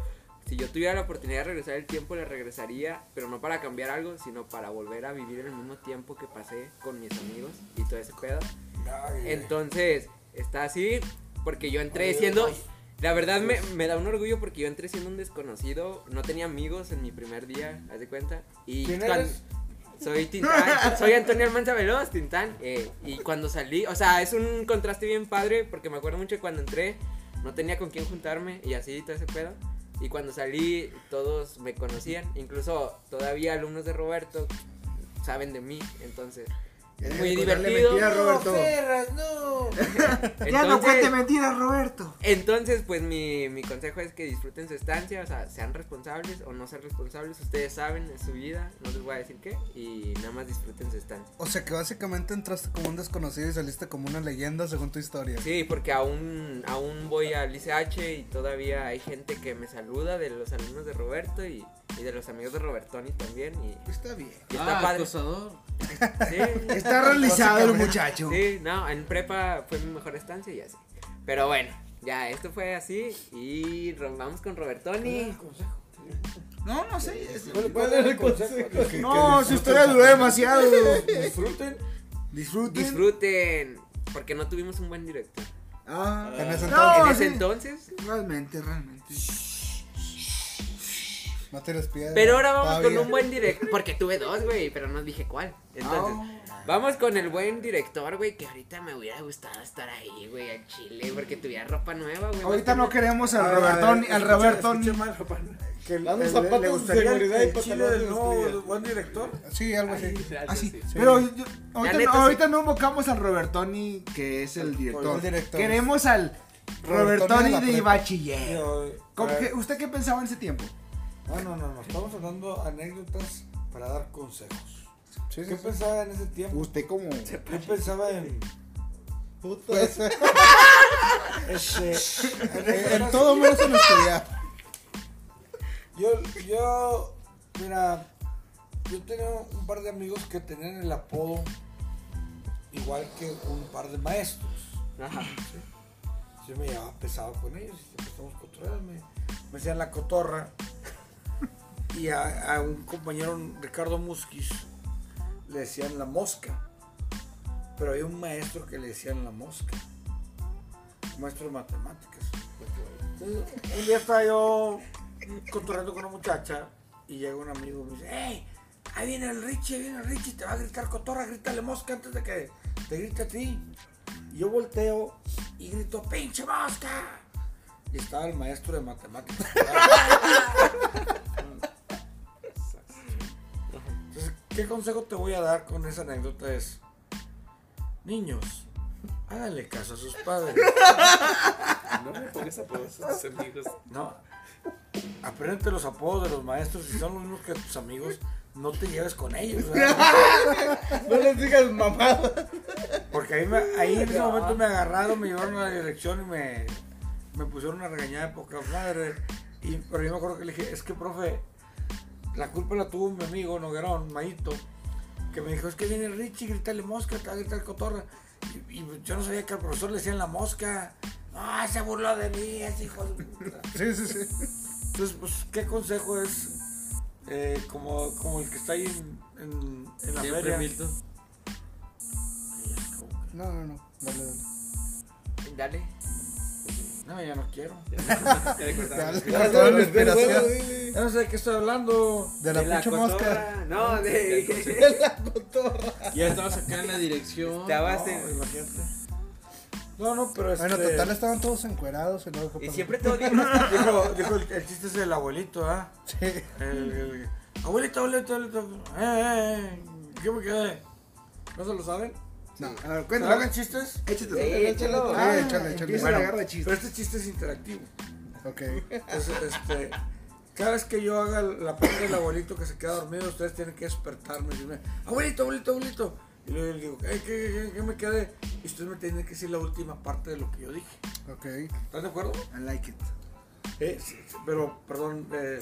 Speaker 1: Si yo tuviera la oportunidad de regresar el tiempo, la regresaría, pero no para cambiar algo, sino para volver a vivir el mismo tiempo que pasé con mis amigos y todo ese pedo. Entonces, está así, porque yo entré
Speaker 5: Ay,
Speaker 1: siendo...
Speaker 5: Dios.
Speaker 1: La verdad me, me da un orgullo porque yo entré siendo un desconocido, no tenía amigos en mi primer día, haz de cuenta. Y
Speaker 5: ¿Quién
Speaker 1: cuan-
Speaker 5: eres?
Speaker 1: Soy Tintán, soy Antonio Almanza Veloz, Tintán. eh, y cuando salí, o sea, es un contraste bien padre porque me acuerdo mucho que cuando entré no tenía con quién juntarme y así todo ese pedo. Y cuando salí todos me conocían, incluso todavía alumnos de Roberto saben de mí, entonces...
Speaker 6: Ya
Speaker 1: Muy
Speaker 6: le- le
Speaker 1: divertido.
Speaker 6: mentí a Roberto.
Speaker 5: Ferras, no.
Speaker 4: Ya no cuente
Speaker 1: Entonces,
Speaker 4: mentiras, Roberto.
Speaker 1: entonces, pues mi, mi consejo es que disfruten su estancia, o sea, sean responsables o no sean responsables, ustedes saben, es su vida, no les voy a decir qué, y nada más disfruten su estancia.
Speaker 6: O sea que básicamente entraste como un desconocido y saliste como una leyenda según tu historia.
Speaker 1: Sí, porque aún, aún voy al ICH y todavía hay gente que me saluda de los alumnos de Roberto y, y de los amigos de Robertoni también, y,
Speaker 4: Está bien.
Speaker 1: y está
Speaker 2: ah,
Speaker 1: padre.
Speaker 2: acosador.
Speaker 1: Sí.
Speaker 4: Está realizado el muchacho.
Speaker 1: Sí, no, en prepa fue mi mejor estancia y así. Pero bueno, ya, esto fue así y ro- vamos con Robertoni.
Speaker 4: No, no sé. es-
Speaker 5: Bueno, ¿cuál era el consejo? Que-
Speaker 4: No,
Speaker 5: que
Speaker 4: su historia duró demasiado.
Speaker 5: Disfruten.
Speaker 4: Disfruten.
Speaker 1: Disfruten, porque no tuvimos un buen director.
Speaker 4: Ah,
Speaker 6: En ese
Speaker 4: No,
Speaker 1: en ese
Speaker 6: entonces,
Speaker 4: sí. Eh,
Speaker 1: entonces.
Speaker 4: realmente, realmente.
Speaker 6: no te despidas.
Speaker 1: Pero ahora vamos con
Speaker 6: Todavía.
Speaker 1: un buen director, porque tuve dos, güey, pero no dije cuál. Entonces,
Speaker 4: Ah,
Speaker 1: vamos con el buen director, güey, que ahorita me hubiera gustado estar ahí, güey, al Chile, porque tuviera ropa nueva, güey.
Speaker 4: Ahorita no queremos
Speaker 5: A
Speaker 4: al
Speaker 5: ver,
Speaker 4: Robertón,
Speaker 5: escucha,
Speaker 4: al Robertón.
Speaker 5: escucha mal, papá.
Speaker 3: Que le-
Speaker 5: Dame
Speaker 3: le-
Speaker 5: zapatos
Speaker 3: le
Speaker 5: de
Speaker 3: gustaría el-
Speaker 5: seguridad y
Speaker 3: el chile
Speaker 5: pantalones
Speaker 3: del
Speaker 5: de
Speaker 3: nuevo
Speaker 5: costillas.
Speaker 3: buen director.
Speaker 6: Sí, algo así.
Speaker 4: Así. Pero yo- yo- ahorita,
Speaker 1: neta,
Speaker 4: no,
Speaker 1: sí.
Speaker 4: ahorita no invocamos al Robertoni, que es el director.
Speaker 6: el director.
Speaker 4: Queremos al
Speaker 6: Robertoni
Speaker 4: Robertoni
Speaker 6: de la
Speaker 4: de,
Speaker 6: prepa.
Speaker 4: bachiller.
Speaker 5: Yo,
Speaker 4: ¿Cómo
Speaker 5: eh,
Speaker 4: que- ¿Usted qué pensaba en ese tiempo?
Speaker 5: No, no, no, no. Estamos hablando anécdotas para dar consejos.
Speaker 6: Sí, sí,
Speaker 5: ¿Qué
Speaker 6: sí.
Speaker 5: pensaba en ese tiempo?
Speaker 4: Usted como...
Speaker 5: Yo pensaba en.
Speaker 6: Puto.
Speaker 5: Este,
Speaker 6: Pues, en en todo menos en estudiar.
Speaker 5: Yo, yo, mira, yo tenía un par de amigos que tenían el apodo igual que un par de maestros.
Speaker 1: Ajá.
Speaker 5: Yo me llevaba pesado con ellos y siempre estábamos cotorreando, Me, me decían la cotorra. Y a, a un compañero, Ricardo Musquiz, le decían la mosca. Pero había un maestro que le decían la mosca. Un maestro de matemáticas. Entonces, un día estaba yo cotorreando con una muchacha y llega un amigo y me dice, ¡Ey! Ahí viene el Richie, ahí viene el Richie, te va a gritar cotorra, grítale mosca antes de que te grite a ti. Y yo volteo y grito, ¡pinche mosca! Y estaba el maestro de matemáticas. Entonces, ¿qué consejo te voy a dar con esa anécdota? Es, niños, háganle caso a sus padres.
Speaker 13: No me pongas apodos a tus amigos.
Speaker 5: No. Aprendete los apodos de los maestros. Si son los mismos que tus amigos, no te lleves con ellos. ¿verdad?
Speaker 3: No les digas mamada.
Speaker 5: Porque ahí, me- ahí en ese momento me agarraron, me llevaron a la dirección y me, me pusieron una regañada de poca madre. Y, pero yo me acuerdo que le dije, es que profe, la culpa la tuvo mi amigo Noguerón, Maito, que me dijo, es que viene Richie, grítale mosca, te va a gritar cotorra. Y, y yo no sabía que al profesor le decían la mosca. Ah, se burló de mí, ese hijo de puta".
Speaker 6: Sí, sí, sí.
Speaker 5: Entonces, pues, ¿qué consejo es eh, como, como el que está ahí en, en, en la
Speaker 2: Siempre
Speaker 5: feria?
Speaker 2: Milton.
Speaker 6: No, no, no. Dale, dale.
Speaker 1: Dale.
Speaker 5: No, ya no quiero.
Speaker 6: Dale, dale,
Speaker 3: Dale,
Speaker 6: espera,
Speaker 3: dale,
Speaker 6: espera.
Speaker 3: dale.
Speaker 5: Ya no sé de qué estoy hablando.
Speaker 6: De la pinche mosca.
Speaker 1: No, de...
Speaker 2: Ya estabas acá en la dirección.
Speaker 1: Estabas en-
Speaker 5: No, imagínate. No, no, pero este,
Speaker 6: Bueno, total estaban todos encuerados y luego, ¿qué
Speaker 1: Y
Speaker 6: pasó?
Speaker 1: siempre todo bien.
Speaker 5: Dijo, dijo el, el chiste es el abuelito, ¿ah?
Speaker 6: Sí.
Speaker 5: El- el- abuelito, abuelito, abuelito. Eh, eh, eh, ¿Qué me quedé? ¿No se lo saben?
Speaker 4: No, a ver,
Speaker 5: ¿Se hagan
Speaker 4: cuéntalo.
Speaker 5: chistes?
Speaker 4: Échatelo.
Speaker 1: Sí, échalo.
Speaker 4: Ah,
Speaker 6: Sí, échale, échale.
Speaker 4: Empieza
Speaker 6: Bueno,
Speaker 4: la garra de
Speaker 5: Pero
Speaker 4: chiste.
Speaker 5: este chiste es interactivo.
Speaker 6: Ok.
Speaker 5: Entonces, este, cada vez que yo haga la parte del abuelito que se queda dormido, ustedes tienen que despertarme y decirme, abuelito, abuelito, abuelito. Y luego yo digo, "Eh, ¿qué, qué, qué, qué me quedé? Y ustedes me tienen que decir la última parte de lo que yo dije.
Speaker 6: Ok.
Speaker 5: ¿Están de acuerdo?
Speaker 4: I like it.
Speaker 5: Eh, sí, sí, pero, perdón, eh,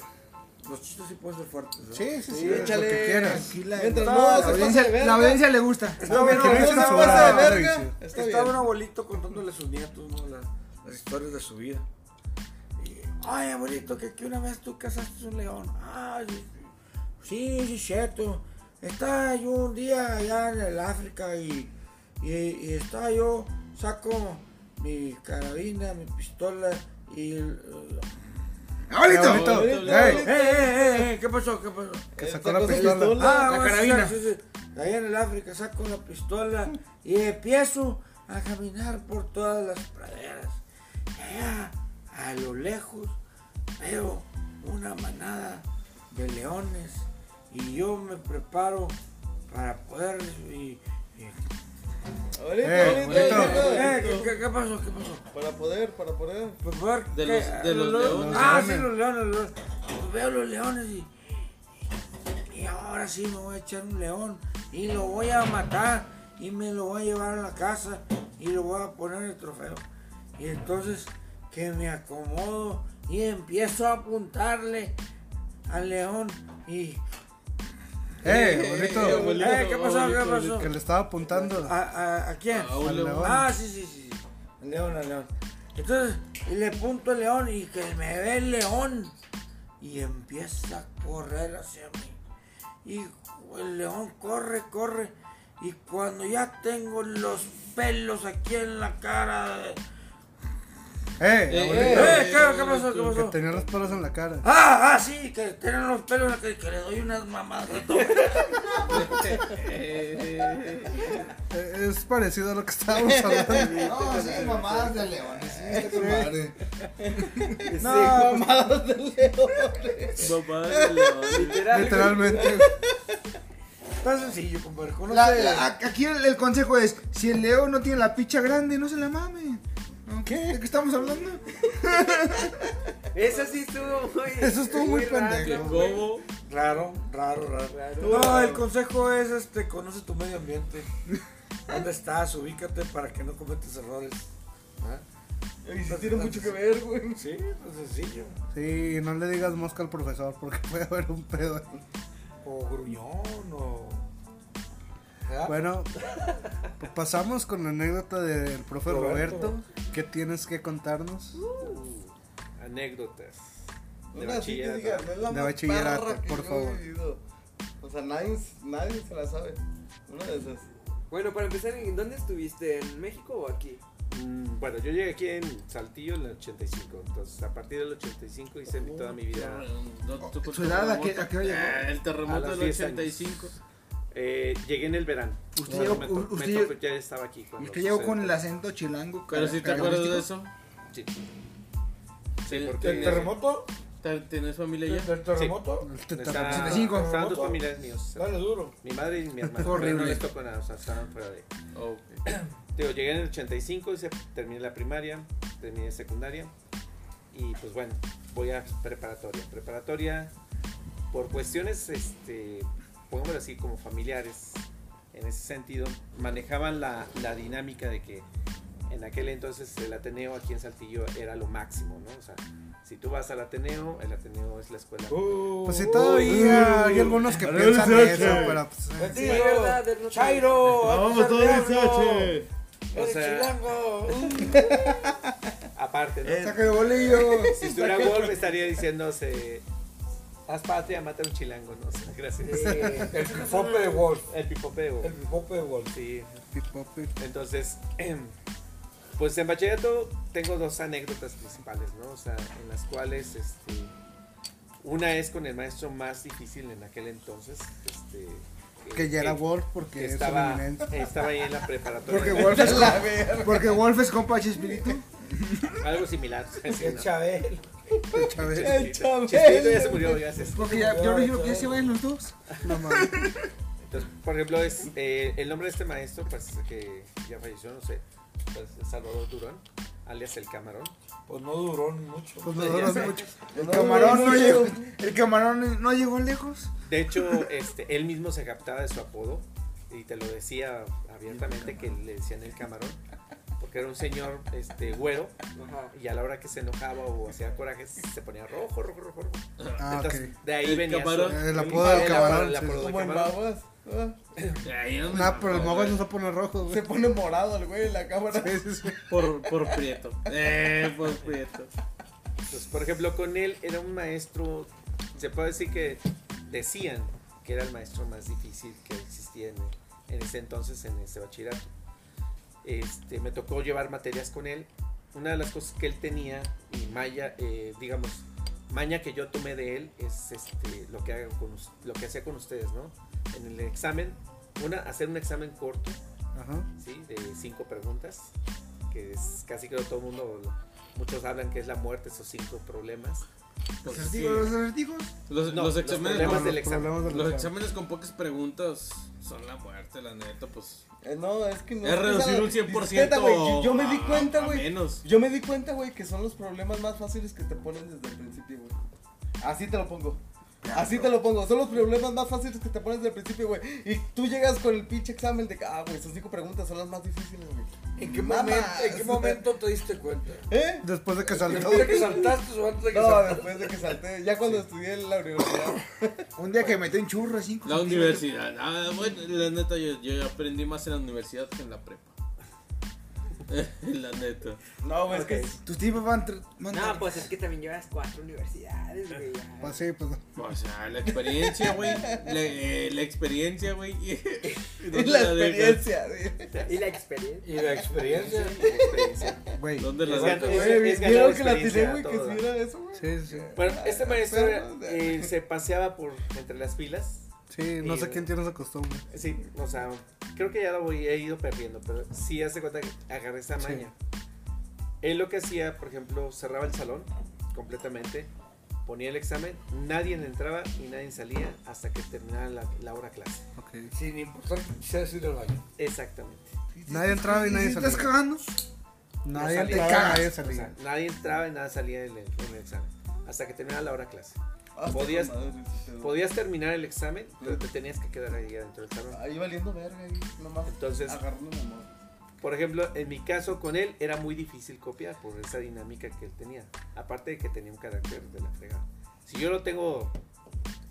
Speaker 5: los chistes sí pueden ser fuertes. ¿no?
Speaker 6: Sí, sí, sí.
Speaker 3: Sí,
Speaker 6: es lo que
Speaker 3: échale.
Speaker 6: quieras.
Speaker 3: Mientras
Speaker 5: No,
Speaker 3: no,
Speaker 5: la
Speaker 3: se
Speaker 4: La
Speaker 3: pase
Speaker 4: audiencia,
Speaker 3: de verga.
Speaker 4: la audiencia le gusta.
Speaker 5: No,
Speaker 3: Que
Speaker 5: bueno,
Speaker 3: no se
Speaker 5: es una
Speaker 3: pase de
Speaker 5: buena-
Speaker 3: verga. Está
Speaker 5: Estaba un
Speaker 3: bien.
Speaker 5: abuelito contándole a sus nietos ¿no? La- las historias de su vida. Y, Ay, abuelito, que, que una vez tú casaste un león. Ay, sí, sí, es cierto. Estaba yo un día allá en el África y, y, y estaba yo, saco mi carabina, mi pistola y... el-
Speaker 4: ¡Abuelito!
Speaker 2: Abuelito,
Speaker 5: ¡Eh, eh, eh, eh! ¿Qué pasó? ¿Qué pasó?
Speaker 6: Que
Speaker 3: Eh,
Speaker 6: sacó la
Speaker 3: sacó su
Speaker 6: pistola.
Speaker 3: pistola.
Speaker 5: Ah,
Speaker 1: La
Speaker 5: bueno,
Speaker 1: carabina.
Speaker 5: sí, sí, sí. Allá en el África saco la pistola y empiezo a caminar por todas las praderas. Allá, a lo lejos, veo una manada de leones y yo me preparo para poder... y- y-
Speaker 3: Ahorita,
Speaker 6: Eh,
Speaker 3: ahorita,
Speaker 6: ahorita.
Speaker 3: ahorita.
Speaker 5: Eh, ¿Qué, qué pasó? ¿Qué pasó?
Speaker 3: Para poder, para poder.
Speaker 5: Por favor,
Speaker 2: De
Speaker 5: ¿qué?
Speaker 2: los- de
Speaker 5: Ah,
Speaker 2: los leones.
Speaker 5: Ah,
Speaker 4: Los
Speaker 5: sí,
Speaker 4: leones.
Speaker 5: los leones, los leones. Pues veo los leones y, y ahora sí me voy a echar un león y lo voy a matar y me lo voy a llevar a la casa y lo voy a poner en el trofeo. Y entonces que me acomodo y empiezo a apuntarle al león y...
Speaker 4: ¡Eh, bonito!
Speaker 2: eh, abuelito,
Speaker 5: Eh, ¿Qué pasó? ¿Qué
Speaker 2: abuelito,
Speaker 5: pasó?
Speaker 4: que le estaba apuntando.
Speaker 5: ¿A, a, a quién?
Speaker 2: A un
Speaker 4: Al
Speaker 2: león.
Speaker 4: león.
Speaker 5: Ah, sí, sí, sí. Al león, al león. Entonces, y le punto al león y que me ve el león. Y empieza a correr hacia mí. Y el león corre, corre. Y cuando ya tengo los pelos aquí en la cara. de-
Speaker 4: ¡Eh,
Speaker 2: Eh,
Speaker 4: abuelito!
Speaker 5: ¡Eh,
Speaker 2: eh,
Speaker 5: qué, qué pasó? ¿Qué
Speaker 4: Que
Speaker 5: pasó?
Speaker 4: tenía los pelos en la cara.
Speaker 5: Ah, ah, sí, que tienen los pelos que, que le doy unas mamadas.
Speaker 4: Eh, Es parecido a lo que estábamos hablando.
Speaker 6: No, sí, mamadas de leones. Sí, está con madre.
Speaker 5: No,
Speaker 2: Papá de león.
Speaker 4: Literalmente.
Speaker 5: está sencillo, compadre. conoce-
Speaker 6: La- la- a- aquí el, el consejo es: si el león no tiene la picha grande, no se la mame. ¿Qué? ¿De qué estamos hablando?
Speaker 1: Eso sí estuvo muy.
Speaker 4: Eso estuvo muy
Speaker 2: Que
Speaker 4: pendejo.
Speaker 2: como
Speaker 5: Raro, raro, raro. No, el consejo es este, conoce tu medio ambiente. ¿Dónde estás? Ubícate para que no cometas errores. ¿Ah?
Speaker 3: Y sí tiene mucho que ver, güey.
Speaker 5: Sí, pues sencillo.
Speaker 4: Sí, no le digas mosca al profesor porque puede haber un pedo. ahí.
Speaker 5: O gruñón o. ¿verdad?
Speaker 4: Bueno, pues pasamos con la anécdota del profe
Speaker 5: Roberto.
Speaker 4: Roberto. ¿Qué tienes que contarnos?
Speaker 9: Anécdotas. De
Speaker 3: Una así que
Speaker 9: bachillerato.
Speaker 3: digas, es la
Speaker 4: De
Speaker 3: más
Speaker 4: bachillerato,
Speaker 3: perra que
Speaker 4: por
Speaker 3: yo he
Speaker 4: favor.
Speaker 3: vivido. O sea, nadie, nadie se la sabe. Una de esas.
Speaker 1: Bueno, para empezar, ¿en dónde estuviste? ¿En México o aquí?
Speaker 9: Mm, Bueno, yo llegué aquí en Saltillo en el 85, entonces a partir del 85 hice mi- toda mi vida.
Speaker 2: No, tocó
Speaker 6: ¿Su edad a qué-
Speaker 2: terremoto.
Speaker 6: a qué hora llegó?
Speaker 2: Ah, El
Speaker 9: A
Speaker 2: terremoto
Speaker 9: los
Speaker 2: del
Speaker 9: 10 años.
Speaker 2: 85.
Speaker 9: Eh, llegué en el verano.
Speaker 6: Usted
Speaker 9: Pero
Speaker 6: llegó-
Speaker 9: me to-
Speaker 6: u- usted
Speaker 9: me
Speaker 6: llegó-
Speaker 9: tocó- ya estaba aquí. cuando
Speaker 6: Usted llegó con el
Speaker 9: sucedió.
Speaker 6: acento chilango.
Speaker 2: Pero si te acuerdas de eso.
Speaker 9: Sí.
Speaker 2: ¿Ten-
Speaker 9: porque-
Speaker 2: tenías-
Speaker 5: terremoto?
Speaker 2: ten- ¿Tenías familia ya?
Speaker 5: ¿Del terremoto?
Speaker 9: Estaba-
Speaker 6: 75.
Speaker 9: Estaban dos familias míos.
Speaker 5: Dale duro.
Speaker 9: Mi madre y mi hermana.
Speaker 6: Horrible.
Speaker 9: pero No les tocó nada, o sea, estaban fuera de.
Speaker 2: Oh, Ok.
Speaker 9: Digo, llegué en el 85, hice- terminé la primaria, terminé secundaria y pues bueno, voy a preparatoria. Preparatoria por cuestiones, este, pongámoslo así, como familiares, en ese sentido, manejaban la, la dinámica de que en aquel entonces el Ateneo aquí en Saltillo era lo máximo, ¿no? O sea, si tú vas al Ateneo, el Ateneo es la escuela.
Speaker 5: Uh,
Speaker 4: Pues sí, todavía hay algunos que piensan eso, pero pues, eh,
Speaker 1: Sí, verdad, del norte.
Speaker 5: Chairo, vamos
Speaker 9: O sea-
Speaker 5: chilango. uh.
Speaker 9: Aparte,
Speaker 4: eh,
Speaker 9: ¿no?
Speaker 6: Saca el bolillo.
Speaker 9: Si estuviera Wolf estaría diciéndose, haz patria, mata a un chilango, ¿no? O sea, gracias.
Speaker 1: Eh,
Speaker 5: El pipope de Wolf.
Speaker 9: El pipopeo.
Speaker 5: El pipope de Wolf.
Speaker 9: Sí,
Speaker 4: pipope.
Speaker 9: entonces, em, pues en bachillerato tengo dos anécdotas principales, ¿no? O sea, en las cuales, este, una es con el maestro más difícil en aquel entonces, este...
Speaker 4: que ya era Wolf porque
Speaker 9: Eh, que
Speaker 4: es
Speaker 9: estaba,
Speaker 4: un eminencia.
Speaker 9: estaba ahí en la preparatoria.
Speaker 6: Porque Wolf es, co- porque Wolf es compa de Chespirito.
Speaker 9: Algo similar. o sea, sí,
Speaker 5: El
Speaker 9: ¿no?
Speaker 5: Chabel.
Speaker 4: Chabelo.
Speaker 9: Chespirito. Chespirito ya se murió, gracias.
Speaker 6: Porque ya, yo no que ya se vayan los dos.
Speaker 4: No mames.
Speaker 9: Entonces, por ejemplo, es, eh, el nombre de este maestro, pues que ya falleció, no sé, pues, Salvador Durón, alias el Camarón.
Speaker 5: Pues no duró mucho.
Speaker 4: Pues nosotros mucho.
Speaker 6: El camarón no llegó. El camarón no llegó lejos.
Speaker 9: De hecho, este, él mismo se captaba de su apodo y te lo decía abiertamente que le decían el Camarón, porque era un señor este, güero
Speaker 1: Ajá.
Speaker 9: y a la hora que se enojaba o hacía corajes se ponía rojo, rojo, rojo. rojo.
Speaker 4: Ah, ok.
Speaker 9: Entonces, de ahí
Speaker 2: El
Speaker 9: venía su-
Speaker 2: Camarón.
Speaker 4: El
Speaker 3: Ah,
Speaker 4: apodo del
Speaker 9: el
Speaker 4: Camarón,
Speaker 9: el
Speaker 4: sí.
Speaker 9: apodo del
Speaker 3: Como en
Speaker 9: Camarón.
Speaker 3: babas. ah.
Speaker 2: Ay, yo no me
Speaker 4: Nah, Ah, pero el
Speaker 2: acuerdo,
Speaker 4: mago no
Speaker 2: güey.
Speaker 4: se pone rojo, güey.
Speaker 3: Se pone morado el güey en la cámara.
Speaker 2: Por, por prieto. Eh, por prieto.
Speaker 9: Entonces, por ejemplo, con él era un maestro, se puede decir que decían que era el maestro más difícil que existía en, en ese entonces, en ese bachillerato. Este, me tocó llevar materias con él. Una de las cosas que él tenía, y maya, eh, digamos, maña que yo tomé de él, es este, lo, que hago con, us- lo que hacía con ustedes, ¿no? En el examen, una, hacer un examen corto,
Speaker 4: Ajá.
Speaker 9: ¿sí? de cinco preguntas, que es casi creo todo el mundo, muchos hablan que es la muerte, esos cinco problemas.
Speaker 2: Pues, sí.
Speaker 6: Acertijos, los acertijos.
Speaker 2: Los,
Speaker 9: No,
Speaker 2: los
Speaker 9: los
Speaker 2: exámenes,
Speaker 9: problemas
Speaker 2: los,
Speaker 9: del examen.
Speaker 4: problemas del
Speaker 2: los
Speaker 4: examen.
Speaker 2: exámenes con pocas preguntas Son la muerte, la neta, pues.
Speaker 3: Eh, No, es que no.
Speaker 2: Es reducir un 100%
Speaker 3: Discreta, güey, Yo, yo me di
Speaker 2: a-
Speaker 3: cuenta,
Speaker 2: Ah, a
Speaker 3: güey.
Speaker 2: menos.
Speaker 3: Yo me di cuenta, güey, que son los problemas más fáciles que te ponen desde el principio, güey. Así te lo pongo. Así te lo pongo. Son los problemas más fáciles que te pones desde el principio, güey. Y tú llegas con el pinche examen de que, ah, güey, esas cinco preguntas son las más difíciles, güey.
Speaker 1: ¿En qué,
Speaker 3: Mamá.
Speaker 1: momento, ¿En qué momento te diste cuenta?
Speaker 3: ¿Eh?
Speaker 4: Después de que salió.
Speaker 1: ¿Después de que saltaste o antes de que
Speaker 3: No,
Speaker 1: saltaste?
Speaker 3: después de que salté. Ya cuando estudié en la universidad.
Speaker 4: Un día que metí un churro de 5
Speaker 2: La universidad. Ah, bueno, la neta, yo, yo aprendí más en la universidad que en la prepa. la neta.
Speaker 3: No, güey, es que.
Speaker 4: Tus tipos van. tr- van
Speaker 5: No, pues es que también llevas cuatro universidades, güey. ya.
Speaker 6: Pues sí, pues.
Speaker 2: O sea, la experiencia, güey. La, eh, la experiencia, güey. ¿Dónde
Speaker 3: La
Speaker 2: dejas?
Speaker 3: experiencia, güey.
Speaker 5: Y la experiencia.
Speaker 1: Y la experiencia.
Speaker 6: Güey.
Speaker 2: ¿Dónde la
Speaker 9: Es
Speaker 2: dejas?
Speaker 9: ganar-
Speaker 3: Güey,
Speaker 9: es ganar
Speaker 3: ¿Vieron que la
Speaker 9: experiencia
Speaker 3: tiré,
Speaker 9: a
Speaker 3: güey? Que
Speaker 9: todo
Speaker 3: si
Speaker 9: dar.
Speaker 3: era eso, güey.
Speaker 6: Sí, sí.
Speaker 9: Bueno, este maestro
Speaker 3: Perros,
Speaker 9: eh, se paseaba por entre las filas.
Speaker 6: Sí,
Speaker 9: eh,
Speaker 6: no sé quién tiene esa costumbre.
Speaker 9: Sí, o sea, creo que ya lo voy, he ido perdiendo, pero sí hace cuenta que agarré esa
Speaker 6: Sí.
Speaker 9: maña. Él lo que hacía, por ejemplo, cerraba el salón completamente, ponía el examen, nadie entraba y nadie salía hasta que terminara la, la hora clase.
Speaker 6: Ok.
Speaker 1: Sin importar que quisieras ir al baño.
Speaker 9: Exactamente.
Speaker 6: Nadie entraba y nadie
Speaker 4: ¿Y si estás
Speaker 6: salía.
Speaker 4: cagando?
Speaker 6: Nadie
Speaker 9: salía.
Speaker 6: entraba y nadie
Speaker 9: O sea,
Speaker 6: salía.
Speaker 9: nadie entraba y nada salía en el, en el examen, hasta que terminara la hora clase. Podías-
Speaker 3: Ah, madre, sí, sí.
Speaker 9: Podías terminar el examen, pero te tenías que quedar ahí adentro del salón.
Speaker 3: Ahí valiendo verga, ahí nomás.
Speaker 9: Entonces,
Speaker 3: Agarrando mamá.
Speaker 9: Por ejemplo, en mi caso con él era muy difícil copiar por esa dinámica que él tenía. Aparte de que tenía un carácter de la fregada. Si yo lo tengo,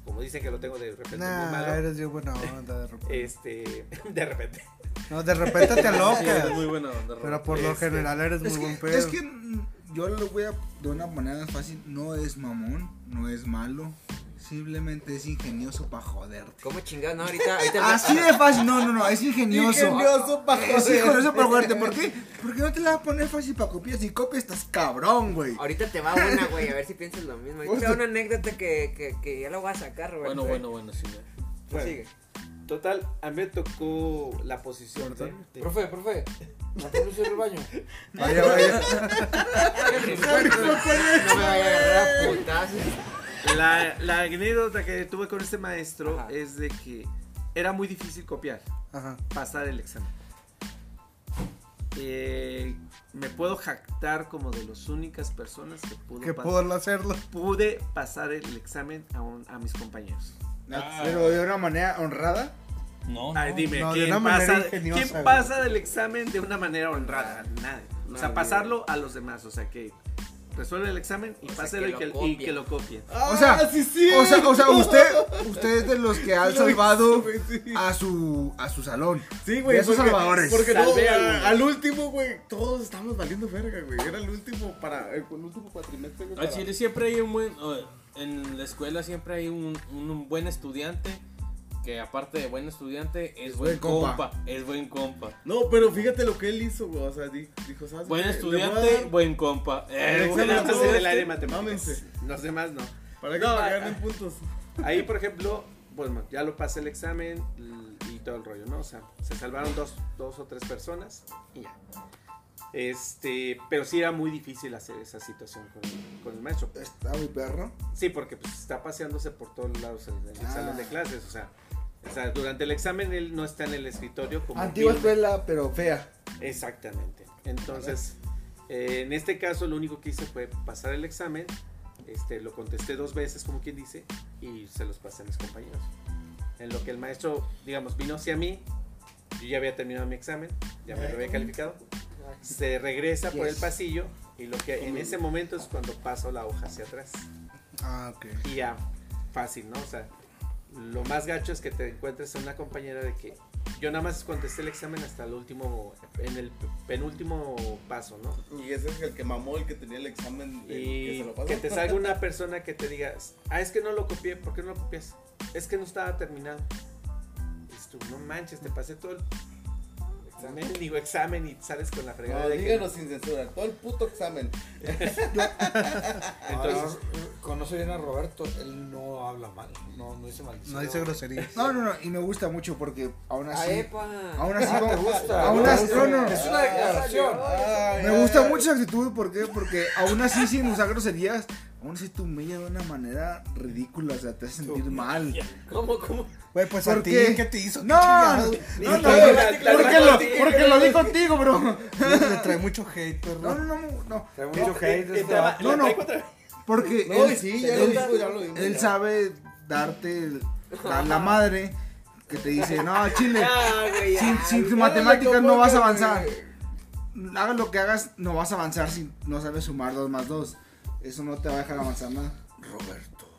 Speaker 9: como dicen que lo tengo de repente muy
Speaker 6: Nah,
Speaker 9: malo,
Speaker 6: eres yo buena onda de repente.
Speaker 9: este, de repente.
Speaker 6: No, de repente te
Speaker 2: Sí, eres
Speaker 6: locas.
Speaker 2: muy buena onda, Rafa.
Speaker 6: Pero por lo
Speaker 9: Este,
Speaker 6: general eres muy
Speaker 4: Es
Speaker 6: buen
Speaker 4: que,
Speaker 6: pedo.
Speaker 4: es que mm, yo lo voy a. De una manera fácil. No es mamón. No es malo. Simplemente es ingenioso para joderte.
Speaker 5: ¿Cómo chingados? No, ahorita. ahorita
Speaker 4: Así de fácil. Ah, No, no, no. Es ingenioso.
Speaker 3: Ingenioso pa'
Speaker 4: Es
Speaker 3: joder.
Speaker 4: ingenioso para joderte. ¿Por qué? Porque no te la va a poner fácil para copiar. Si copias, estás cabrón, güey.
Speaker 5: Ahorita te va una, güey, a ver si piensas lo mismo. Ahorita te va una anécdota que, que, que ya la voy a sacar, Roberto.
Speaker 2: Bueno, bueno, bueno, sí. ya.
Speaker 5: Tú
Speaker 9: Bueno,
Speaker 5: sigue.
Speaker 9: total, a mí me tocó la posición de, de-
Speaker 1: Profe, profe, ¿no podemos ir al baño?
Speaker 6: Vaya, vaya.
Speaker 5: No me vaya a agarrar a putazos.
Speaker 9: la, la anécdota que tuve con este maestro
Speaker 5: Ajá.
Speaker 9: es de que era muy difícil copiar,
Speaker 6: Ajá.
Speaker 9: pasar el examen. Eh, me puedo jactar como de las únicas personas que pudo
Speaker 6: Que
Speaker 9: pas-
Speaker 6: pudo hacerlo.
Speaker 9: pude pasar el examen a, un- a mis compañeros.
Speaker 2: Ah.
Speaker 4: Pero de una manera honrada.
Speaker 2: No,
Speaker 9: Ay, dime,
Speaker 6: no, de
Speaker 9: ¿quién,
Speaker 6: una manera
Speaker 9: pasa,
Speaker 6: ingeniosa,
Speaker 9: quién
Speaker 6: güey.
Speaker 9: pasa del examen de una manera honrada? Nadie. O sea, pasarlo a los demás. O sea, que resuelve el examen y
Speaker 5: O sea,
Speaker 9: páselo
Speaker 5: que
Speaker 9: y,
Speaker 5: lo
Speaker 9: que, y
Speaker 5: copien.
Speaker 9: que lo copien.
Speaker 4: O sea,
Speaker 3: Ah, sí, sí.
Speaker 4: O sea, o sea, usted, usted es de los que ha
Speaker 3: Lo hizo,
Speaker 4: salvado
Speaker 3: güey, sí.
Speaker 4: a su a su salón.
Speaker 3: Sí, güey.
Speaker 4: de esos
Speaker 3: porque-
Speaker 4: salvadores.
Speaker 3: Porque no,
Speaker 9: Salvé a
Speaker 3: a-
Speaker 9: uno.
Speaker 3: al último, güey, todos estamos valiendo verga, güey. Era el último para, eh, el, último cuatrimestre, güey.
Speaker 2: Al
Speaker 3: para-
Speaker 2: Chile siempre hay un buen. eh, En la escuela siempre hay un, un- un buen estudiante. Que aparte de buen estudiante, es buen,
Speaker 4: buen
Speaker 2: compa.
Speaker 4: compa.
Speaker 2: Es buen compa.
Speaker 3: No, pero fíjate lo que él hizo, güey. O sea, di- dijo, ¿sabes
Speaker 2: Buen
Speaker 3: qué? Le voy a
Speaker 2: estudiante,
Speaker 3: dar
Speaker 2: buen compa. Eh,
Speaker 3: El
Speaker 2: buen
Speaker 3: examen todo
Speaker 9: Estás en
Speaker 2: estudiante.
Speaker 9: el área de
Speaker 3: este,
Speaker 9: matemáticas.
Speaker 3: mámense.
Speaker 9: Los demás no.
Speaker 3: Para que
Speaker 9: No,
Speaker 3: me
Speaker 9: ah,
Speaker 3: ganen puntos.
Speaker 9: Ahí, por ejemplo, bueno, ya lo pasé el examen l- y todo el rollo, ¿no? O sea, se salvaron dos, dos o tres personas y ya. Este, pero sí era muy difícil hacer esa situación con, con el maestro.
Speaker 4: Está mi perro.
Speaker 9: Sí, porque pues, está paseándose por todos lados en el
Speaker 4: Ah.
Speaker 9: salón de clases, o sea, o sea, durante el examen él no está en el escritorio como
Speaker 4: Antigua
Speaker 9: Bill-
Speaker 4: escuela, pero fea.
Speaker 9: Exactamente. Entonces, eh, en este caso lo único que hice fue pasar el examen, este, lo contesté dos veces como quien dice y se los pasé a mis compañeros. En lo que el maestro, digamos, vino hacia mí, yo ya había terminado mi examen, ya me lo había calificado, se regresa por el
Speaker 4: Yes.
Speaker 9: pasillo y lo que en ese momento es cuando paso la hoja hacia atrás.
Speaker 6: Ah, ok.
Speaker 9: Y ya, fácil, ¿no? O sea, lo más gacho es que te encuentres a una compañera de que yo nada más contesté el examen hasta el último, en el penúltimo paso, ¿no?
Speaker 3: Y ese es el que mamó, el que tenía el examen. el
Speaker 9: Y
Speaker 3: lo pasó.
Speaker 9: que te salga una persona que te diga, ah, es que no lo copié, ¿por qué no lo copias? Es que no estaba terminado. Y tú, no manches, te pasé todo el examen, digo examen y sales con la fregada
Speaker 3: No,
Speaker 9: de que-
Speaker 3: díganos sin censura. Todo el puto examen.
Speaker 9: Entonces,
Speaker 1: Ahora, conoce bien a Roberto, él no habla mal, no, no dice mal.
Speaker 6: No dice groserías.
Speaker 4: No, no, no, y me gusta mucho porque aún
Speaker 5: Ah,
Speaker 4: así
Speaker 5: epa.
Speaker 4: aún así
Speaker 1: Ah, te
Speaker 4: como-
Speaker 1: gusta.
Speaker 4: aún
Speaker 1: te
Speaker 4: así-
Speaker 1: gusta.
Speaker 4: no, no,
Speaker 1: Es una
Speaker 3: Ah,
Speaker 1: declaración.
Speaker 3: Ay,
Speaker 4: me gusta mucho su actitud ¿por qué? porque aún así sin usar groserías aún así te humilla de una manera ridícula, o sea, te hace sentir mal.
Speaker 9: ¿Cómo, cómo?
Speaker 6: Güey, pues a
Speaker 4: ¿Por
Speaker 6: ti,
Speaker 4: qué?
Speaker 6: ¿qué te hizo?
Speaker 4: No, no, no,
Speaker 9: Ni-
Speaker 4: no,
Speaker 9: ni- la- la-
Speaker 4: porque
Speaker 9: la-
Speaker 4: lo,
Speaker 9: la-
Speaker 4: porque lo di contigo, bro. No,
Speaker 6: Le trae mucho hate,
Speaker 4: no,
Speaker 6: ¿verdad?
Speaker 4: no, no, eh,
Speaker 1: Trae mucho hate este vato.
Speaker 4: no, no, porque
Speaker 3: No,
Speaker 4: él,
Speaker 3: y sí,
Speaker 4: él-
Speaker 3: ya lo dijo, ya lo dijo.
Speaker 4: él sabe darte el- la, la madre que te dice, no, chile,
Speaker 9: Ah, güey, ya.
Speaker 4: sin, sin tus
Speaker 3: Ya le
Speaker 4: matemáticas no
Speaker 3: tocó
Speaker 4: vas a
Speaker 3: que-
Speaker 4: avanzar. Hagas lo que hagas, no vas a avanzar si no sabes sumar 2 más 2. Eso no te va a dejar avanzar nada.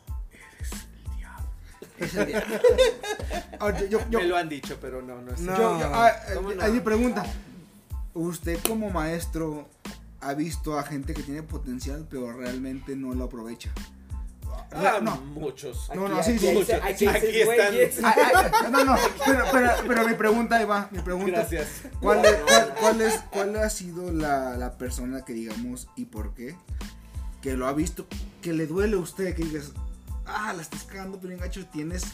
Speaker 4: Roberto, eres el diablo. yo,
Speaker 9: Me lo han dicho, pero no, no es
Speaker 6: No.
Speaker 4: yo- yo- ah, eh,
Speaker 9: ¿Cómo no?
Speaker 4: ahí mi pregunta. ¿Usted como maestro ha visto a gente que tiene potencial pero realmente no lo aprovecha?
Speaker 9: Ah,
Speaker 4: no.
Speaker 9: muchos.
Speaker 4: No, no, sí, sí.
Speaker 9: Muchos.
Speaker 5: Aquí- aquí
Speaker 9: Aquí están.
Speaker 4: Ay, ay, Ah, no, no, pero, pero- pero mi pregunta ahí va, mi pregunta.
Speaker 9: Gracias.
Speaker 4: ¿Cuál, es- cuál, cuál es, ¿Cuál ha sido la, la persona que digamos y por qué? Que lo ha visto, que le duele a usted, que digas, ah, la estás cagando, pero engacho, tienes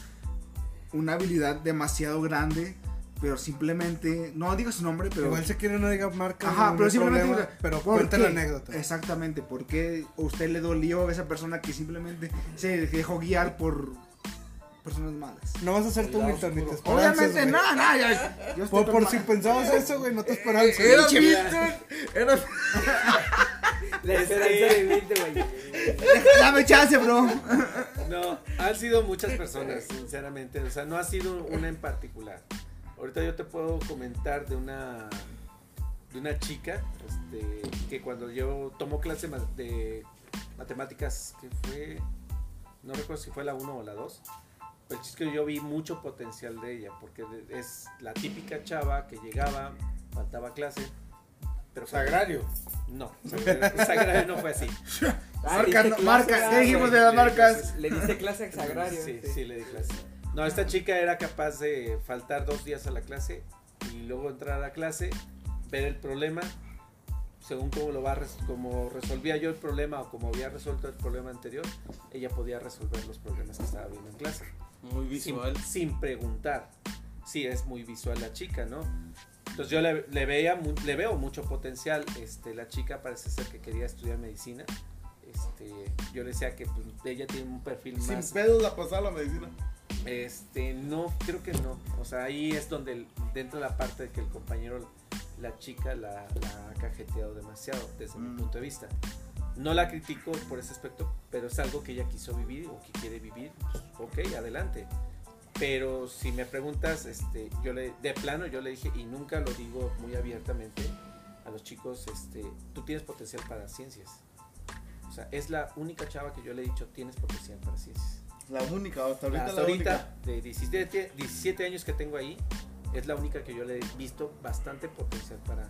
Speaker 4: una habilidad demasiado grande, pero simplemente, no diga su nombre, pero...
Speaker 6: Igual si quiere no diga marca.
Speaker 4: Ajá, pero simplemente... diga,
Speaker 6: pero
Speaker 4: ¿por
Speaker 6: cuenta la
Speaker 4: qué?
Speaker 6: anécdota.
Speaker 4: Exactamente, ¿por qué a usted le dolió a esa persona que simplemente se dejó guiar por personas malas?
Speaker 6: No vas a hacer tú
Speaker 1: El
Speaker 6: ni
Speaker 1: lado
Speaker 6: tan ni te
Speaker 1: oscuro.
Speaker 6: esperanzas,
Speaker 4: Obviamente,
Speaker 6: güey.
Speaker 4: no, no, yo, yo estoy Eh,
Speaker 6: Por, por pues.
Speaker 4: perma-
Speaker 6: si pensabas eso, güey, no te esperabas.
Speaker 3: Era
Speaker 6: Pinche
Speaker 3: Milton, era
Speaker 9: La esperanza de vivir, güey.
Speaker 4: Dame chance, bro.
Speaker 9: No, han sido muchas personas, sinceramente. O sea, no ha sido una en particular. Ahorita yo te puedo comentar de una de una chica este, que cuando yo tomó clase ma- de matemáticas, que fue, no recuerdo si fue la 1 o la 2, pero el chiste es que yo vi mucho potencial de ella, porque de- es la típica chava que llegaba, faltaba clase, pero
Speaker 1: Sagrario.
Speaker 9: no, Sagrario Sagrario no fue así.
Speaker 4: Marca,
Speaker 5: Ah, ¿Le diste
Speaker 4: no,
Speaker 5: clases?
Speaker 4: marca, ¿qué dijimos de las
Speaker 9: Le diste
Speaker 4: marcas?
Speaker 5: Le diste clase a Sagrario.
Speaker 9: Sí, sí, le di clase. No, esta chica era capaz de faltar dos días a la clase y luego entrar a la clase, ver el problema, según cómo lo va, a res- como resolvía yo el problema o como había resuelto el problema anterior, ella podía resolver los problemas que estaba viendo en clase.
Speaker 2: Muy visual.
Speaker 9: Sin, sin preguntar. Sí, es muy visual la chica, ¿no? Entonces yo le, le veía, mu- le veo mucho potencial. Este, la chica parece ser que quería estudiar medicina. Este, yo le decía que pues, ella tiene un perfil
Speaker 3: Sin
Speaker 9: más
Speaker 3: pedos la pasaba la medicina.
Speaker 9: este, no, creo que no. O sea, ahí es donde el- dentro de la parte de que el compañero, la chica, la, la ha cajeteado demasiado, desde mi punto de vista. No la critico por ese aspecto, pero es algo que ella quiso vivir o que quiere vivir. Pues, ok, adelante. Pero si me preguntas, este, yo le, de plano yo le dije, y nunca lo digo muy abiertamente a los chicos, este, tú tienes potencial para ciencias. O sea, es la única chava que yo le he dicho, tienes potencial para ciencias.
Speaker 3: La única, hasta ahorita
Speaker 9: Hasta
Speaker 3: la única.
Speaker 9: ahorita, de 17, 17 años que tengo ahí, es la única que yo le he visto bastante potencial para,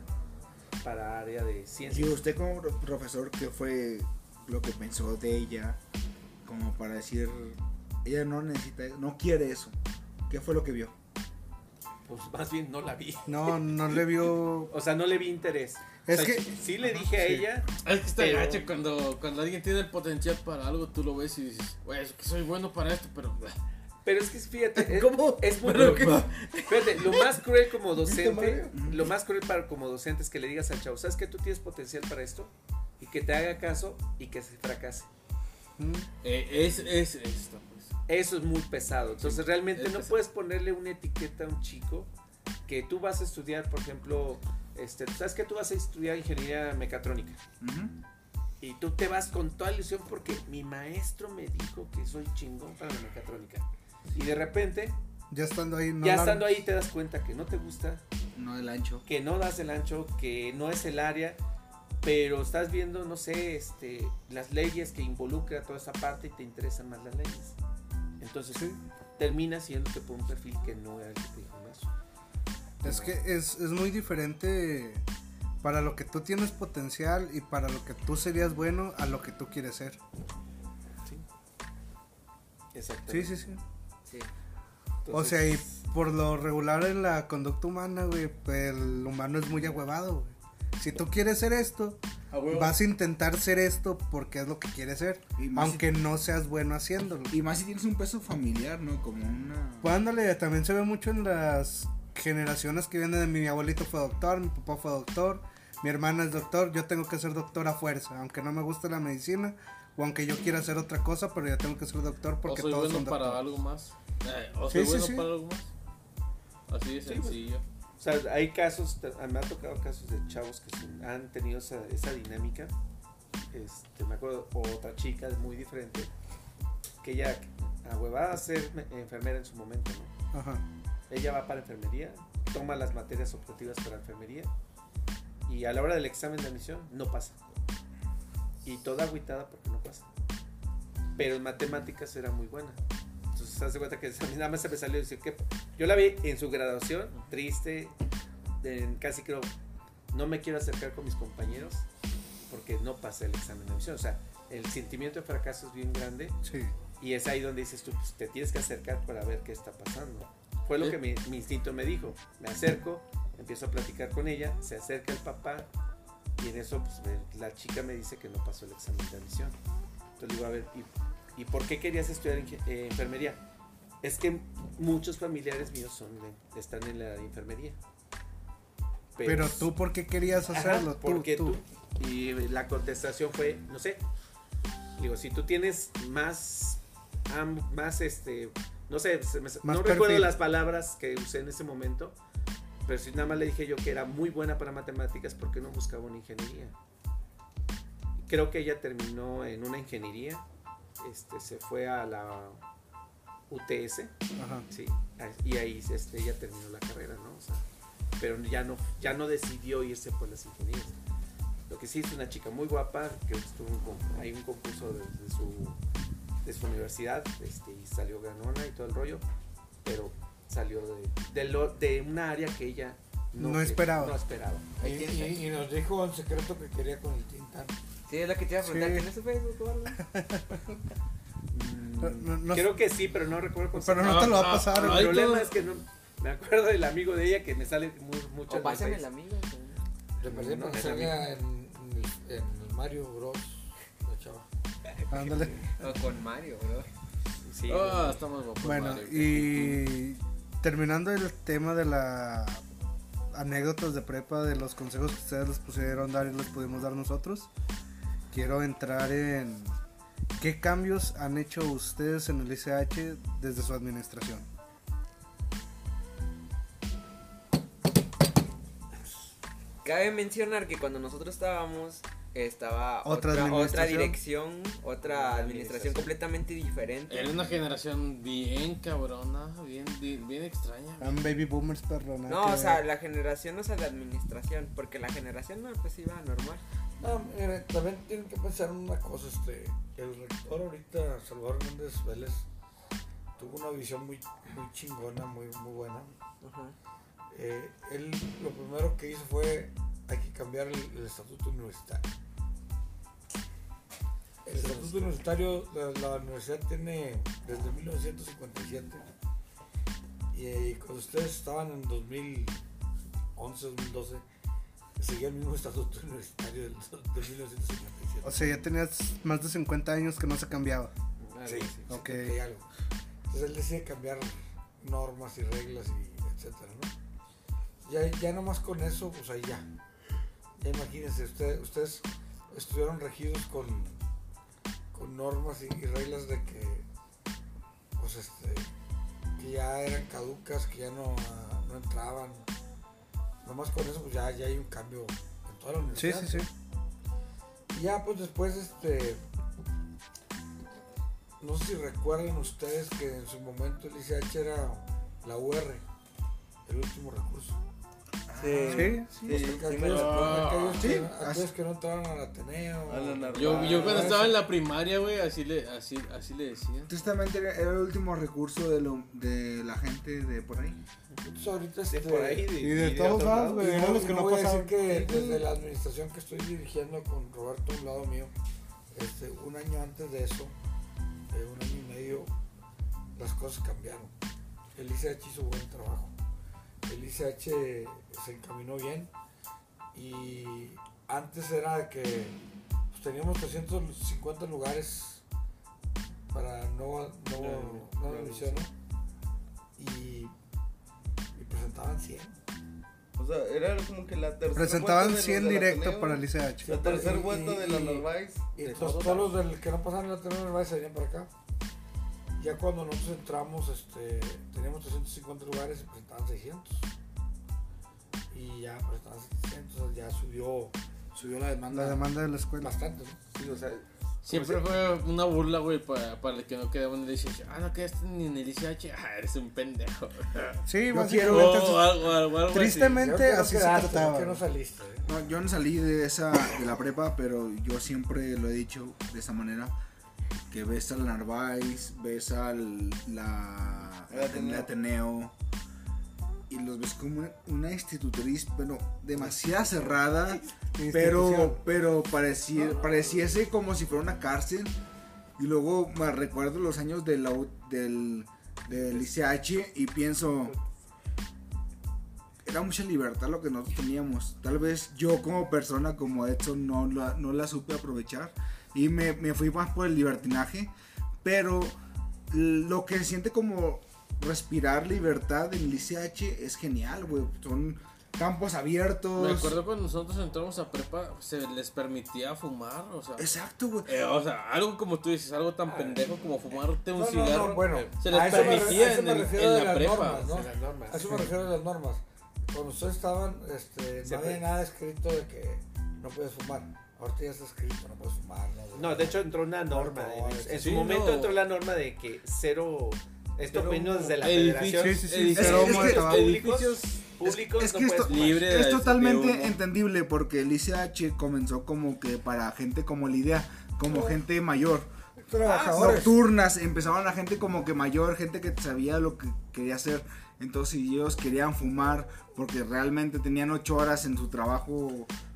Speaker 9: para área de
Speaker 4: Y
Speaker 9: ciencias.
Speaker 4: usted como pro- profesor, ¿qué fue lo que pensó de ella? Como para decir, ella no necesita, no quiere eso. ¿Qué fue lo que vio?
Speaker 9: Pues más bien no la vi.
Speaker 6: No, no le vio.
Speaker 9: O sea, no le vi interés. O
Speaker 6: Es
Speaker 9: sea,
Speaker 6: que-
Speaker 9: sí le dije a ella,
Speaker 2: Es que está
Speaker 9: Pero-
Speaker 2: gacho cuando, cuando alguien tiene el potencial para algo, tú lo ves y dices, güey, es que soy bueno para esto, pero.
Speaker 9: pero es que fíjate, es,
Speaker 5: ¿Cómo?
Speaker 9: es muy
Speaker 2: Pero
Speaker 9: Fíjate, lo más cruel como
Speaker 3: ¿Viste,
Speaker 9: docente, lo más cruel para como docente es que le digas al chavo, ¿sabes que tú tienes potencial para esto? Y que te haga caso y que se fracase.
Speaker 2: Eh, es, es esto, pues.
Speaker 9: Eso es muy pesado. Entonces realmente
Speaker 2: es
Speaker 9: no
Speaker 2: pesado.
Speaker 9: puedes ponerle una etiqueta a un chico que tú vas a estudiar, por ejemplo, este, tú sabes que tú vas a estudiar ingeniería mecatrónica
Speaker 4: Ujú.
Speaker 9: y tú te vas con toda ilusión porque mi maestro me dijo que soy chingón para la mecatrónica. Y de repente,
Speaker 6: Ya estando ahí, no.
Speaker 9: ya
Speaker 6: la-
Speaker 9: estando ahí te das cuenta que no te gusta,
Speaker 4: No el ancho.
Speaker 9: que no das el ancho, que no es el área, pero estás viendo, no sé, este, las leyes que involucra toda esa parte y te interesan más las leyes. Entonces, termina siéndote por un perfil que no era el que te dijo más.
Speaker 6: Es que es, es muy diferente para lo que tú tienes potencial y para lo que tú serías bueno a lo que tú quieres ser.
Speaker 9: Exacto.
Speaker 6: Sí, sí, sí.
Speaker 5: Sí.
Speaker 6: O sea, y por lo regular en la conducta humana, güey, pues, el humano es muy ahuevado, güey. Si tú quieres ser esto, vas a intentar ser esto porque es lo que quieres ser,
Speaker 4: Y más
Speaker 6: aunque no seas bueno haciéndolo.
Speaker 4: Y más si tienes un peso familiar, ¿no? Como una...
Speaker 6: Pues ándale, también se ve mucho en las generaciones que vienen de mi abuelito fue doctor, mi papá fue doctor, mi hermana es doctor, yo tengo que ser doctor a fuerza, aunque no me guste la medicina, O aunque yo quiera hacer otra cosa, pero ya tengo que ser doctor porque
Speaker 2: o soy
Speaker 6: todos
Speaker 2: bueno
Speaker 6: son
Speaker 2: para
Speaker 6: doctores.
Speaker 2: algo más. Eh, o
Speaker 6: Sí,
Speaker 2: soy
Speaker 6: sí,
Speaker 2: bueno
Speaker 6: sí.
Speaker 2: para algo más. Así de
Speaker 9: pues.
Speaker 2: sencillo.
Speaker 9: O sea, hay casos, te- me ha tocado casos de chavos que son- han tenido esa, esa dinámica. Este, me acuerdo, o otra chica muy diferente, que ella ahuevada a ser me- enfermera en su momento, ¿no?
Speaker 6: Ajá.
Speaker 9: Ella va para enfermería, toma las materias optativas para enfermería y a la hora del examen de admisión no pasa. Y toda agüitada porque no pasa. Pero en matemáticas era muy buena. Entonces se hace cuenta que a mí nada más se me salió decir que yo la vi en su graduación, triste, en- casi creo, no me quiero acercar con mis compañeros porque no pasé el examen de admisión. O sea, el sentimiento de fracaso es bien grande
Speaker 6: Sí.
Speaker 9: y es ahí donde dices tú, pues, te tienes que acercar para ver qué está pasando. Fue lo
Speaker 6: Eh.
Speaker 2: Sí.
Speaker 9: que mi, mi instinto me dijo. Me acerco, empiezo a platicar con ella, se acerca el papá y en eso pues, me- la chica me dice que no pasó el examen de admisión. Entonces le digo, a ver, ¿y, y por qué querías estudiar inge- eh, enfermería? Es que muchos familiares míos son, de- están en la enfermería.
Speaker 6: Pero, tú, ¿por qué querías
Speaker 9: Ajá,
Speaker 6: hacerlo? Tú,
Speaker 9: ¿por qué
Speaker 6: tú.
Speaker 9: tú? Y la contestación fue, no sé. Digo, si tú tienes más, am- más este, no sé, se me- no
Speaker 6: perfil.
Speaker 9: recuerdo las palabras que usé en ese momento, pero si nada más le dije yo que era muy buena para matemáticas, ¿por qué no buscaba una ingeniería? Creo que ella terminó en una ingeniería, este, se fue a la UTS,
Speaker 6: Ajá.
Speaker 9: Sí, ah, y ahí este, ella terminó la carrera, ¿no? O sea, pero ya no, ya no decidió irse por las ingenierías. Lo que sí es una chica muy guapa, que estuvo un con- hay un concurso de, de su, de su universidad, este, y salió ganona y todo el rollo, pero salió de, de, lo- de una área que ella
Speaker 6: No
Speaker 9: que-
Speaker 6: esperaba.
Speaker 9: No esperaba.
Speaker 5: Y, y- y nos dijo el secreto que quería con el Tintán.
Speaker 1: Sí, es lo que te iba a preguntar.
Speaker 6: Sí.
Speaker 1: ¿Tienes su Facebook o algo?
Speaker 6: No- no- no-
Speaker 9: Mm, Creo que sí, pero no recuerdo con
Speaker 6: pero
Speaker 9: certeza.
Speaker 6: no, te lo va
Speaker 2: Ah,
Speaker 6: a pasar.
Speaker 2: ah,
Speaker 6: güey.
Speaker 2: ahí
Speaker 9: El problema
Speaker 2: todo-
Speaker 9: es que no me acuerdo del amigo de ella que me sale muy, mucho. en
Speaker 1: O
Speaker 9: el
Speaker 1: pásame
Speaker 9: Face.
Speaker 1: el amigo.
Speaker 5: Le perdí
Speaker 9: No,
Speaker 5: para que
Speaker 9: es a mí.
Speaker 5: salga en, en el- en el Mario Bros. La chava.
Speaker 6: Ándale.
Speaker 1: O con Mario, bro.
Speaker 9: Sí,
Speaker 2: Ah, está más guapo.
Speaker 6: Bueno,
Speaker 2: Mario, que-
Speaker 6: y terminando el tema de la anécdotas de prepa, de los consejos que ustedes les pusieron dar y les pudimos dar nosotros, quiero entrar en qué cambios han hecho ustedes en el ICH desde su administración.
Speaker 1: Cabe mencionar que cuando nosotros estábamos, estaba otra,
Speaker 6: Otra
Speaker 1: otra,
Speaker 6: administración.
Speaker 1: dirección, otra
Speaker 9: Otra
Speaker 1: administración
Speaker 9: administración.
Speaker 1: completamente diferente.
Speaker 2: Era una generación bien cabrona, bien, bien, bien extraña.
Speaker 6: Eran baby boomers, perro. nada
Speaker 1: No,
Speaker 6: que
Speaker 1: o sea,
Speaker 6: ver.
Speaker 1: la generación, o sea, la administración, porque la generación no, pues iba normal.
Speaker 5: No, mira, también tienen que pensar en una cosa, este, el rector ahorita, Salvador Hernández Vélez, tuvo una visión muy, muy chingona, muy, muy buena.
Speaker 1: Ajá.
Speaker 5: Eh, él lo primero que hizo fue, hay que cambiar el, el estatuto universitario. El estatuto universitario, la, la universidad tiene desde 1957, y, eh, cuando ustedes estaban en 2011, 2012, seguía el mismo estatuto universitario del, de 1957.
Speaker 6: O sea, ya tenías más de 50 años que no se cambiaba.
Speaker 9: algo
Speaker 5: Sí,
Speaker 9: así.
Speaker 6: Ok.
Speaker 5: ok. Algo. Entonces él decide cambiar normas y reglas y etcétera, ¿no? Ya, ya nomás con eso, pues ahí ya. Ya imagínense, usted- ustedes estuvieron regidos con, con normas y, y reglas de que, pues este, que ya eran caducas, que ya no, ah, no entraban. Nomás con eso, pues ya, ya hay un cambio en toda la
Speaker 6: Sí,
Speaker 5: universidad.
Speaker 6: sí, sí.
Speaker 5: Y ya pues después este no sé si recuerdan ustedes que en su momento el ICH era la UR, el último recurso.
Speaker 1: Sí.
Speaker 6: Sí,
Speaker 5: Los que- aquellos,
Speaker 3: Ah.
Speaker 2: lo-
Speaker 5: aquellos que,
Speaker 6: Sí,
Speaker 5: aquellos que no entraron al Ateneo.
Speaker 2: Yo, yo cuando
Speaker 5: Ah,
Speaker 2: estaba en la primaria, güey, así le, así, así le decían.
Speaker 4: Tristemente era era el último recurso de, lo- de la gente de por ahí.
Speaker 5: entonces ahorita
Speaker 9: De
Speaker 5: este,
Speaker 9: por ahí.
Speaker 5: y
Speaker 6: Y de todos
Speaker 9: otro
Speaker 6: lados,
Speaker 9: lado.
Speaker 6: güey. eran
Speaker 5: no-
Speaker 6: los que
Speaker 5: y no
Speaker 6: no
Speaker 5: voy a decir
Speaker 6: pasaban.
Speaker 5: que desde la administración que estoy dirigiendo con Roberto a un lado mío, este, un año antes de eso, eh, un año y medio, las cosas cambiaron. El ICH hizo buen trabajo. El ICH se encaminó bien y antes era que pues, teníamos 350 lugares para no, no,
Speaker 9: No,
Speaker 5: no
Speaker 9: no,
Speaker 1: pues,
Speaker 5: admisión, ¿no? y, y presentaban 100.
Speaker 2: O
Speaker 3: sea, era como que la tercera
Speaker 6: Presentaban
Speaker 3: vuelta de
Speaker 6: 100
Speaker 3: los del
Speaker 6: directo
Speaker 3: Ateneo,
Speaker 6: para el ICH.
Speaker 3: La tercera vuelta
Speaker 1: Y-
Speaker 3: de la
Speaker 1: y-
Speaker 3: Narváez.
Speaker 1: Y
Speaker 9: De
Speaker 1: entonces
Speaker 9: todo.
Speaker 1: todos los del que no pasaban la terminal Narváez se venían para acá. Ya cuando nosotros entramos, este, teníamos 350 lugares y presentaban 600. Y ya presentaban 700, ya subió, subió la demanda.
Speaker 6: La demanda de la escuela.
Speaker 1: Bastante, ¿no?
Speaker 9: Sí, o sea,
Speaker 2: Siempre fue
Speaker 1: Pues,
Speaker 2: una burla, güey, para, para el que no quedaba en el ICH. Ah, no quedaste ni en el ICH. Ah, eres un pendejo.
Speaker 6: Sí,
Speaker 2: O
Speaker 6: básicamente.
Speaker 2: algo, algo, algo así.
Speaker 6: Tristemente
Speaker 1: Creo que no
Speaker 6: así se
Speaker 1: quedaste,
Speaker 6: trataba.
Speaker 1: creo que no saliste. ¿eh?
Speaker 4: No, yo no salí de esa de la prepa, pero yo siempre lo he dicho de esa manera que ves al Narváez, ves al la
Speaker 3: El Ateneo.
Speaker 4: el Ateneo y los ves como una, una institutriz, pero demasiado cerrada, pero
Speaker 6: Institución.
Speaker 4: pero pareci- pareciese como si fuera una cárcel. Y luego me recuerdo los años de la U- del del ICH y pienso era mucha libertad lo que nosotros teníamos. Tal vez yo como persona, como Edson, no la, no la supe aprovechar y me, me fui más por el libertinaje, pero lo que se siente como respirar libertad en el ICH es genial, güey. Son campos abiertos.
Speaker 1: pues,
Speaker 2: Me acuerdo cuando nosotros entramos a prepa, se les permitía fumar, o sea.
Speaker 4: Exacto, güey.
Speaker 2: eh, o sea, algo como tú dices, algo tan pendejo como fumarte un
Speaker 1: Ah, No, no, no,
Speaker 2: cigarro. eh,
Speaker 1: bueno,
Speaker 2: se
Speaker 1: a
Speaker 2: les
Speaker 1: eso me re- a
Speaker 2: permitía
Speaker 1: eso
Speaker 2: en,
Speaker 1: me
Speaker 2: el-
Speaker 1: refiero
Speaker 2: en
Speaker 1: de
Speaker 2: la
Speaker 1: las
Speaker 2: prepa.
Speaker 1: normas, ¿no?
Speaker 9: de las normas.
Speaker 1: A eso me refiero a las normas. Cuando ustedes estaban, este,
Speaker 9: Se
Speaker 1: no había
Speaker 9: puede.
Speaker 1: nada escrito de que no puedes fumar. Ahorita ya está escrito, no puedes fumar.
Speaker 9: No, de hecho entró una norma.
Speaker 1: No,
Speaker 9: en- en
Speaker 2: sí,
Speaker 9: su momento
Speaker 2: no.
Speaker 9: entró la norma de que cero. Esto
Speaker 1: Cero
Speaker 9: opino desde la
Speaker 2: Edificios,
Speaker 9: federación.
Speaker 6: sí, Pues, sí,
Speaker 2: edificios,
Speaker 4: cero humo de tabaco.
Speaker 2: edificios
Speaker 9: Públicos
Speaker 4: es
Speaker 9: no
Speaker 4: que
Speaker 9: puedes
Speaker 4: esto-
Speaker 9: fumar.
Speaker 2: libre
Speaker 4: Es
Speaker 2: de-
Speaker 4: totalmente
Speaker 2: de humo.
Speaker 4: entendible porque el ICH comenzó como que para gente como Lidia,
Speaker 9: Oh.
Speaker 4: como gente mayor.
Speaker 1: Trabajadores.
Speaker 4: nocturnas, empezaban la gente como que mayor, gente que sabía lo que quería hacer. Entonces, si ellos querían fumar porque realmente tenían ocho horas en su trabajo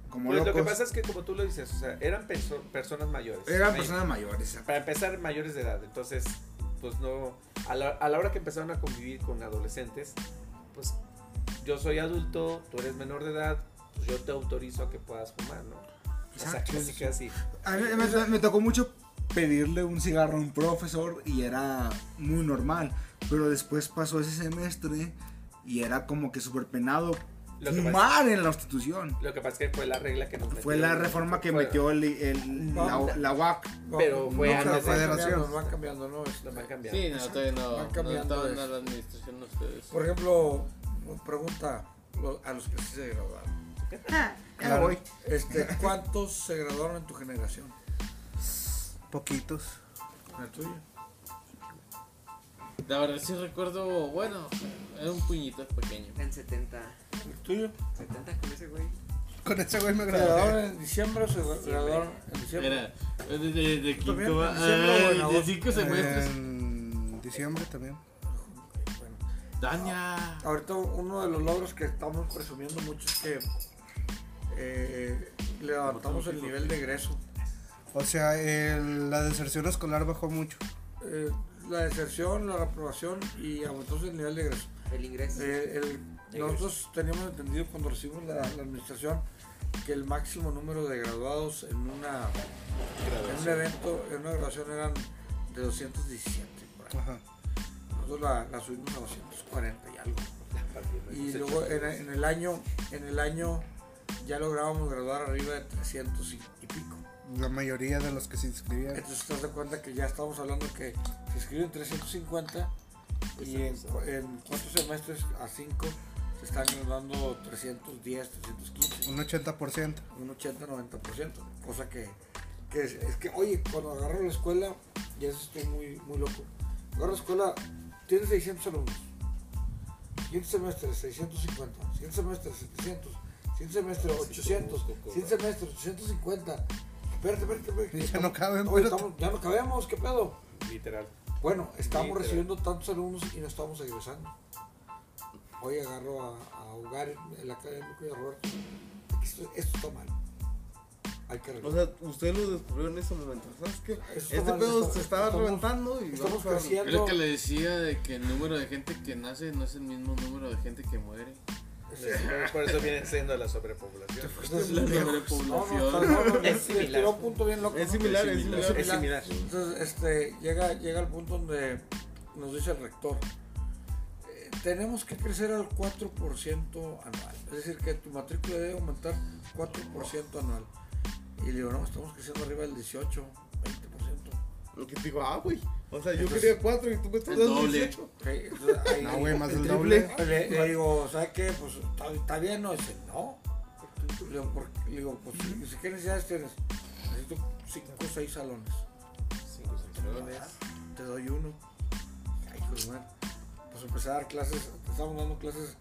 Speaker 4: como
Speaker 9: Pues lo
Speaker 4: locos.
Speaker 9: que pasa es que, como tú lo dices, o sea, eran perso- personas mayores.
Speaker 4: Eran
Speaker 9: May-
Speaker 4: personas mayores.
Speaker 9: Para empezar, mayores de edad. Entonces, pues no. A la, a la hora que empezaron a convivir con adolescentes, pues yo soy adulto, tú eres menor de edad, pues yo te autorizo a que puedas fumar, ¿no? o sea,
Speaker 4: Exacto,
Speaker 9: casi, casi.
Speaker 4: A mí me, me tocó mucho pedirle un cigarro a un profesor y era muy normal. Pero después pasó ese semestre y era como que súper penado
Speaker 9: Lo que, pasa,
Speaker 4: fumar en la institución.
Speaker 9: lo que pasa es que fue la regla que nos metió.
Speaker 4: Fue la reforma que
Speaker 9: Fue-
Speaker 4: metió el, el- la, la UAC.
Speaker 9: Pero fue
Speaker 1: no,
Speaker 9: antes
Speaker 1: van
Speaker 9: de-
Speaker 1: cambiando, van cambiando, ¿no? Este,
Speaker 9: Lo van cambiando.
Speaker 2: Sí, no, todavía no,
Speaker 1: Van
Speaker 2: no
Speaker 1: cambiando
Speaker 2: estaban
Speaker 1: eso.
Speaker 2: a la administración ustedes.
Speaker 1: Por ejemplo, pregunta lo- a los que sí se graduaron.
Speaker 4: Ya voy.
Speaker 1: Este, ¿Cuántos se graduaron en tu generación?
Speaker 6: Poquitos.
Speaker 1: En el tuyo.
Speaker 2: La verdad sí recuerdo, bueno, era un puñito pequeño.
Speaker 5: En 70.
Speaker 1: ¿El tuyo?
Speaker 5: 70 con ese güey.
Speaker 6: Con ese güey me
Speaker 1: ¿Se
Speaker 6: gradué.
Speaker 1: graduaron en diciembre o se graduaron en diciembre?
Speaker 2: Era de, de, de
Speaker 1: También,
Speaker 2: quinto a-
Speaker 1: siempre bueno,
Speaker 2: ah,
Speaker 1: Eh.
Speaker 2: de
Speaker 1: vos-
Speaker 2: cinco semestres.
Speaker 6: En diciembre también.
Speaker 1: Bueno,
Speaker 2: Daña.
Speaker 1: ahorita uno de los logros que estamos presumiendo mucho es que eh, levantamos el nivel de egreso.
Speaker 6: O sea, el- la deserción escolar bajó mucho.
Speaker 1: Eh, la deserción, la reprobación y aumentamos el nivel de egreso.
Speaker 5: El ingreso.
Speaker 1: Eh, el- nosotros teníamos entendido cuando recibimos la, la administración que el máximo número de graduados en, una, en un evento, en una graduación eran de 217. por ahí.
Speaker 6: Ajá.
Speaker 1: Nosotros la, la subimos a 240 y algo. Y luego en, en el año, en el año ya lográbamos graduar arriba de 300 y, y pico.
Speaker 6: La mayoría de los que se inscribían.
Speaker 1: Entonces te das de cuenta que ya estamos hablando que se escriben 350 y en, cu- en cuatro semestres a 5 se están graduando 310, 315,
Speaker 6: Un 80%.
Speaker 1: un 80, 90%. Cosa que, que es, es que, oye, cuando agarro la escuela, y eso estoy muy, muy loco, agarro la escuela, tiene 600 alumnos, siguiente semestre 650, siguiente semestre 700, siguiente semestre 800, siguiente semestre 850. Espérate, espérate, espérate.
Speaker 6: Ya no caben,
Speaker 1: Oye,
Speaker 6: espérate.
Speaker 1: estamos- ya no cabemos, ¿qué pedo?
Speaker 9: Literal.
Speaker 1: Bueno, estamos
Speaker 9: Literal.
Speaker 1: recibiendo tantos alumnos y no estamos egresando. Hoy agarro a, a Hogar, el académico y a Roberto. Esto, esto está mal. Hay que
Speaker 3: O
Speaker 1: arreglar.
Speaker 3: sea, ustedes lo descubrieron en ese momento. ¿Sabes qué?
Speaker 1: Esto
Speaker 3: Este
Speaker 1: está mal,
Speaker 3: pedo
Speaker 1: está-
Speaker 3: se estaba
Speaker 1: estamos-
Speaker 3: reventando y
Speaker 1: Estamos
Speaker 3: vamos a
Speaker 1: creciendo.
Speaker 2: Es lo que le decía de que el número de gente que nace no es el mismo número de gente que muere.
Speaker 9: Por eso viene siendo la sobrepoblación.
Speaker 1: Entonces,
Speaker 2: La
Speaker 1: no,
Speaker 2: sobrepoblación.
Speaker 1: no, no, no, no,
Speaker 9: Es
Speaker 1: sí, llegó a un punto bien loco.
Speaker 3: Es
Speaker 1: ¿no?
Speaker 3: similar, es
Speaker 2: Es
Speaker 3: similar.
Speaker 2: similar.
Speaker 9: Es similar.
Speaker 1: Entonces, este, llega, llega el punto donde nos dice el rector, eh, tenemos que crecer al 4% anual. Es decir, que tu matrícula debe aumentar 4% anual. Y le digo, no, estamos creciendo arriba del 18, 20%.
Speaker 3: Lo que te digo, ah, güey. O sea, yo quería cuatro y tú me estás dando
Speaker 2: doble.
Speaker 3: 18.
Speaker 1: Ok, entonces, ahí-
Speaker 6: No, güey, más
Speaker 3: El
Speaker 6: del
Speaker 3: triple.
Speaker 6: doble.
Speaker 1: Pues Le, le digo, ¿sabes qué? Pues está, está bien, no. Dice, no. Le digo, ¿por qué? Le digo, pues, dice, ¿qué necesidades tienes? Necesito cinco o seis salones. Te doy uno. Ay, hijo de madre. Pues empecé a dar clases, estamos dando clases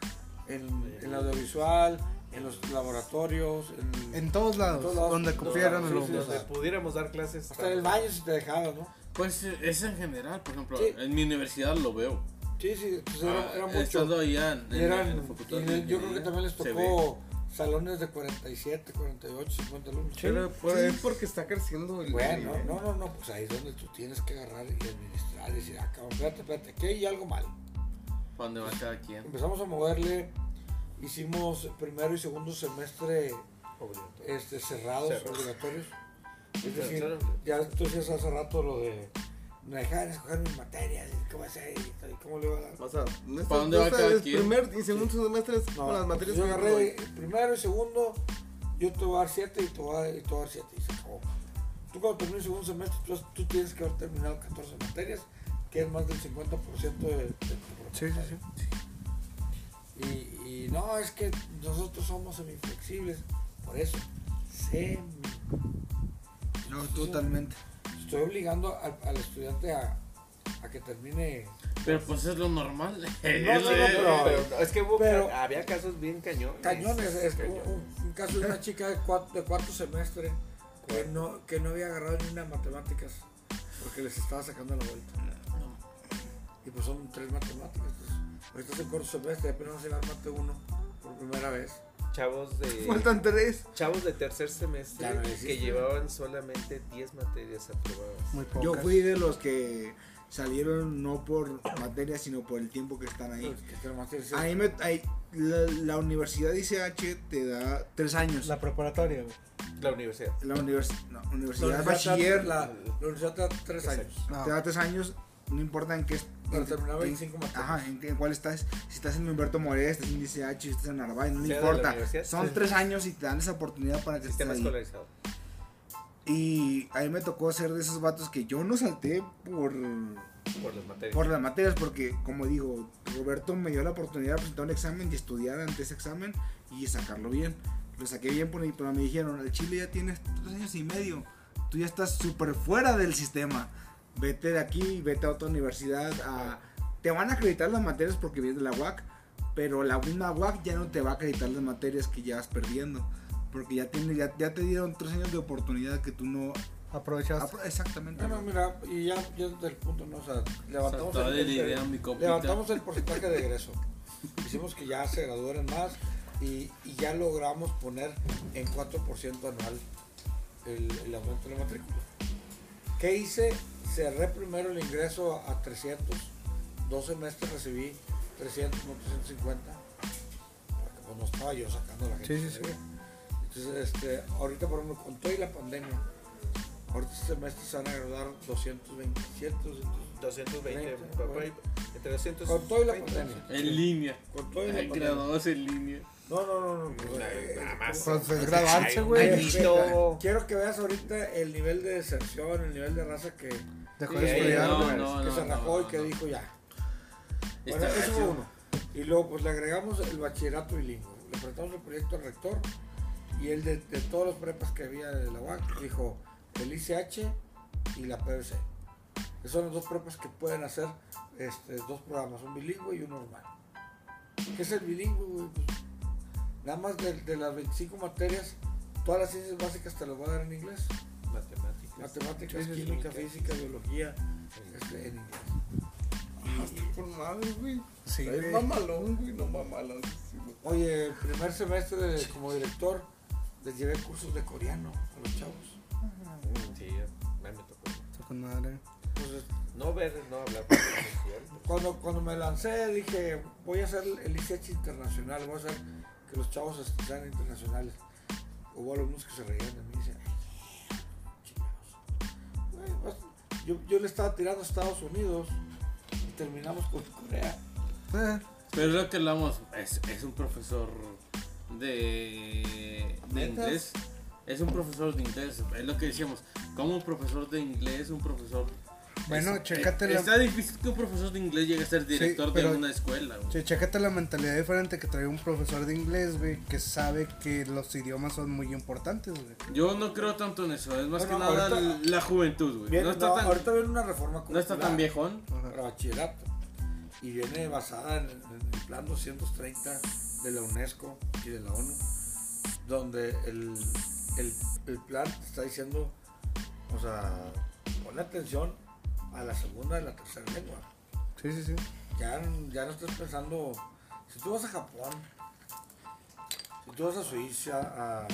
Speaker 1: en, en audiovisual, en los laboratorios, en,
Speaker 6: En todos lados,
Speaker 1: todos lados.
Speaker 6: donde
Speaker 1: Todos
Speaker 6: confiaran
Speaker 1: lados,
Speaker 6: en lo
Speaker 1: sí, sí, o
Speaker 9: Donde
Speaker 1: sea,
Speaker 9: pudiéramos dar clases.
Speaker 1: hasta en el baño si te dejaba, ¿no?
Speaker 2: Pues eh, es en general, por ejemplo,
Speaker 1: Sí.
Speaker 2: en mi universidad lo veo.
Speaker 1: Sí, sí, entonces era,
Speaker 2: Ah,
Speaker 1: era
Speaker 2: he
Speaker 1: mucho.
Speaker 2: estado allá en,
Speaker 1: Y
Speaker 2: en
Speaker 1: eran,
Speaker 2: la- en la facultad
Speaker 1: y yo
Speaker 2: de
Speaker 1: creo que
Speaker 2: ingeniería,
Speaker 1: también les
Speaker 2: se ve.
Speaker 1: tocó salones de 47, 48, 50 alumnos.
Speaker 3: Pero pues, es porque está creciendo el. ¿eh?
Speaker 1: Bueno,
Speaker 3: el-
Speaker 1: no, no, no, pues ahí es donde tú tienes que agarrar y administrar y decir, ah, cabrón, espérate, espérate, aquí hay algo mal.
Speaker 2: ¿Para dónde va cada quien?
Speaker 1: Empezamos a moverle, hicimos primero y segundo semestre este, cerrados,
Speaker 9: Cerrado.
Speaker 1: obligatorios. Es
Speaker 9: Pero,
Speaker 1: decir,
Speaker 9: claro.
Speaker 1: ya tú decías hace rato lo de me dejaban escoger mis materias, y ¿qué voy a hacer? y ¿Cómo le voy a dar?
Speaker 3: O sea, no está,
Speaker 2: ¿Para dónde
Speaker 3: no
Speaker 2: va
Speaker 3: está
Speaker 2: cada
Speaker 3: el
Speaker 2: quien?
Speaker 3: primer y segundo semestre
Speaker 1: No,
Speaker 3: es
Speaker 1: pues,
Speaker 3: con las materias
Speaker 1: yo
Speaker 3: que
Speaker 1: agarré
Speaker 3: doy.
Speaker 1: primero y segundo, yo te voy a dar 7 y te voy a dar, y te voy a dar 7 y se acabó. Tú cuando termines el segundo semestre, tú, has- tú tienes que haber terminado 14 materias, que es más del 50% de, de tu
Speaker 6: Sí, sí, sí.
Speaker 1: Y, y no, es que nosotros somos semiflexibles, por eso, semi.
Speaker 4: No, totalmente.
Speaker 1: Estoy obligando al, al estudiante a, a que termine
Speaker 2: Pero pues es lo normal. Es
Speaker 1: no, no,
Speaker 2: el-
Speaker 1: pero-
Speaker 9: Pero es que hubo
Speaker 1: Pero-
Speaker 9: ca- había casos bien cañones.
Speaker 1: cañones. Es un,
Speaker 9: Cañón.
Speaker 1: un- un caso de una chica de cuarto, de cuarto semestre que no, que no había agarrado ni una matemáticas porque les estaba sacando la vuelta. Y pues son tres matemáticas. Entonces, ahorita es el cuarto semestre, apenas vas a llevar mate uno por primera vez.
Speaker 9: Chavos de,
Speaker 4: Faltan tres.
Speaker 9: chavos de tercer
Speaker 1: Ya no
Speaker 9: semestre
Speaker 1: existe.
Speaker 9: que llevaban solamente 10 materias aprobadas.
Speaker 6: Muy pocas.
Speaker 4: Yo fui de los que salieron no por materia, sino por el tiempo que están ahí.
Speaker 1: Entonces, que te lo más tienes que
Speaker 4: Ahí
Speaker 1: hacer.
Speaker 4: me, ahí- la, la universidad ICH te da tres años.
Speaker 6: La
Speaker 4: La,
Speaker 6: preparatoria, güey.
Speaker 9: La universidad.
Speaker 4: univers- no,
Speaker 1: La
Speaker 4: universidad
Speaker 1: universidad te da-
Speaker 4: bachiller
Speaker 1: la, la universidad te da tres años.
Speaker 6: No.
Speaker 4: te da tres años, no importa en qué. est-
Speaker 1: Para
Speaker 4: en-
Speaker 1: terminar
Speaker 4: en-
Speaker 1: 25 materias.
Speaker 4: Ajá, en, qué- en cuál estás. Si estás en Humberto Moreira, estás en ICH, estás en Narváez, no
Speaker 9: Sea de la
Speaker 4: importa.
Speaker 9: universidad.
Speaker 4: Son
Speaker 9: Sí.
Speaker 4: tres años y te dan esa oportunidad para que
Speaker 9: Sistema
Speaker 4: estés ahí.
Speaker 9: escolarizado.
Speaker 4: Y a mí me tocó ser de esos vatos que yo no salté por,
Speaker 9: Por las materias.
Speaker 4: por las materias, porque como digo, Roberto me dio la oportunidad de presentar un examen y estudiar ante ese examen y sacarlo bien. Lo saqué bien, por ahí, pero me dijeron, el Chile ya tienes tres años y medio, tú ya estás súper fuera del sistema, vete de aquí, vete a otra universidad, a- te van a acreditar las materias porque vienes de la UAC, pero la misma UAC ya no te va a acreditar las materias que ya vas perdiendo. Porque ya, tiene, ya, ya te dieron tres años de oportunidad que tú no
Speaker 6: Aprovechaste.
Speaker 4: Apro- Exactamente.
Speaker 1: No, no, mira, y ya, ya desde el punto, ¿no? O sea, levantamos
Speaker 2: Saltó de
Speaker 1: el,
Speaker 2: la
Speaker 1: el-
Speaker 2: idea mi copita.
Speaker 1: levantamos el porcentaje de egreso. Hicimos que ya se graduaran más y, y ya logramos poner en 4% anual el, el aumento de la matrícula. ¿Qué hice? Cerré primero el ingreso a, a 300. Dos semestres recibí 300, no 350. Porque pues no estaba yo sacando la gente.
Speaker 6: Sí, sí, sí.
Speaker 1: Entonces, este, ahorita por ejemplo, con toda y la pandemia, ahorita este semestre se van a graduar 227, 200.
Speaker 9: 220,
Speaker 1: Veinte,
Speaker 9: papá,
Speaker 1: bueno.
Speaker 9: entre 200
Speaker 1: Con todo y la pandemia.
Speaker 2: En línea.
Speaker 1: Con todo y la
Speaker 2: Hay
Speaker 1: pandemia.
Speaker 2: graduados en línea.
Speaker 1: No, no, no, no. pues, eh,
Speaker 9: nada más.
Speaker 1: eh,
Speaker 6: Pues es graduarse,
Speaker 1: eh,
Speaker 6: güey.
Speaker 9: Ay, Listo.
Speaker 1: Quiero que veas ahorita el nivel de deserción, el nivel de raza que, que
Speaker 6: Dejó
Speaker 2: Sí,
Speaker 6: de estudiar,
Speaker 2: no,
Speaker 6: güey.
Speaker 2: no.
Speaker 1: se rajó y que
Speaker 2: no.
Speaker 1: dijo ya. Bueno,
Speaker 2: Está
Speaker 1: eso fue
Speaker 2: gacho.
Speaker 1: uno. Y luego pues le agregamos el bachillerato bilingüe. Le prestamos el proyecto al rector y él de, de todos los prepas que había de la UAC dijo el ICH y la PBC. Esos son los dos prepas que pueden hacer este, dos programas, un bilingüe y un normal. ¿Qué es el bilingüe? güey? Pues, nada más de, de las 25 materias, todas las ciencias básicas te las voy a dar en inglés.
Speaker 9: matemáticas.
Speaker 1: Matemáticas, química, física, biología, este, en inglés.
Speaker 3: Ah, está con madre, güey.
Speaker 6: Sí,
Speaker 3: Está bien
Speaker 6: güey.
Speaker 3: mamalón, güey, no mamalón. Sí, güey.
Speaker 1: Oye, el primer semestre de- como director les llevé cursos de coreano a los chavos.
Speaker 9: Sí, a mí me tocó.
Speaker 6: Está con madre.
Speaker 1: Entonces,
Speaker 9: No ver, no hablar por social.
Speaker 1: cuando, cuando me lancé dije, voy a hacer el ICH internacional, voy a hacer que los chavos est- sean internacionales. Hubo alumnos que se reían de mí y dicen, "Ay, chingados". Güey, pues, Yo, yo le estaba tirando a Estados Unidos y terminamos con Corea.
Speaker 6: Eh,
Speaker 2: Pero es lo que hablamos, es, es un profesor de, de inglés. Es un profesor de inglés, es lo que decíamos. Como un profesor de inglés, un profesor.
Speaker 6: Bueno,
Speaker 2: es-
Speaker 6: chécate
Speaker 2: eh,
Speaker 6: la-
Speaker 2: Está difícil que un profesor de inglés llegue a ser director
Speaker 6: pero-
Speaker 2: de una escuela. güey.
Speaker 6: Che, chécate la mentalidad diferente que trae un profesor de inglés, güey, que sabe que los idiomas son muy importantes, güey.
Speaker 2: Yo no creo tanto en eso, es más
Speaker 1: Bueno,
Speaker 2: que nada
Speaker 1: ahorita-
Speaker 2: la juventud, güey.
Speaker 1: Bien,
Speaker 2: no está
Speaker 1: no,
Speaker 2: tan,
Speaker 1: Ahorita viene una reforma
Speaker 2: no está tan viejón.
Speaker 1: para bachillerato y viene basada en, en el plan 230 de la UNESCO y de la ONU, donde el, el- el plan te está diciendo, o sea, pon atención a la segunda y la tercera lengua.
Speaker 6: Sí, sí, sí.
Speaker 1: Ya, ya no estás pensando, si tú vas a Japón, si tú vas a Suiza, a,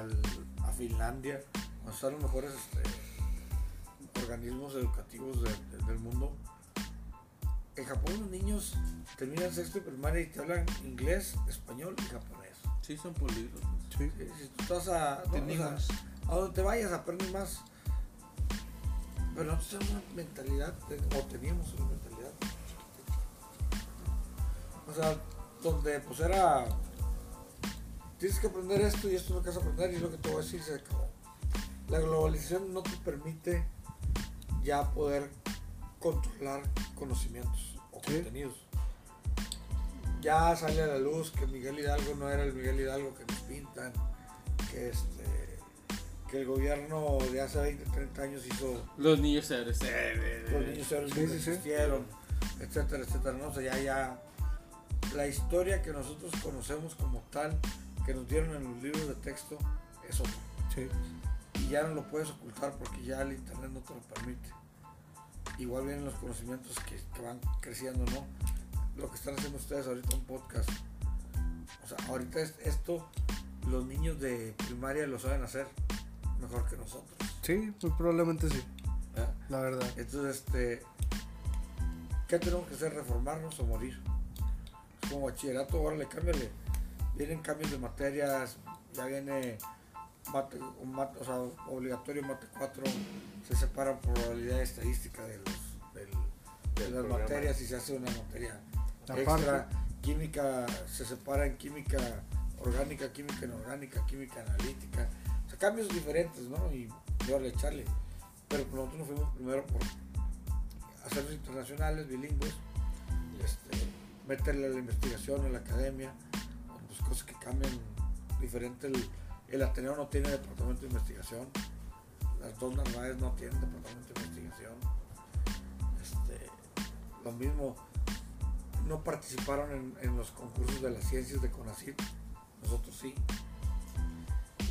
Speaker 1: al- a Finlandia, donde están los mejores este, organismos educativos de- de- del mundo, en Japón los niños terminan sexto y primaria y te hablan inglés, español y japonés.
Speaker 2: Sí, son políglotas.
Speaker 6: Sí.
Speaker 1: Si si tú estás a, no, o sea, a donde te vayas aprendes más. Pero nosotros tenemos una mentalidad, de- o teníamos una mentalidad. O sea, donde pues era, tienes que aprender esto y esto es lo que vas a aprender y es lo que te voy a decir se acabó. La globalización no te permite ya poder controlar conocimientos o contenidos. Ya sale a la luz que Miguel Hidalgo no era el Miguel Hidalgo que nos pintan, que este que el gobierno de hace 20, 30 años hizo
Speaker 2: Los niños se se-
Speaker 1: los niños héroes
Speaker 6: Sí,
Speaker 1: que
Speaker 6: sí, sí.
Speaker 1: existieron, etcétera, etcétera. No, o sea, ya, ya la historia que nosotros conocemos como tal, que nos dieron en los libros de texto, es otra.
Speaker 6: Sí.
Speaker 1: Y ya no lo puedes ocultar porque ya el internet no te lo permite. Igual vienen los conocimientos que, que van creciendo, ¿no? Lo que están haciendo ustedes ahorita un podcast. O sea, ahorita es- esto los niños de primaria lo saben hacer mejor que nosotros.
Speaker 6: Sí, pues probablemente sí,
Speaker 1: ¿verdad?
Speaker 6: la verdad.
Speaker 1: Entonces, este, ¿qué tenemos que hacer? ¿Reformarnos o morir? Es Como bachillerato, órale, cámbiale. Vienen cambios de materias, ya viene mate, un mate- o sea, obligatorio mate 4, se separa probabilidad estadística de, los, del- de las materias y se hace una materia extra.
Speaker 6: Aparte.
Speaker 1: Química se separa en química orgánica, química inorgánica, química analítica. O sea, cambios diferentes, ¿no? Y y órale, echarle. Pero nosotros nos fuimos primero por hacerlos internacionales, bilingües, este, meterle a la investigación, a la academia, pues cosas que cambian diferente. El, el Ateneo no tiene departamento de investigación, las dos Narváez no tienen departamento de investigación. Este, lo mismo, no participaron en, en los concursos de las ciencias de CONACYT, nosotros sí.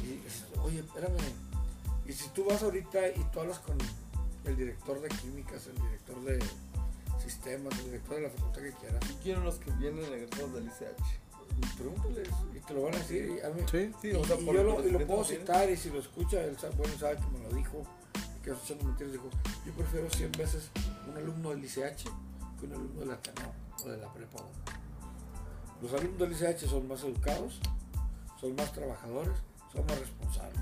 Speaker 1: Y dices, oye, espérame, y si tú vas ahorita y tú hablas con el director de químicas, el director de sistemas, el director de la facultad que quieras,
Speaker 3: Yo quiero los que vienen egresados del ICH.
Speaker 1: pregúntales y te lo van a decir. Y, a mí-
Speaker 6: Sí.
Speaker 1: y-
Speaker 3: Sí, o sea,
Speaker 1: y
Speaker 3: por-
Speaker 1: yo
Speaker 3: por
Speaker 1: lo, y lo
Speaker 3: respeto
Speaker 1: puedo
Speaker 3: lo tienen.
Speaker 1: citar y si lo escucha, él sabe, bueno, sabe que me lo dijo, que no son mentiras, dijo, yo prefiero 100 veces un alumno del ICH que un alumno del Ateneo o de la prepa. uno". Los alumnos del ICH son más educados, son más trabajadores, son más responsables.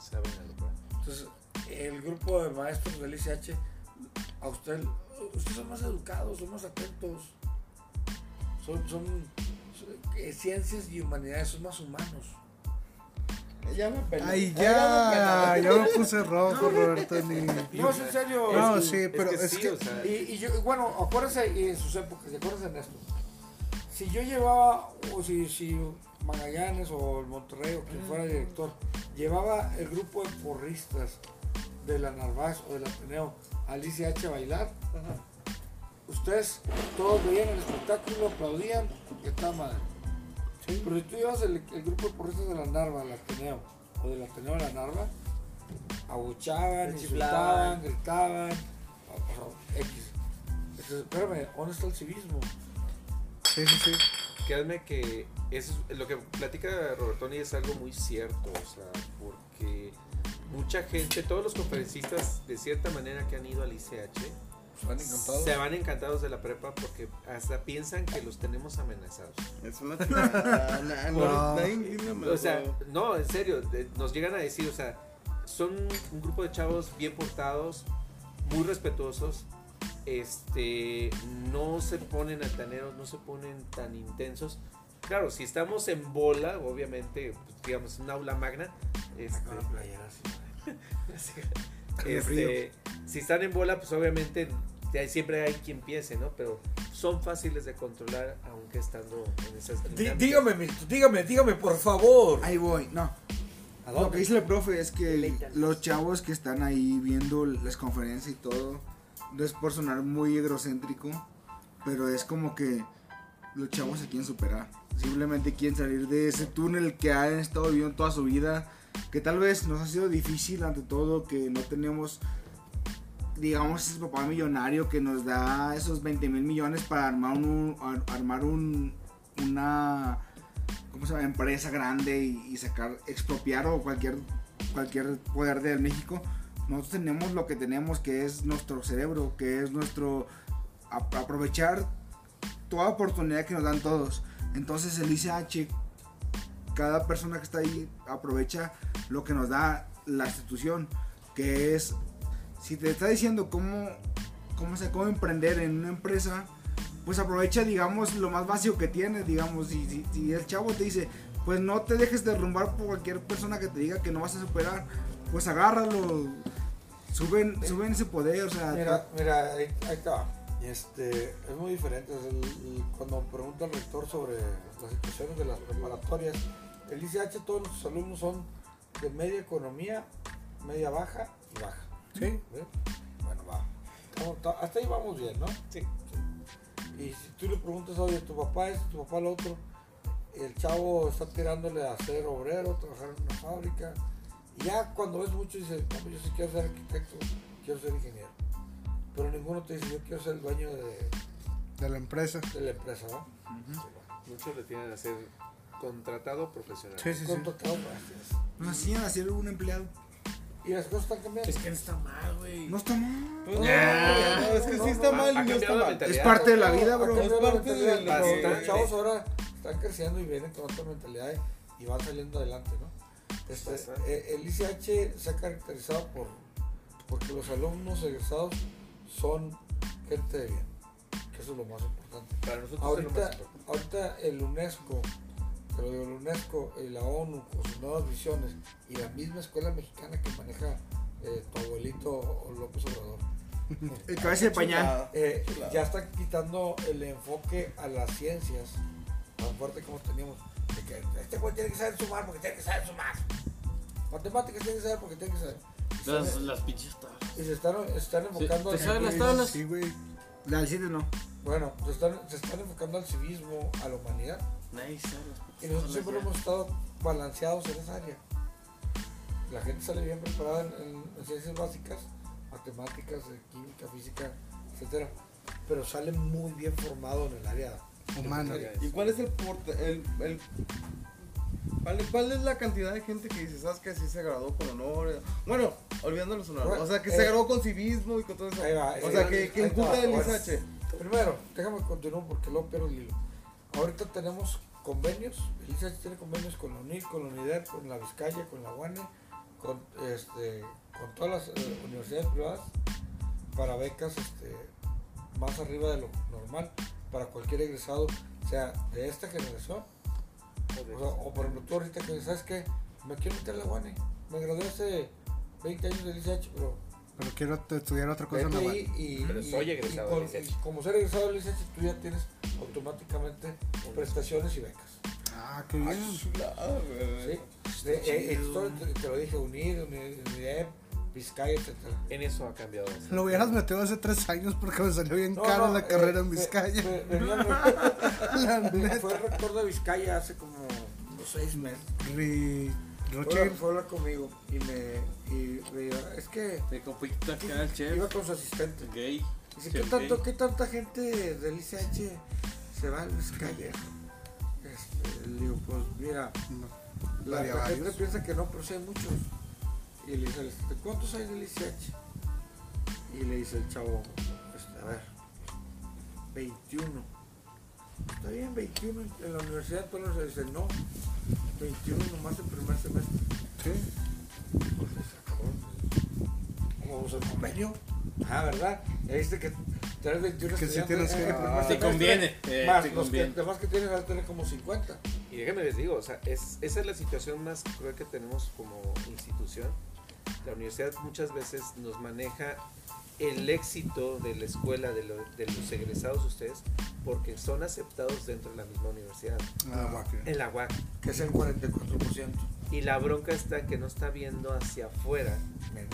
Speaker 9: Saben algo.
Speaker 1: Entonces, el grupo de maestros del ICH, a usted, ustedes son más educados, son más atentos, son, son, son- eh, ciencias y humanidades, son más humanos.
Speaker 3: Ya me pelé.
Speaker 6: Ay,
Speaker 3: ya
Speaker 6: ya,
Speaker 3: me
Speaker 6: ya me puse rojo, Roberto. Ni...
Speaker 1: No, es en serio.
Speaker 6: No,
Speaker 1: Es-
Speaker 6: sí, pero
Speaker 9: es que
Speaker 6: es
Speaker 9: sí,
Speaker 6: que.
Speaker 9: o sea,
Speaker 1: Y, y yo, bueno, acuérdense y en sus épocas, y acuérdense en esto. Si yo llevaba, o si, si Magallanes o el Monterrey o quien fuera director, llevaba el grupo de porristas de la Narváez o del Ateneo a Alicia H. a bailar, ustedes todos veían el espectáculo, aplaudían, que está madre. Pero si tú llevas el, el grupo de porristas de la Narva al Ateneo o del Ateneo a la Narva, abuchaban,
Speaker 9: Chiflaban.
Speaker 1: insultaban, gritaban, o- o- X. Entonces, espérame, ¿dónde está el civismo?
Speaker 6: Sí, sí, sí.
Speaker 9: Créanme que eso es lo que platica Robertoni es algo muy cierto, o sea, porque mucha gente, todos los conferencistas de cierta manera que han ido al ICH,
Speaker 1: Se van encantados.
Speaker 9: se van encantados de la prepa porque hasta piensan que los tenemos amenazados.
Speaker 3: Es una tirada. na- no, nadie entiende, me
Speaker 9: O sea,
Speaker 3: acuerdo.
Speaker 9: no, en serio, de- nos llegan a decir, o sea, son un grupo de chavos bien portados, muy respetuosos, este, no se ponen altaneros, no se ponen tan intensos. Claro, si estamos en bola, obviamente, pues, digamos, un aula magna, este,
Speaker 1: Con Ah, la playera así.
Speaker 9: este, si están en bola, pues obviamente de ahí siempre hay quien piense, ¿no? Pero son fáciles de controlar, aunque estando en esas
Speaker 1: Dí-
Speaker 9: dinámicas.
Speaker 1: Dígame, mi- dígame, dígame, por favor.
Speaker 4: Ahí voy, no.
Speaker 1: ¿A
Speaker 4: Lo que
Speaker 1: dónde?
Speaker 4: dice el profe es que
Speaker 5: Deleítanos.
Speaker 4: los chavos que están ahí viendo las conferencias y todo, no es por sonar muy egocéntrico, pero es como que los chavos se quieren superar. Simplemente quieren salir de ese túnel que han estado viviendo toda su vida, que tal vez nos ha sido difícil ante todo, que no tenemos, digamos, ese papá millonario que nos da esos 20 mil millones para armar un, ar- armar un, una ¿cómo se llama? empresa grande y, y sacar, expropiar o cualquier, cualquier poder de México. Nosotros tenemos lo que tenemos, que es nuestro cerebro, que es nuestro ap- aprovechar toda oportunidad que nos dan todos. Entonces el ICH, cada persona que está ahí aprovecha lo que nos da la institución, que es, si te está diciendo cómo, cómo, se, cómo emprender en una empresa, pues aprovecha, digamos, lo más básico que tienes, digamos, si, si, si el chavo te dice, pues no te dejes derrumbar por cualquier persona que te diga que no vas a superar, pues agárralo, suben, suben ese poder, o sea,
Speaker 1: Mira, mira, ahí, ahí está. Este, es muy diferente. es el- el- cuando pregunta el rector sobre las situaciones de las preparatorias, el ICH todos los alumnos son de media economía, media baja y baja.
Speaker 6: Sí.
Speaker 1: ¿Ve? Bueno, va. Estamos- ta- Hasta ahí vamos bien, ¿no? Sí. Y si tú le preguntas, oye, tu papá es, tu papá lo otro, el chavo está tirándole a ser obrero, trabajar en una fábrica. Y ya cuando ves mucho dices, no, pues yo sí quiero ser arquitecto, quiero ser ingeniero. Pero ninguno te dice, yo quiero ser el dueño de,
Speaker 6: de la empresa.
Speaker 1: de la empresa, ¿no?
Speaker 9: Muchos le tienen a ser contratado profesional.
Speaker 6: Sí, sí, sí.
Speaker 1: Contratado para hacer eso.
Speaker 4: nos enseñan a ser un empleado.
Speaker 1: Y las cosas están cambiando.
Speaker 9: que no está mal, güey.
Speaker 4: No está mal.
Speaker 3: No, Pues, no, es que sí está mal
Speaker 9: ha
Speaker 3: y no está
Speaker 9: cambiado la
Speaker 3: mal.
Speaker 9: mentalidad.
Speaker 4: Es parte de la vida, bro.
Speaker 1: Acá
Speaker 3: Es
Speaker 1: la
Speaker 3: parte de
Speaker 1: mentalidad.
Speaker 3: la-
Speaker 1: Los-
Speaker 9: Bastante.
Speaker 1: Los chavos ahora están creciendo y vienen con otra mentalidad y van saliendo adelante, ¿no? Este,
Speaker 9: Pasa.
Speaker 1: eh, el ICH se ha caracterizado por porque los alumnos egresados son gente de bien, que eso es lo más importante.
Speaker 9: Para nosotros es lo
Speaker 1: Ahorita,
Speaker 9: más importante.
Speaker 1: ahorita el UNESCO, te lo digo, el UNESCO y la ONU con sus nuevas visiones y la misma escuela mexicana que maneja eh, tu abuelito López Obrador,
Speaker 4: El cabeza de pañal.
Speaker 1: eh,
Speaker 3: Chulada.
Speaker 1: ya está quitando el enfoque a las ciencias tan fuerte como teníamos. De que este güey tiene que saber sumar porque tiene que saber sumar. Matemáticas tiene que saber porque tiene que saber.
Speaker 2: Las, las pinches tablas.
Speaker 1: Y se están, están enfocando
Speaker 2: ¿Te
Speaker 1: al-
Speaker 2: sabes las tablas?
Speaker 4: Sí, güey. La del 7 no.
Speaker 1: bueno, se están, se están enfocando al civismo, a la humanidad.
Speaker 2: Nadie sabe las pinches
Speaker 1: Y nosotros
Speaker 2: tablas
Speaker 1: siempre
Speaker 2: ya.
Speaker 1: hemos estado balanceados en esa área. La gente sale bien preparada en, en- en ciencias básicas, matemáticas, eh, química, física, etcétera, pero sale muy bien formado en el área
Speaker 6: Humana.
Speaker 3: ¿Y cuál es el, porta- el, el- ¿cuál, es- cuál es la cantidad de gente que dice, sabes que sí se graduó con honor? Bueno, olvidando los honores. O sea, que se
Speaker 1: Eh,
Speaker 3: graduó con civismo y con todo eso.
Speaker 1: Ahí va,
Speaker 3: o
Speaker 1: ahí
Speaker 3: sea,
Speaker 1: va,
Speaker 3: que, que
Speaker 1: ahí
Speaker 3: imputa
Speaker 1: va, pues,
Speaker 3: el
Speaker 1: ahora.
Speaker 3: ISH.
Speaker 1: Primero, déjame continuar porque luego pierdo el hilo. Ahorita tenemos convenios, el ICH tiene convenios con la UNIR, con la UNIDER, con la Vizcaya, con la UANE, con, este, con todas las eh, universidades privadas para becas este, más arriba de lo normal para cualquier egresado, sea de esta generación. O, sea, o por ejemplo, tú ahorita que sabes que me quiero meter a la UANE, me gradué hace 20 años del ICH, pero
Speaker 6: Pero quiero t- estudiar otra cosa en
Speaker 1: Vete
Speaker 6: la
Speaker 1: ahí y,
Speaker 9: Pero
Speaker 1: y-
Speaker 9: soy
Speaker 1: y
Speaker 9: egresado
Speaker 1: con-
Speaker 9: del ICETI.
Speaker 1: y como ser egresado del ICETI, tú ya tienes automáticamente prestaciones y becas.
Speaker 6: Ah, qué bien.
Speaker 3: Chulada, güey.
Speaker 1: ¿sí? De- eh, esto te, te lo dije, unir, unir, unir Vizcaya, etc.
Speaker 9: En eso ha cambiado. bastante.
Speaker 6: Lo hubieras metido hace tres años porque me salió bien cara
Speaker 1: eh,
Speaker 6: la carrera en Vizcaya. La neta.
Speaker 1: Fue rector de Vizcaya hace como unos seis meses.
Speaker 6: Ri-
Speaker 1: Fue a-
Speaker 6: Rochil.
Speaker 1: fue a hablar conmigo y me, y me dijo, es que
Speaker 2: De conflicto acá el chef.
Speaker 1: iba con su asistente.
Speaker 2: Gay.
Speaker 1: Dice,
Speaker 2: Sí,
Speaker 1: ¿qué,
Speaker 2: ok.
Speaker 1: tanto, ¿qué tanta gente del ICH se va a Luis Callejo? Este, le digo, pues mira, la,
Speaker 6: Había
Speaker 1: la gente
Speaker 6: varios.
Speaker 1: piensa que no, pero sí hay muchos. Y le dice, al este, ¿cuántos hay del ICH? Y le dice el chavo, este, a ver, 21. Está bien, 21 en- en la universidad, pero se dice, no, 21 nomás en primer semestre. Pues, cabrón, pues, ¿Cómo vamos al convenio? Ah, ¿verdad? Ya viste que Tener 21
Speaker 6: Que sí
Speaker 1: estudiantes,
Speaker 6: tienes que-
Speaker 1: eh, primer
Speaker 2: Te
Speaker 1: semestre,
Speaker 2: conviene, eh,
Speaker 1: más
Speaker 2: te
Speaker 1: los
Speaker 2: conviene.
Speaker 1: Que, demás que tienes vas a tener como 50.
Speaker 9: Y déjenme les digo, o sea, es, esa es la situación más cruel que tenemos como institución. La universidad muchas veces nos maneja el éxito de la escuela, de, lo- de los egresados ustedes, porque son aceptados dentro de la misma universidad,
Speaker 6: Ah,
Speaker 9: en la UAC.
Speaker 1: Que es el 44%.
Speaker 9: Y la bronca está que no está viendo hacia afuera,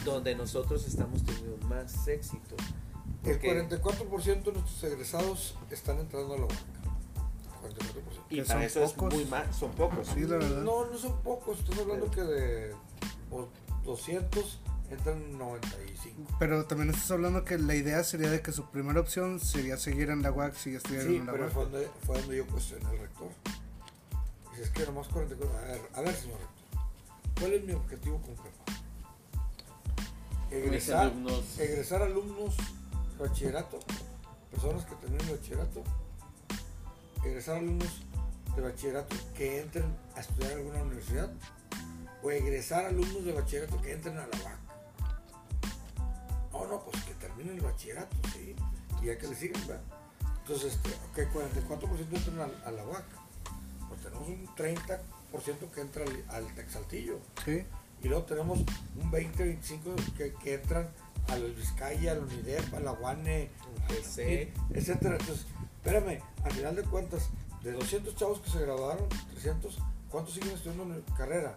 Speaker 9: donde nosotros estamos teniendo más éxito.
Speaker 1: El
Speaker 9: Porque-
Speaker 1: 44% de nuestros egresados están entrando a la banca. 44%.
Speaker 9: Y
Speaker 6: Que
Speaker 9: para
Speaker 6: son
Speaker 9: eso
Speaker 6: pocos.
Speaker 9: es muy mal, son pocos.
Speaker 6: sí, la verdad.
Speaker 1: No, no son pocos. Estás hablando que de o- 200 entran 95.
Speaker 6: Pero también estás hablando que la idea sería de que su primera opción sería seguir en la UAC si ya estuvieran
Speaker 1: Sí,
Speaker 6: en la
Speaker 1: pero
Speaker 6: UAC.
Speaker 1: fue donde, fue donde yo cuestioné al rector. Dice, es que nomás 44. A ver, a ver, señor rector. ¿Cuál es mi objetivo con CREPA?
Speaker 2: Mis
Speaker 1: Egresar,
Speaker 2: alumnos.
Speaker 1: egresar alumnos de bachillerato, personas que terminan el bachillerato, egresar alumnos de bachillerato que entren a estudiar en alguna universidad, o egresar alumnos de bachillerato que entren a la UAC. No, no, pues que terminen el bachillerato, sí, y ya que le siguen, ¿verdad? Entonces, este, ok, 44% entran al- a, la UAC, pues tenemos un 30% que entra al, al Texaltillo
Speaker 6: Sí.
Speaker 1: y luego tenemos un 20, 25 que, que entran a la Vizcaya, a la UNIDEP, a la UANE, a la
Speaker 9: UGC.
Speaker 1: UNID, etcétera. Entonces, espérame, al final de cuentas, de 200 chavos que se graduaron, 300, ¿cuántos siguen estudiando en carrera?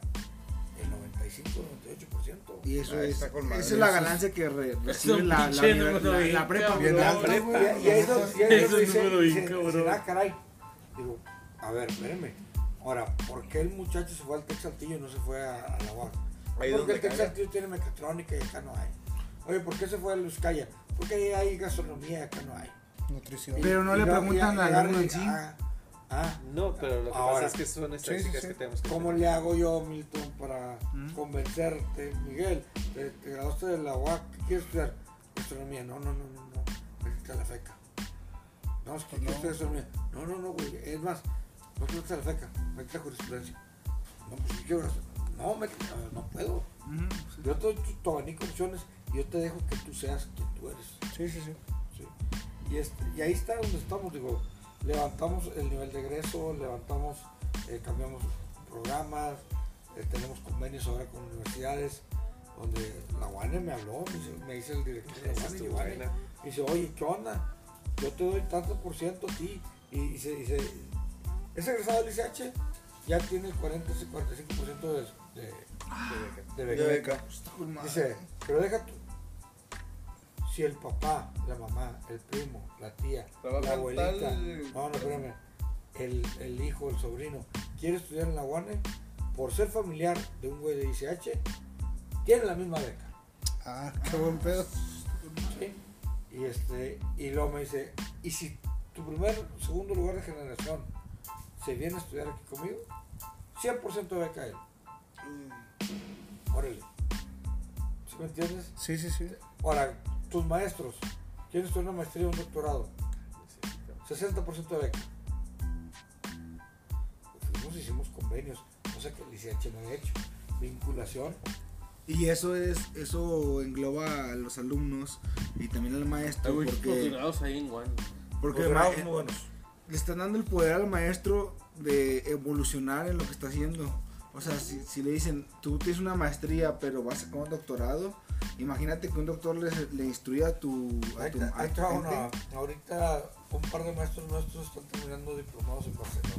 Speaker 1: El 95, 98%.
Speaker 4: Y eso
Speaker 3: Ah,
Speaker 4: es,
Speaker 3: está con madre.
Speaker 4: esa es la
Speaker 3: Eso es-
Speaker 4: ganancia que re- recibe
Speaker 2: un
Speaker 4: la, la,
Speaker 2: pinche
Speaker 4: la,
Speaker 2: número
Speaker 4: la-
Speaker 2: bien,
Speaker 4: la prepa.
Speaker 2: cabrón.
Speaker 4: güey.
Speaker 6: La
Speaker 1: No,
Speaker 6: prepa,
Speaker 1: y, y- y ahí es donde- y ahí es
Speaker 2: Eso
Speaker 1: donde
Speaker 2: es número bien,
Speaker 1: dice, dice,
Speaker 2: cabrón.
Speaker 1: "Ah, caray. Digo, a ver, espérenme. Ahora, ¿por qué el muchacho se fue al Texaltillo y no se fue a, a la UAC?
Speaker 3: Ahí
Speaker 1: Porque
Speaker 3: donde
Speaker 1: el
Speaker 3: caga.
Speaker 1: Texaltillo tiene mecatrónica y acá no hay. Oye, ¿por qué se fue a Luzcaya? Porque ahí hay gastronomía y acá no hay.
Speaker 6: Nutrición.
Speaker 1: Y-
Speaker 4: Pero no
Speaker 1: y
Speaker 4: le
Speaker 1: luego-
Speaker 4: preguntan
Speaker 1: y- y
Speaker 4: al
Speaker 1: agarran
Speaker 4: alumno
Speaker 1: y-
Speaker 4: en sí.
Speaker 1: Ah, ah,
Speaker 9: No, pero lo que
Speaker 1: Ahora,
Speaker 9: pasa es que son
Speaker 6: sí,
Speaker 9: estadísticas
Speaker 6: sí.
Speaker 9: que tenemos que
Speaker 1: ¿Cómo
Speaker 9: tener.
Speaker 1: le hago yo, Milton, para
Speaker 6: ¿Mm?
Speaker 1: convencerte, Miguel? Te, te graduaste de la UAC, ¿qué quieres estudiar? Gastronomía. No, no, no, no, no. Métete a la FECA. No, es que
Speaker 6: Pues
Speaker 1: quiero estudiar gastronomía. No, no, no, güey. Es más, no quiero estudiar la FECA. Métete a jurisprudencia. No, pues yo quiero gastronomía. No, métete, no, no puedo.
Speaker 4: Ujú.
Speaker 1: Yo te doy tu, tu abanico de opciones y yo te dejo que tú seas quien tú eres.
Speaker 6: Sí, sí, sí.
Speaker 1: Sí. Y, este- y ahí está donde estamos, digo, levantamos el nivel de egreso, levantamos, eh, cambiamos programas, eh, tenemos convenios ahora con universidades, donde la UANE me habló, me dice, me dice el director de la
Speaker 9: Esa
Speaker 1: UANE,
Speaker 9: estuvo
Speaker 1: Giovanni,
Speaker 9: buena.
Speaker 1: me dice, oye, ¿qué onda? Yo te doy tanto por ciento a ti, y, y se dice, ese egresado del ICH ya tiene el 40 ese 45% de, de,
Speaker 9: Ah.
Speaker 1: de beca.
Speaker 3: De beca.
Speaker 1: Dice, pero deja tú. Si el papá, la mamá, el primo, la tía, la
Speaker 3: Trabajan
Speaker 1: abuelita,
Speaker 3: tal-
Speaker 1: no, no, espérame, el, el hijo, el sobrino, quiere estudiar en la UANE, por ser familiar de un güey de ICH, tiene la misma beca.
Speaker 6: Ah, qué buen pedo.
Speaker 1: ¿sí? Y, este, y luego me dice, ¿y si tu primer, segundo lugar de generación se viene a estudiar aquí conmigo? 100% de beca él. Órale. ¿Sí me entiendes?
Speaker 6: Sí, sí, sí.
Speaker 1: Ahora, tus maestros, ¿quieren estudiar una maestría o un doctorado? 60% de beca. Fuimos, hicimos convenios, cosa que el ICH no ha hecho. Vinculación.
Speaker 4: Y eso es, eso engloba a los alumnos y también al
Speaker 2: Hay
Speaker 4: maestro,
Speaker 2: muchos
Speaker 4: porque,
Speaker 2: postulados ahí en Guan.
Speaker 4: porque el
Speaker 1: posgrados
Speaker 4: ma-
Speaker 1: Pues muy buenos.
Speaker 4: le están dando el poder al maestro de evolucionar en lo que está haciendo. O sea, si, si le dicen, tú tienes una maestría, pero vas a sacar un doctorado, imagínate que un doctor le, le instruya a tu, a
Speaker 1: Ahí
Speaker 4: tu,
Speaker 1: te-
Speaker 4: a
Speaker 1: ahí
Speaker 4: tu
Speaker 1: te va
Speaker 4: gente.
Speaker 1: una. Ahorita un par de maestros nuestros están terminando diplomados en Barcelona.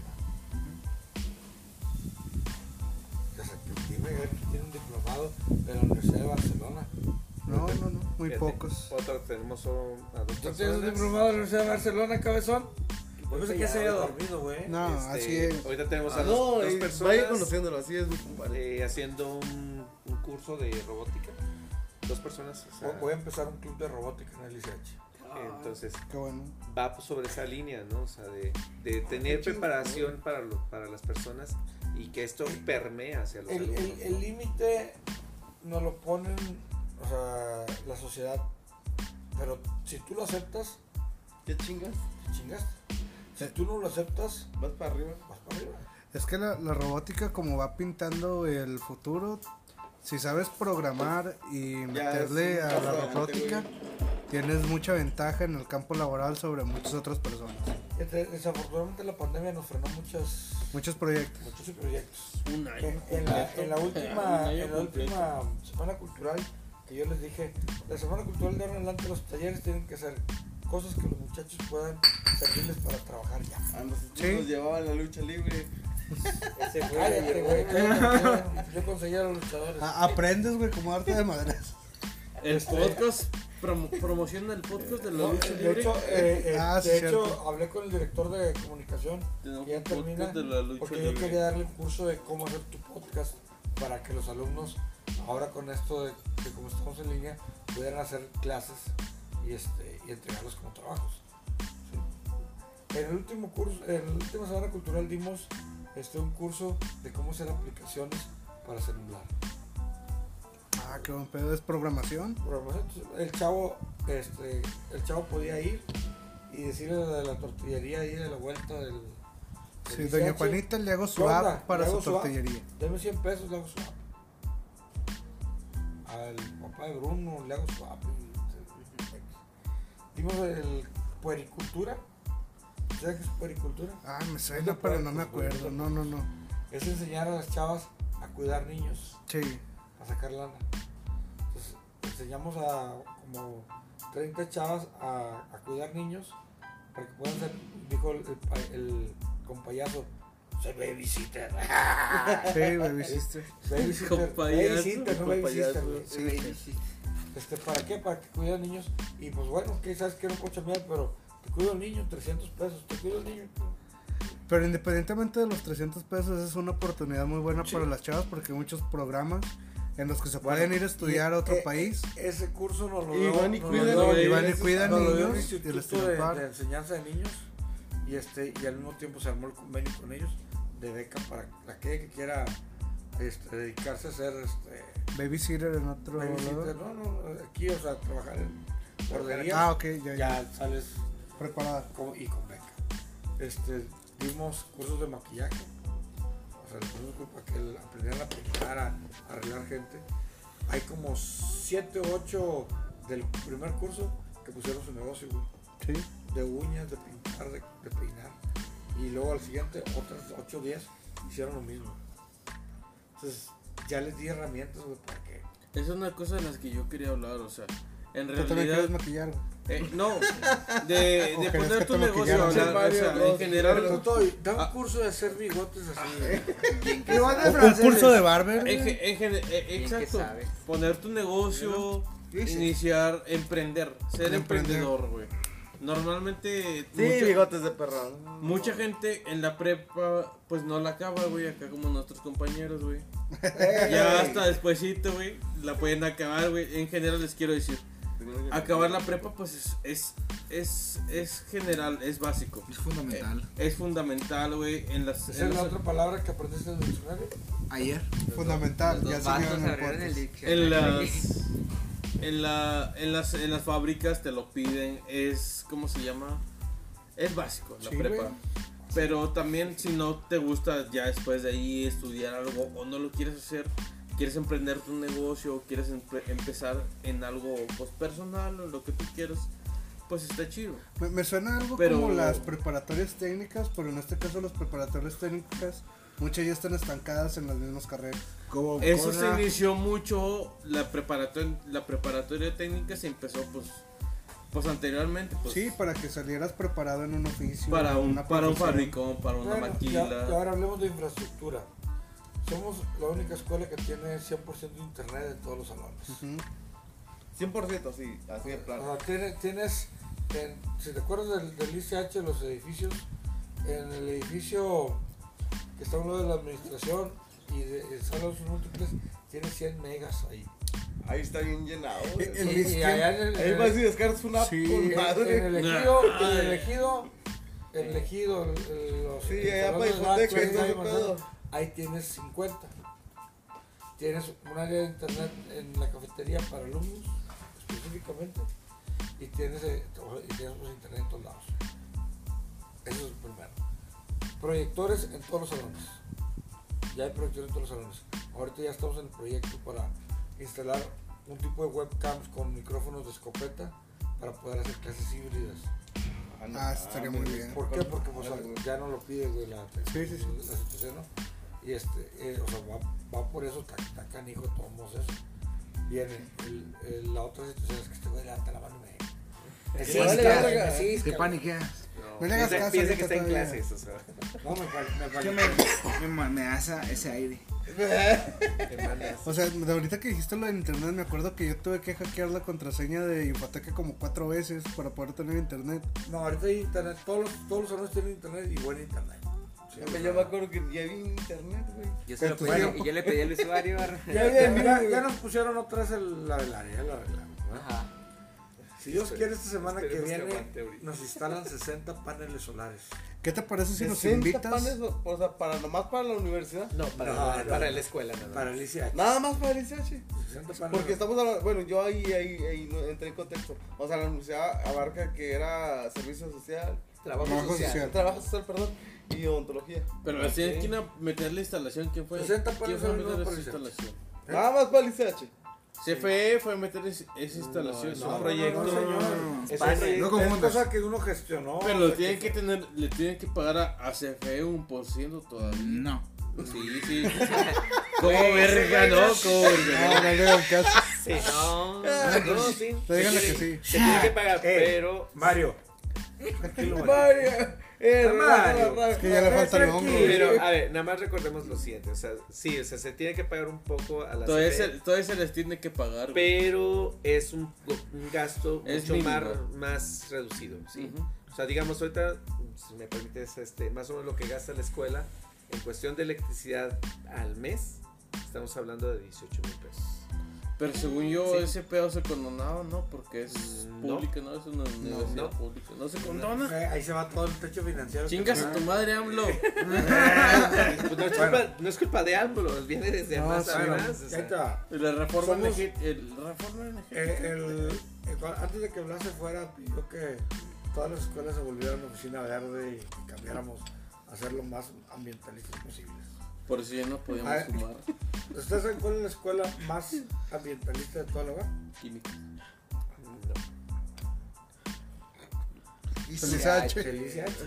Speaker 1: Ya sé, que dime a ver que tiene un diplomado de la Universidad de Barcelona.
Speaker 6: No, no, no. Muy
Speaker 9: Fíjate,
Speaker 6: pocos.
Speaker 9: Otro tenemos un- a dos
Speaker 1: ¿Tú tienes un
Speaker 9: personas.
Speaker 1: diplomado de la Universidad de Barcelona, cabezón? Pues, Yo pensé
Speaker 9: Ahorita
Speaker 1: que
Speaker 9: ya,
Speaker 1: se había
Speaker 9: ahorita-
Speaker 1: dormido, güey.
Speaker 6: No,
Speaker 9: este,
Speaker 6: Ah, así es.
Speaker 9: Ahorita tenemos a
Speaker 3: Ah,
Speaker 9: dos,
Speaker 3: no,
Speaker 9: dos
Speaker 3: eh,
Speaker 9: personas
Speaker 3: vaya conociéndolo, así es. Vale.
Speaker 9: eh, haciendo un, un curso de robótica. Dos personas. o
Speaker 6: Oh,
Speaker 9: sea,
Speaker 1: Voy- Voy a empezar un club de robótica en el ICH.
Speaker 9: entonces
Speaker 6: Ah, Qué bueno. Ah,
Speaker 9: va sobre esa línea, ¿no? O sea, de, de tener preparación para, lo- para las personas y que esto permea hacia los
Speaker 1: El-
Speaker 9: alumnos.
Speaker 1: el- El
Speaker 9: ¿no?
Speaker 1: límite nos lo ponen o sea, la sociedad, pero si tú lo aceptas,
Speaker 3: ¿Qué chingas?
Speaker 1: te chingaste. Si tú no lo aceptas,
Speaker 3: Vas para arriba.
Speaker 1: vas para arriba.
Speaker 6: Es que la, la robótica como va pintando el futuro, si sabes programar y
Speaker 3: Ya,
Speaker 6: meterle
Speaker 3: sí,
Speaker 6: a
Speaker 3: paso
Speaker 6: la
Speaker 3: adelante,
Speaker 6: robótica, tienes mucha ventaja en el campo laboral sobre muchas otras personas.
Speaker 1: Este, Desafortunadamente la pandemia nos frenó muchos,
Speaker 6: Muchos proyectos.
Speaker 1: muchos proyectos.
Speaker 2: Un año.
Speaker 1: En, en la, en la última,
Speaker 2: año
Speaker 1: en la última semana cultural que yo les dije, la semana cultural de ahora en adelante los talleres tienen que ser cosas que los muchachos puedan servirles para trabajar ya.
Speaker 3: A nosotros
Speaker 6: Sí.
Speaker 3: nos llevaban la lucha libre.
Speaker 9: Ese fue
Speaker 1: Cállate,
Speaker 9: ayer,
Speaker 1: güey.
Speaker 9: güey.
Speaker 1: cállate. Yo conseguía a los luchadores.
Speaker 6: A- aprendes, güey, como arte de madres.
Speaker 2: El podcast promo- promociona el podcast Este, de la
Speaker 1: No,
Speaker 2: lucha
Speaker 1: de
Speaker 2: libre.
Speaker 1: hecho, eh, eh,
Speaker 6: Ah, sí,
Speaker 1: de
Speaker 6: cierto.
Speaker 1: hecho, hablé con el director de comunicación
Speaker 2: Tenemos
Speaker 1: que ya
Speaker 2: un podcast
Speaker 1: termina
Speaker 2: de la lucha
Speaker 1: porque yo
Speaker 2: libre.
Speaker 1: quería darle un curso de cómo hacer tu podcast para que los alumnos ahora con esto de, de como estamos en línea pudieran hacer clases y, este, y entregarlos como trabajos. Sí. En el último curso, en la última semana cultural dimos este, un curso de cómo hacer aplicaciones para celular.
Speaker 6: Ah, qué buen pedo. Es programación.
Speaker 1: Programación. Entonces, el chavo este el chavo podía ir y decirle a la de la tortillería ahí de la vuelta del del
Speaker 6: Sí, doña
Speaker 1: ICH,
Speaker 6: Juanita le hago su
Speaker 1: ¿Qué
Speaker 6: app
Speaker 1: onda?
Speaker 6: para
Speaker 1: ¿Le
Speaker 6: su
Speaker 1: hago su app?
Speaker 6: tortillería.
Speaker 1: deme 100 pesos le hago su app al papá de Bruno le hago su app y- dimos el puericultura ¿sabes qué es puericultura?
Speaker 6: Ah, me suena, pero no pues, me acuerdo. No, no, no.
Speaker 1: es enseñar a las chavas a cuidar niños
Speaker 6: Sí.
Speaker 1: a sacar lana. Entonces enseñamos a como 30 chavas a, a cuidar niños para que puedan ser, dijo el, el pa- el compayazo, soy babysitter.
Speaker 6: Sí, güey, viste.
Speaker 1: babysitter,
Speaker 2: Compayazo,
Speaker 1: babysitter, no
Speaker 2: compayazo.
Speaker 1: babysitter. güey. Este, ¿Para qué? Para que cuiden niños. Y pues bueno, que sabes que no puedo chambear, pero te cuido el niño, 300 pesos, te cuido el niño.
Speaker 6: Pero independientemente de los 300 pesos, es una oportunidad muy buena para las chavas porque hay muchos programas en los que se pueden ir a estudiar a otro
Speaker 1: Eh,
Speaker 6: país.
Speaker 1: Ese curso nos lo
Speaker 3: Y van y
Speaker 1: nos lo
Speaker 3: cuidan
Speaker 1: dio-
Speaker 2: a ellos.
Speaker 6: Y van y
Speaker 2: eso
Speaker 6: cuidan
Speaker 1: Nos lo dio un
Speaker 6: niños y les
Speaker 1: instituto
Speaker 6: tienen
Speaker 1: de,
Speaker 6: par.
Speaker 1: de enseñanza de niños y este y al mismo tiempo se armó el convenio con ellos de beca para la que, que quiera este, dedicarse a ser este
Speaker 6: Babysitter en otro
Speaker 1: babysitter. no
Speaker 6: lado.
Speaker 1: no aquí o sea trabajar en guarderías
Speaker 6: Ah, ok, ya, ya.
Speaker 1: ya sales
Speaker 6: Preparada.
Speaker 1: con- y con beca este dimos cursos de maquillaje o sea les pusimos culpa que aprendieran a pintar a, a arreglar gente hay como 7 o 8 del primer curso que pusieron su negocio güey
Speaker 6: Sí.
Speaker 1: de uñas, de pintar, de, de peinar. Y luego al siguiente, otras 8 días, hicieron lo mismo. Entonces, ya les di herramientas, güey, para que.
Speaker 2: Esa es una cosa de las que yo quería hablar, o sea, en
Speaker 6: Tú también quieres
Speaker 2: realidad...
Speaker 6: maquillar, güey.
Speaker 2: eh, no, de,
Speaker 6: O querías
Speaker 2: de
Speaker 6: que
Speaker 2: poner tu
Speaker 6: te
Speaker 2: negocio,
Speaker 6: maquillaran.
Speaker 2: o
Speaker 6: Sí,
Speaker 2: sea, o sea, en
Speaker 1: Pero
Speaker 2: general...
Speaker 1: Totoy, da un curso de hacer bigotes así.
Speaker 5: ¿Qué van
Speaker 6: Un- Un curso de barber.
Speaker 2: en ge- en gen- eh,
Speaker 5: Bien que
Speaker 2: exacto,
Speaker 5: sabe.
Speaker 2: poner tu negocio,
Speaker 4: Sí, sí.
Speaker 2: iniciar, emprender, ser
Speaker 6: Emprender.
Speaker 2: emprendedor, güey. Normalmente...
Speaker 3: Sí,
Speaker 2: mucha-
Speaker 3: bigotes de perro.
Speaker 2: Mucha gente en la prepa, pues no la acaba, güey, acá como nuestros compañeros, güey. Ya hasta despuesito, güey, la pueden acabar, güey. En general les quiero decir, acabar la prepa, pues es, es, es, es general, es básico.
Speaker 4: Es fundamental.
Speaker 2: Es fundamental, güey, en las...
Speaker 1: Esa
Speaker 2: en
Speaker 1: es la
Speaker 2: los-
Speaker 1: otra palabra que aprendiste en el diccionario.
Speaker 4: Ayer.
Speaker 6: Fundamental. Ya
Speaker 5: Eh, Los
Speaker 6: salió
Speaker 5: vatos
Speaker 6: en el
Speaker 5: arriba en el
Speaker 6: podcast.
Speaker 2: en
Speaker 5: diccionario.
Speaker 2: las en la en las en las fábricas te lo piden es cómo se llama es básico la
Speaker 6: Sí,
Speaker 2: prepa
Speaker 6: güey.
Speaker 2: pero también si no te gusta ya después de ahí estudiar algo o no lo quieres hacer quieres emprender tu negocio quieres empe- empezar en algo pues personal o lo que tú quieras pues está chido
Speaker 6: Me, me suena algo
Speaker 2: Pero-
Speaker 6: como las preparatorias técnicas, pero en este caso las preparatorias técnicas, muchas ya están estancadas en las mismas carreras.
Speaker 4: Como
Speaker 2: Eso
Speaker 4: Corra,
Speaker 2: se inició mucho, la preparatoria, la preparatoria técnica se empezó pues, pues anteriormente, pues
Speaker 6: sí, para que salieras preparado en un oficio.
Speaker 2: para
Speaker 6: en
Speaker 2: un,
Speaker 6: una
Speaker 2: para un
Speaker 6: profesión.
Speaker 2: fabricón, para una
Speaker 1: Bueno,
Speaker 2: maquila.
Speaker 1: ya- y ahora hablemos de infraestructura. Somos la única escuela que tiene 100% de internet en todos los salones.
Speaker 6: Ujú.
Speaker 3: 100% sí, así de plano.
Speaker 1: O sea, tiene- tienes, en- si te acuerdas del, del ICH, los edificios, en el edificio que está a un lado de la administración y de, de salas múltiples, tiene 100 megas ahí.
Speaker 3: Ahí está bien llenado.
Speaker 6: Eh,
Speaker 3: güey.
Speaker 6: El
Speaker 1: Y- y
Speaker 6: disque-
Speaker 1: allá en el,
Speaker 3: Ahí
Speaker 1: en
Speaker 3: vas y
Speaker 1: el-
Speaker 3: descargas una
Speaker 6: Sí.
Speaker 3: con
Speaker 1: en- en
Speaker 3: madre.
Speaker 1: el ejido, en el ejido, el ejido, el- el- los
Speaker 3: Sí,
Speaker 1: el
Speaker 3: allá
Speaker 1: salón
Speaker 3: para
Speaker 1: de
Speaker 3: discoteca,
Speaker 1: Nacho,
Speaker 3: ahí está
Speaker 1: ahí
Speaker 3: ese
Speaker 1: más
Speaker 3: pedo.
Speaker 1: allá, ahí tienes 50. Tienes un área de internet en la cafetería para alumnos, específicamente, y tienes, eh, to- y tienes, pues, internet en todos lados. Eso es el primero. Proyectores en todos los salones. Ya hay proyectores en todos los salones. Ahorita ya estamos en el proyecto para instalar un tipo de webcams con micrófonos de escopeta para poder hacer clases híbridas.
Speaker 6: Ah, estaría muy bien.
Speaker 1: ¿Por qué? Porque pues, ya no lo pide güey, la,
Speaker 6: Sí, sí, sí.
Speaker 1: la situación, ¿no? Y este, eh, o sea, va, va por eso, está, está canijo, tomamos eso. Viene, el, el- la otra situación es que este güey levanta la mano y me...
Speaker 6: Sí,
Speaker 1: Sí,
Speaker 6: vale,
Speaker 1: cabrón,
Speaker 6: verga.
Speaker 1: sí,
Speaker 4: Te
Speaker 1: cabrón.
Speaker 4: paniqueas.
Speaker 6: No le hagas
Speaker 9: Piensa,
Speaker 6: caso
Speaker 9: piensa
Speaker 6: ahorita
Speaker 9: que está en
Speaker 6: todavía.
Speaker 9: clases, o sea.
Speaker 1: No, me pal- me pal-
Speaker 4: Es que me, me, ma- me da esa- ese aire.
Speaker 9: Te mandas.
Speaker 6: O sea, de ahorita que dijiste lo del internet, me acuerdo que yo tuve que hackear la contraseña de Infoteca como cuatro veces para poder tener internet.
Speaker 1: No, ahorita hay internet, todos los, todos los anuncios tienen internet y buen internet. Sí, o sea,
Speaker 9: Yo me acuerdo que ya vi en internet, güey.
Speaker 5: Yo se lo pedí, y yo le pedí al usuario. barra.
Speaker 1: ya, ya, mira, ya nos pusieron otra vez el- la velaria, la velaria.
Speaker 5: Ajá.
Speaker 1: Si Dios
Speaker 9: Espere-
Speaker 1: quiere, esta semana que
Speaker 9: esperemos que
Speaker 1: viene
Speaker 9: aguante ahorita.
Speaker 1: nos instalan 60 paneles solares.
Speaker 6: ¿Qué te parece si nos
Speaker 3: 60
Speaker 6: invitas?
Speaker 3: panes, o sea, para nomás para la universidad.
Speaker 9: No, para,
Speaker 1: No,
Speaker 9: para,
Speaker 1: no, no.
Speaker 9: la escuela, nada.
Speaker 1: Para el ICH.
Speaker 3: Nada más para el ICH.
Speaker 1: 60 paneles.
Speaker 3: Porque estamos hablando, bueno, yo ahí, ahí, ahí no- entré en contexto. O sea, la universidad abarca que era servicio social, trabajo,
Speaker 6: Trabajo
Speaker 3: social,
Speaker 6: social.
Speaker 3: trabajo social, perdón, y odontología.
Speaker 2: Pero así tienen que ir a meter la instalación. ¿Quién fue?
Speaker 1: 60
Speaker 2: ¿Quién fue a
Speaker 1: palos
Speaker 2: meter
Speaker 1: por
Speaker 2: esa
Speaker 1: licencia.
Speaker 2: instalación?
Speaker 3: Nada más para el ICH.
Speaker 2: CFE fue a meter es- esa instalación.
Speaker 9: no,
Speaker 2: su
Speaker 9: no,
Speaker 2: proyecto.
Speaker 1: No, señor.
Speaker 9: Es
Speaker 5: España.
Speaker 9: un-
Speaker 4: No
Speaker 1: Es
Speaker 4: confundas.
Speaker 1: cosa que uno gestionó.
Speaker 2: Pero
Speaker 1: o
Speaker 2: lo
Speaker 1: sea,
Speaker 2: tienen
Speaker 1: que-
Speaker 2: que tener, le tienen que pagar a, a CFE un por ciento todavía.
Speaker 4: No.
Speaker 2: Sí, sí. ¿Cómo verga, no? ¿Cómo verga?
Speaker 6: No, no le hagan caso.
Speaker 9: Sí, no. No, sí.
Speaker 6: Te digan la que
Speaker 9: tiene-
Speaker 6: sí.
Speaker 9: Se tiene que pagar,
Speaker 1: Eh.
Speaker 9: pero.
Speaker 1: Mario.
Speaker 3: Mario, eh,
Speaker 1: Mario.
Speaker 3: Rafa,
Speaker 6: Es que ya le
Speaker 3: Rafa,
Speaker 6: falta el
Speaker 3: tranquilo.
Speaker 6: hongo.
Speaker 9: Pero, a ver, nada más recordemos lo siguiente. O sea, sí, o sea, se tiene que pagar un poco a la
Speaker 2: Todavía
Speaker 9: CFE,
Speaker 2: se, todavía se les tiene que pagar. güey.
Speaker 9: pero es un, un gasto
Speaker 2: Es
Speaker 9: mucho
Speaker 2: mínimo.
Speaker 9: más, más reducido, ¿sí?
Speaker 2: Ujú.
Speaker 9: O sea, digamos, ahorita, si me permites, este, más o menos lo que gasta la escuela en cuestión de electricidad al mes, estamos hablando de 18 mil pesos.
Speaker 2: Pero según yo,
Speaker 9: Sí.
Speaker 2: ese pedo se condonaba, ¿no? Porque es
Speaker 9: Mm, no.
Speaker 2: pública, ¿no? Es una universidad
Speaker 9: no.
Speaker 2: pública. No se condona.
Speaker 1: Eh, Ahí se va todo el techo financiero.
Speaker 2: Chingas a tu madre, AMLO.
Speaker 9: Pues no, es
Speaker 1: Bueno.
Speaker 9: culpa, no es culpa de AMLO, viene desde
Speaker 1: No,
Speaker 9: más
Speaker 1: sí,
Speaker 9: atrás,
Speaker 1: bueno,
Speaker 9: o
Speaker 1: ahí
Speaker 9: sea.
Speaker 1: te va.
Speaker 2: La reforma
Speaker 1: Somos-
Speaker 2: energé- el reforma energética.
Speaker 1: Eh, el- el- antes de que hablase fuera, pidió que todas las escuelas se volvieran oficina verde y que cambiáramos a ser lo más ambientalistas posibles.
Speaker 2: Por si ya nos podíamos
Speaker 1: Ah.
Speaker 2: fumar
Speaker 1: ¿Ustedes saben cuál es la escuela más ambientalista de toda la hogar?
Speaker 2: química.
Speaker 6: El ICH.
Speaker 1: El ICH.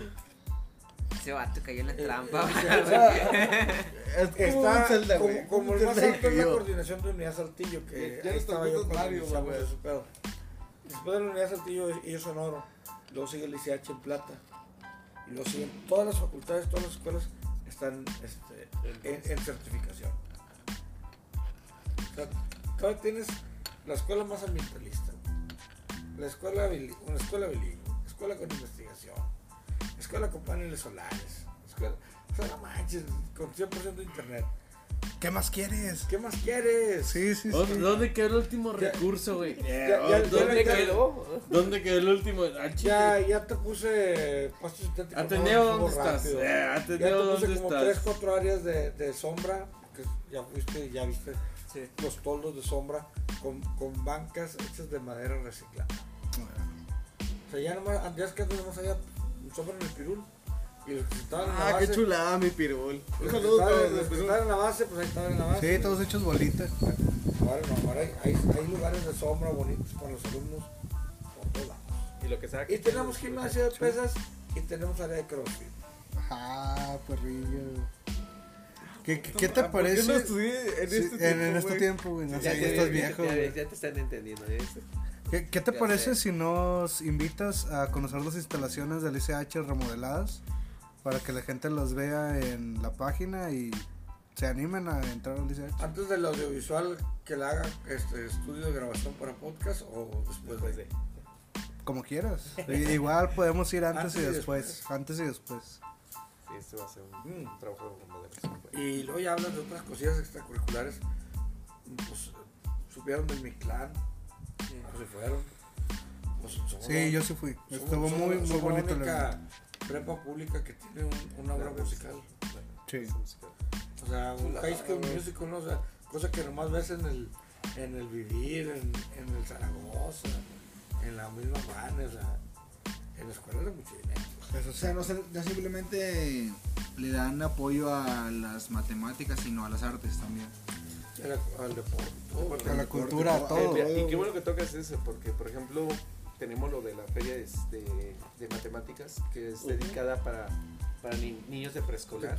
Speaker 5: Ese vato cayó en la
Speaker 1: Eh, eh,
Speaker 5: trampa. barra,
Speaker 1: o sea,
Speaker 5: güey.
Speaker 3: Es como un Zelda,
Speaker 1: Está
Speaker 3: güey.
Speaker 1: como, como el más alto es la
Speaker 4: yo.
Speaker 1: coordinación de Unidad Saltillo, que
Speaker 3: Ya
Speaker 1: ahí
Speaker 3: no
Speaker 1: estaba yo cuando
Speaker 3: Mario,
Speaker 1: iniciamos
Speaker 3: güey,
Speaker 1: eso.
Speaker 3: su pedo.
Speaker 1: Después de la Unidad Saltillo ellos son oro, luego sigue el ICH en plata, y luego siguen todas las facultades, todas las escuelas están este, en, en certificación. O sea, todavía tienes la escuela más ambientalista, la escuela, bili- una escuela bilingüe, escuela con investigación, escuela con paneles solares, escuela, o sea, no manches, con 100% de internet.
Speaker 6: ¿Qué más quieres?
Speaker 1: ¿Qué más quieres?
Speaker 6: Sí, sí,
Speaker 2: ¿Dó-
Speaker 6: sí.
Speaker 2: ¿Dónde quedó el último recurso, güey? Eh,
Speaker 1: ya- ya-
Speaker 2: ¿Dónde
Speaker 1: ya-
Speaker 2: quedó? ¿Dónde quedó el último? Ah, chile.
Speaker 1: Ya, ya te puse pasto sintético.
Speaker 2: Ateneo,
Speaker 1: no,
Speaker 2: ¿dónde
Speaker 1: subo
Speaker 2: estás?
Speaker 1: rápido.
Speaker 2: Eh,
Speaker 1: ya
Speaker 2: Ateneo,
Speaker 1: te puse
Speaker 2: ¿dónde
Speaker 1: como
Speaker 2: estás?
Speaker 1: 3, 4 áreas de, de sombra, que ya fuiste, ya viste
Speaker 5: Sí.
Speaker 1: los toldos de sombra con, con bancas hechas de madera reciclada. O sea, ya nomás, ya es que antes nomás había sombra en el pirul y los que estaban en la
Speaker 3: Ah,
Speaker 1: base.
Speaker 3: qué chulada, mi pirul.
Speaker 1: los
Speaker 3: Un
Speaker 1: que
Speaker 3: saludo
Speaker 1: estaban-
Speaker 3: para
Speaker 1: Los que estaban en la base, pues ahí estaban en
Speaker 3: Ah,
Speaker 1: la base.
Speaker 6: Sí, todos hechos bolitas.
Speaker 1: Ahora no, ahora hay, hay, hay lugares de sombra bonitos para los alumnos por todos lados.
Speaker 9: Y lo que sea
Speaker 1: Y
Speaker 9: que-
Speaker 1: tenemos gimnasio de pesas y tenemos área de crossfit.
Speaker 6: Ajá, perrillo. ¿Qué, qué, Ah, qué te
Speaker 3: ¿Por qué no
Speaker 6: parece?
Speaker 3: estudié en este
Speaker 6: Sí, en, en
Speaker 3: tiempo,
Speaker 6: este
Speaker 3: güey?
Speaker 6: tiempo, güey. no
Speaker 9: Ya,
Speaker 6: sé, ya
Speaker 9: te-
Speaker 6: estás
Speaker 9: ya-
Speaker 6: viejo,
Speaker 9: ya,
Speaker 6: güey.
Speaker 9: ya te están entendiendo. ¿eh?
Speaker 6: ¿Qué, qué te
Speaker 5: Ya
Speaker 6: parece
Speaker 5: sé.
Speaker 6: si nos invitas a conocer las instalaciones del ICH remodeladas para que la gente las vea en la página y se animen a entrar al ICH?
Speaker 1: Antes del audiovisual que la haga este estudio de grabación para podcast o después
Speaker 9: Pues
Speaker 1: de
Speaker 9: de-
Speaker 6: Como quieras. I- Igual podemos ir antes,
Speaker 1: Antes
Speaker 6: y
Speaker 1: y
Speaker 6: después. Antes y después.
Speaker 9: Sí, esto va a ser un,
Speaker 1: Mm.
Speaker 9: un trabajo de moderación. güey.
Speaker 1: y luego ya hablan de otras cosillas extracurriculares. Pues supieron de mi clan,
Speaker 5: Sí.
Speaker 1: pues se fueron. Pues, somos la-
Speaker 6: Sí, yo sí fui.
Speaker 1: somos-
Speaker 6: Estuvo
Speaker 1: somos-
Speaker 6: muy, muy
Speaker 1: somos la
Speaker 6: bonito el
Speaker 1: única
Speaker 6: evento.
Speaker 1: prepa pública que tiene un- una obra musical.
Speaker 6: Sí.
Speaker 1: O sea, un high school musical, ¿no? o sea, cosa que nomás ves en el, en el vivir, en, en el Zaragoza, en la misma van, en la, en la escuela de mucho dinero.
Speaker 4: O sea, no, se- no simplemente le dan apoyo a las matemáticas, sino a las artes también.
Speaker 1: Y Al, al deporte. todo,
Speaker 6: A la
Speaker 9: Oh,
Speaker 4: deporte,
Speaker 6: cultura, a
Speaker 4: todo.
Speaker 9: Eh,
Speaker 6: todo.
Speaker 9: mira, y qué bueno que tocas eso, porque por ejemplo, tenemos lo de la feria este, de matemáticas, que es dedicada para, para ni- niños de preescolar.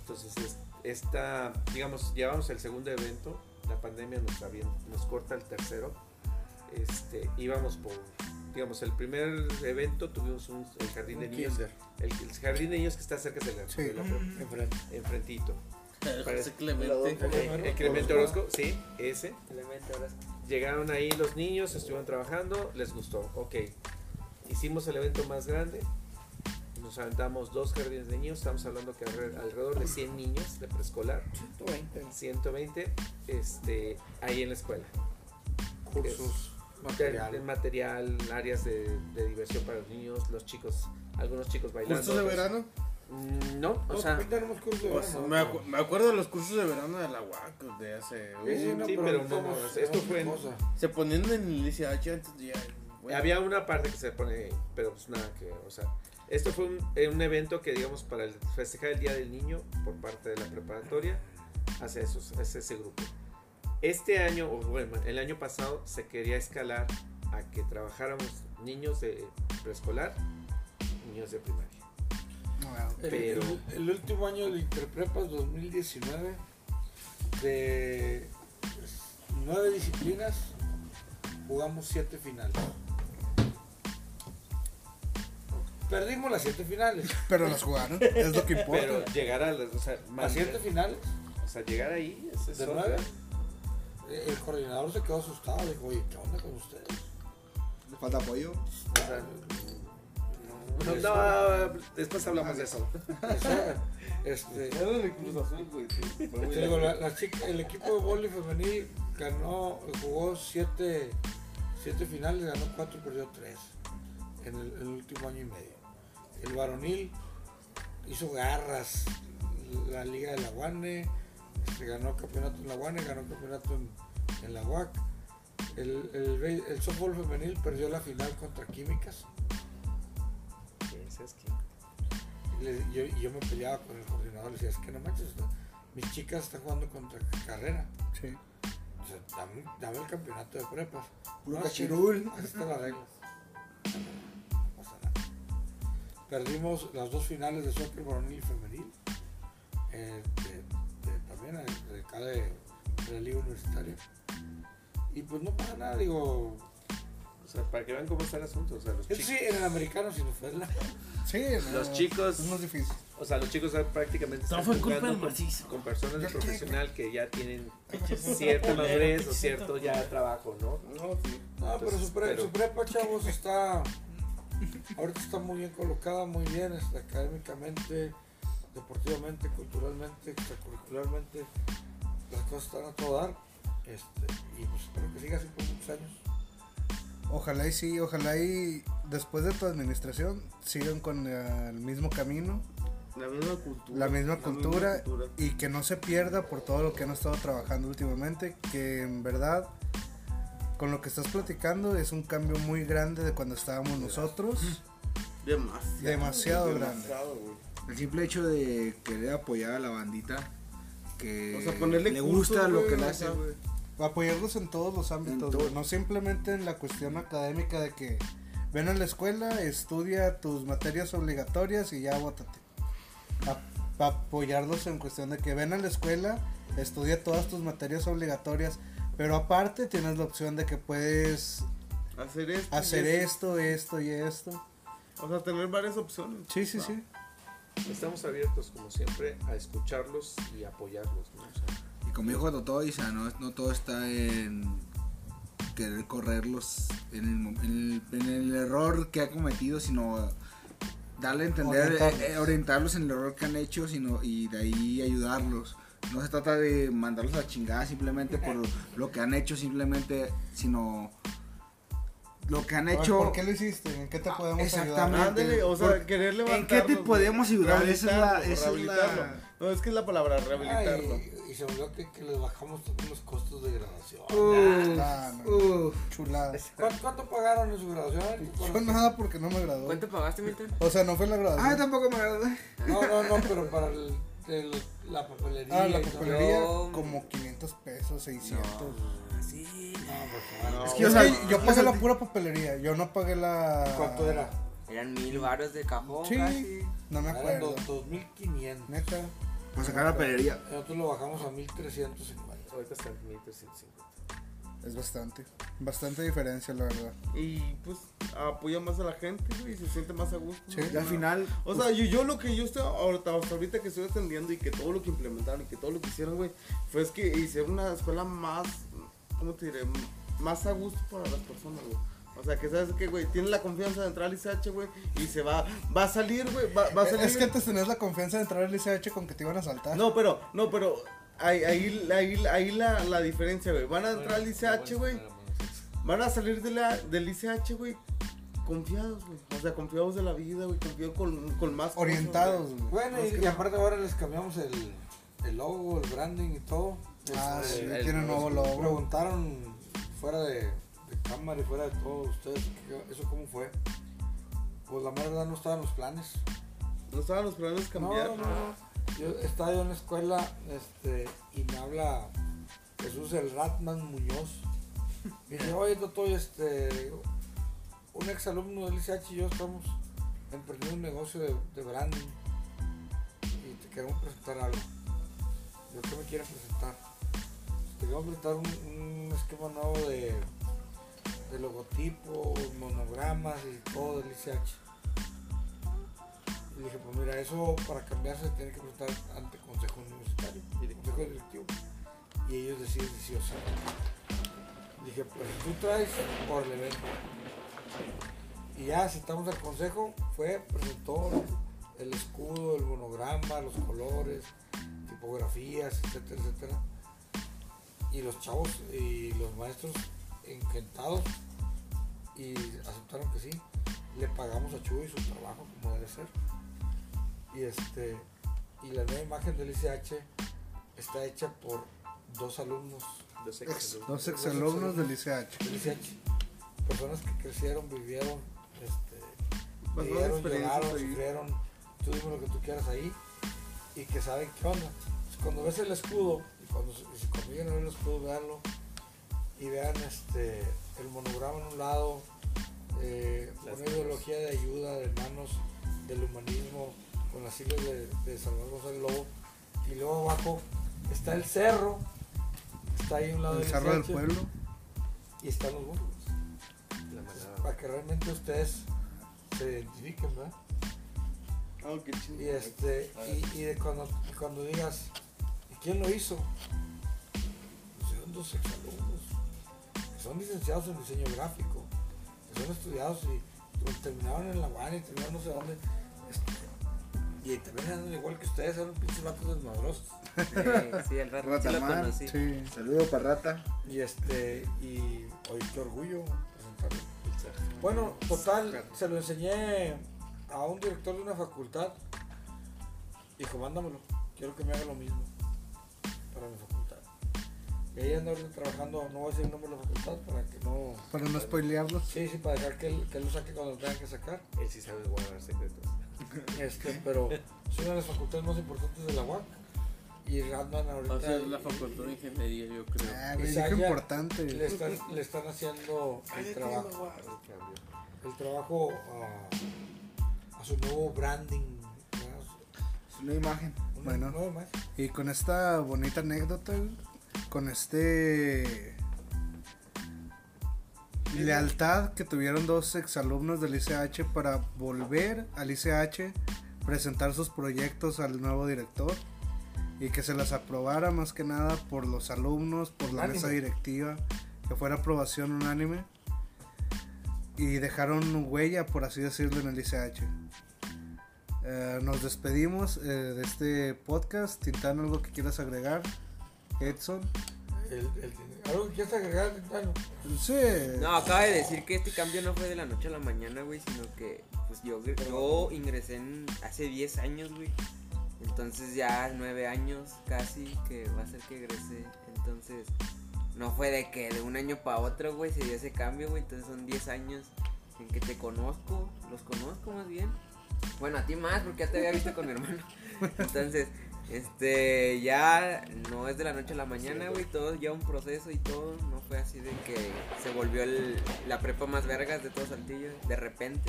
Speaker 9: Entonces, es- esta, digamos, llevamos el segundo evento, la pandemia nos, avien- nos corta el tercero. Este, íbamos por, digamos, el primer evento tuvimos un, el jardín de niños. El, el jardín de niños que está cerca de la,
Speaker 6: Sí.
Speaker 9: de la
Speaker 1: Enfrente.
Speaker 9: enfrentito.
Speaker 2: José
Speaker 9: El,
Speaker 2: Clemente.
Speaker 9: el Clemente Orozco, sí, ese. Llegaron ahí los niños, estuvieron trabajando, les gustó, ok. Hicimos el evento más grande, nos aventamos dos jardines de niños, estamos hablando que alre- alrededor de 100 niños de preescolar, 120 este, ahí en la escuela.
Speaker 1: Cursos,
Speaker 9: El
Speaker 1: material.
Speaker 9: material, áreas de, de diversión para los niños, los chicos, algunos chicos bailando.
Speaker 6: ¿Cursos de
Speaker 9: otros-
Speaker 6: verano?
Speaker 9: Mm, No, o sea,
Speaker 1: Ahorita tenemos cursos de
Speaker 2: Pues,
Speaker 1: verano.
Speaker 2: me, acu- me acuerdo de los cursos de verano de la UAC de hace.
Speaker 1: Sí,
Speaker 2: uh,
Speaker 1: no,
Speaker 9: Sí, pero no,
Speaker 1: somos-
Speaker 9: no, esto fue en-
Speaker 1: cosa.
Speaker 2: Se ponían en el ICH antes de ya. bueno,
Speaker 9: Había una parte que se pone, pero pues nada que, o sea, esto fue un, eh, un evento que digamos para el- festejar el Día del Niño por parte de la preparatoria hacia, esos, hacia ese grupo. Este año, o bueno, el año pasado se quería escalar a que trabajáramos niños de preescolar, niños de primaria.
Speaker 1: El,
Speaker 9: Pero-
Speaker 1: el- el último año de Interprepas 2019, de nueve disciplinas, jugamos siete finales. Perdimos las siete finales.
Speaker 6: Pero las jugaron, es lo que importa.
Speaker 9: Pero llegar a, las- o sea,
Speaker 1: Las siete finales,
Speaker 9: o sea, llegar ahí, es- es
Speaker 1: de
Speaker 9: otra.
Speaker 1: nueve, eh, el coordinador se quedó asustado. Dijo, oye, ¿qué onda con ustedes?
Speaker 4: ¿Le falta apoyo?
Speaker 9: O sea, no,
Speaker 1: Eso-
Speaker 9: no, después hablamos de eso.
Speaker 1: eso- este,
Speaker 3: Pues
Speaker 1: Te digo, la- la chica- el equipo de vóley femenil ganó, jugó siete, siete finales, ganó cuatro y perdió tres en el, el último año y medio. El varonil hizo garras, la liga de la Guane, este, ganó campeonato en la Guane, ganó campeonato en, en la UAC. El, el, be- el softball femenil perdió la final contra Químicas
Speaker 9: Ah, Piensas que-
Speaker 1: y le- yo, y yo me peleaba con el coordinador, le decía, es que no manches, o sea, mis chicas están jugando contra carrera.
Speaker 6: Sí.
Speaker 1: O sea, dame, dame el campeonato de prepas.
Speaker 4: Puro
Speaker 1: No,
Speaker 4: cachirul.
Speaker 1: sí, Así están las reglas. No pasa nada. Perdimos las dos finales de soccer varonil y femenil. eh, de- de- también eh, de acá de, de la liga universitaria. Y pues no pasa nada, digo.
Speaker 9: O sea, para que vean cómo está el asunto. O sea, los
Speaker 1: Eso
Speaker 9: chicos,
Speaker 1: sí, en el americano sin ofenderla.
Speaker 6: Sí,
Speaker 9: los
Speaker 6: no,
Speaker 9: chicos,
Speaker 6: Es más difícil.
Speaker 9: o sea, los chicos prácticamente
Speaker 2: No
Speaker 9: están
Speaker 2: fue culpa
Speaker 9: jugando
Speaker 2: del
Speaker 9: con-
Speaker 2: macizo.
Speaker 9: con personas de profesional que ya tienen cierta madurez o cierto ya trabajo, ¿no?
Speaker 1: No, pero,
Speaker 9: Entonces,
Speaker 1: su, pre-
Speaker 9: pero-
Speaker 1: su prepa, chavos, está. Ahorita está muy bien colocada, muy bien, este, académicamente, deportivamente, culturalmente, extracurricularmente. Las cosas están a todo dar. Este, y pues espero que siga así por muchos años.
Speaker 6: Ojalá y sí, ojalá y después de tu administración sigan con eh, el mismo camino,
Speaker 2: La misma cultura.
Speaker 6: la misma cultura
Speaker 2: cultura.
Speaker 6: y que no se pierda por todo lo que han estado trabajando últimamente, que en verdad con lo que estás platicando es un cambio muy grande de cuando estábamos nosotros,
Speaker 2: Demasiado.
Speaker 6: demasiado grande.
Speaker 4: El simple hecho de querer apoyar a la bandita que
Speaker 2: O sea, ponerle
Speaker 4: Eh, le
Speaker 2: curso,
Speaker 4: gusta lo
Speaker 2: güey,
Speaker 4: que le
Speaker 2: o
Speaker 4: hace,
Speaker 2: sea,
Speaker 4: güey.
Speaker 6: Apoyarlos en todos los ámbitos,
Speaker 4: todo.
Speaker 6: güey, no simplemente en la cuestión académica de que ven a la escuela, estudia tus materias obligatorias y ya bótate. A- apoyarlos en cuestión de que ven a la escuela, estudia todas tus materias obligatorias, pero aparte tienes la opción de que puedes
Speaker 2: Hacer esto. y
Speaker 6: hacer
Speaker 2: eso.
Speaker 6: esto, esto y esto.
Speaker 2: O sea, tener varias opciones.
Speaker 6: Sí, sí, sí.
Speaker 9: Estamos abiertos, como siempre, a escucharlos y apoyarlos, ¿no? O sea,
Speaker 4: Y como dijo Totó, o sea, no, no todo está en querer correrlos en el, mo- en el- en el error que ha cometido, sino darle a entender, eh, eh,
Speaker 6: Orientarlos.
Speaker 4: orientarlos. en el error que han hecho sino, y de ahí ayudarlos. No se trata de mandarlos a chingada simplemente por lo que han hecho, simplemente, sino lo que han
Speaker 6: A ver,
Speaker 4: hecho.
Speaker 6: ¿Por qué lo hiciste? ¿En qué te
Speaker 4: Ah,
Speaker 6: podemos
Speaker 4: exactamente.
Speaker 6: ayudar?
Speaker 2: Ándale, o sea,
Speaker 4: Porque-
Speaker 2: querer
Speaker 4: ¿En
Speaker 2: levantarlo.
Speaker 4: qué te podemos ayudar? Esa es la.
Speaker 2: Rehabilitarlo,
Speaker 4: Esa es
Speaker 2: rehabilitarlo.
Speaker 4: la...
Speaker 2: No, es que es la palabra,
Speaker 1: Ah,
Speaker 2: rehabilitarlo.
Speaker 1: y, y se me olvidó que, que les bajamos también los costos de graduación.
Speaker 6: Ah, no,
Speaker 4: Uf.
Speaker 6: chulada.
Speaker 1: ¿Cuánto, cuánto pagaron en su graduación?
Speaker 6: Yo nada porque no me graduó.
Speaker 5: ¿Cuánto pagaste, Milton?
Speaker 6: O sea, no fue la graduación.
Speaker 4: Ah, tampoco me agradó.
Speaker 1: No, no, no, pero para el, el, La papelería.
Speaker 6: Ah, la
Speaker 1: y todo.
Speaker 6: papelería,
Speaker 5: No,
Speaker 6: como 500 pesos, 600.
Speaker 5: Sí,
Speaker 1: No, por favor.
Speaker 6: Es que
Speaker 3: O
Speaker 6: es
Speaker 3: sea,
Speaker 6: que yo pagué la pura papelería, yo no pagué la...
Speaker 1: ¿Cuánto era?
Speaker 5: eran mil varos de cajón
Speaker 6: Sí,
Speaker 5: casi.
Speaker 6: no me
Speaker 1: Eran
Speaker 6: acuerdo.
Speaker 1: dos- 2500.
Speaker 6: Neta.
Speaker 4: Pues sacar la pelería.
Speaker 1: Nosotros lo bajamos a 1350.
Speaker 9: Ahorita está en 1350.
Speaker 6: Es bastante. Bastante diferencia, la verdad.
Speaker 3: Y pues apoya más a la gente, güey, y se siente más a gusto.
Speaker 6: Sí.
Speaker 3: ¿no?
Speaker 4: Y al final,
Speaker 3: O sea, yo, yo lo que yo estoy ahorita, hasta ahorita que estoy atendiendo y que todo lo que implementaron y que todo lo que hicieron, güey, fue es que hicieron una escuela más, ¿cómo te diré? M- Más a gusto para las personas, güey. O sea, que sabes que, güey, tiene la confianza de entrar al ICH, güey, y se va, va a salir, güey, va, va a salir.
Speaker 6: Es que antes tenías la confianza de entrar al ICH con que te iban a saltar.
Speaker 3: No, pero, no, pero, ahí, ahí, ahí, ahí la, la diferencia, güey. Van a entrar al ICH, güey, van a salir de la, del ICH, güey, confiados, güey. O sea, confiados de la vida, güey, confiados con, con más cosas,
Speaker 6: Orientados, güey.
Speaker 1: Bueno, y, y aparte ahora les cambiamos el, el logo, el branding y todo.
Speaker 6: Ah,
Speaker 1: Este,
Speaker 6: sí,
Speaker 1: el-
Speaker 6: tienen nuevo logo.
Speaker 1: Preguntaron fuera de, de cámara y fuera de todo ustedes, ¿qué- ¿eso cómo fue? Pues la mera verdad no estaban los planes.
Speaker 3: No estaban los planes cambiar.
Speaker 1: No, no, no. Yo estaba yo en la escuela este, y me habla Jesús el Ratman Muñoz. Me dice, oye, Toto, este, un ex alumno del ICH y yo estamos emprendiendo un negocio de, de branding y te queremos presentar algo. Yo, ¿qué me quieres presentar? Te queremos presentar un, un esquema nuevo de, de logotipo, monogramas y todo del ICH. Y dije, pues mira, eso para cambiarse tiene que presentar ante consejo universitario, consejo directivo. Y ellos deciden si sí o sí. Dije, pues tú traes por el evento. Y ya sentamos al consejo, fue, presentó el escudo, el monograma, los colores, tipografías, etcétera, etcétera. Y los chavos y los maestros encantados y aceptaron que sí. Le pagamos a Chuy su trabajo como debe ser. Y este y la nueva imagen del ICH está hecha por dos alumnos
Speaker 9: Dos
Speaker 6: Ex-
Speaker 9: exalumnos.
Speaker 6: Dos exalumnos del ICH.
Speaker 1: del ICH. Personas que crecieron, vivieron, este,
Speaker 3: Pasaron
Speaker 1: vivieron,
Speaker 3: experiencias
Speaker 1: lloraron,
Speaker 3: ahí.
Speaker 1: sufrieron, tuvimos lo que tú quieras ahí y que saben qué onda. Entonces, cuando ves el escudo y cuando, se- y si cuando lleguen a ver el escudo, veanlo y vean este, el monograma en un lado, eh, una
Speaker 9: Las manos.
Speaker 1: ideología de ayuda, de hermanos, del humanismo, con las siglas de, de Salvador González Lobo y luego abajo está el cerro, está ahí a un lado
Speaker 6: El
Speaker 1: del
Speaker 6: cerro del
Speaker 1: ICH,
Speaker 6: pueblo.
Speaker 1: y están los burros.
Speaker 9: La manada.
Speaker 1: Para que realmente ustedes se identifiquen, ¿verdad?
Speaker 3: Oh, qué chido.
Speaker 1: Y, este, y, y de cuando, y cuando digas, ¿y quién lo hizo? Pues Son dos exalumnos, que son licenciados en diseño gráfico, que son estudiados y pues, terminaron en la UAN y terminaron no sé dónde. este, Y también andan igual que ustedes, eran pinches vatos desmadrosos.
Speaker 5: Sí, sí, el rato sí lo
Speaker 4: Ratamar,
Speaker 5: conocí.
Speaker 6: Sí.
Speaker 4: saludo para Rata.
Speaker 1: Y este, y hoy qué orgullo presentarlo. Bueno, total, se lo enseñé a un director de una facultad. Dijo, mándamelo, quiero que me haga lo mismo para mi facultad. Y ahí ando ahorita trabajando, no voy a decir el nombre de la facultad para que no.
Speaker 6: Para no spoilearlos.
Speaker 1: Sí, sí, para dejar que él, que él lo saque cuando lo tengan que sacar.
Speaker 9: Él sí sabe guardar secretos.
Speaker 1: Este, pero es una de las facultades más importantes de la UAC. Y Radman ahorita.
Speaker 2: O sea, es la
Speaker 1: y-
Speaker 2: facultad de ingeniería, yo creo.
Speaker 6: Ah, güey,
Speaker 1: Isaac
Speaker 6: dije
Speaker 1: ya-
Speaker 6: importante.
Speaker 1: Pues le están, le están haciendo el trabajo, el trabajo a, a su nuevo branding. ¿verdad?
Speaker 4: Es una imagen.
Speaker 1: Una
Speaker 6: Bueno.
Speaker 1: nueva imagen.
Speaker 6: Y con esta bonita anécdota, güey, con este lealtad que tuvieron dos exalumnos del ICH para volver al ICH, presentar sus proyectos al nuevo director y que se las aprobara más que nada por los alumnos, por la
Speaker 1: Unánime.
Speaker 6: mesa directiva, que fuera aprobación unánime y dejaron huella, por así decirlo, en el ICH. Eh, nos despedimos eh, de este podcast. Tintán, algo que quieras agregar. Edson.
Speaker 1: El- el- algo que quieras agregar, Tintano.
Speaker 6: Sí.
Speaker 5: No, acaba de decir que este cambio no fue de la noche a la mañana, güey, sino que pues yo, yo ingresé en- hace 10 años, güey. Entonces ya 9 años casi que va a ser que egresé. Entonces no fue de que de un año para otro, güey, se dio ese cambio, güey. Entonces son 10 años en que te conozco, los conozco más bien. Bueno, a ti más, porque ya te había visto con mi hermano. Entonces, Este, ya no es de la noche a la mañana, güey, todo ya un proceso y todo, no fue así de que se volvió el- la prepa más vergas de todo Saltillo, de repente.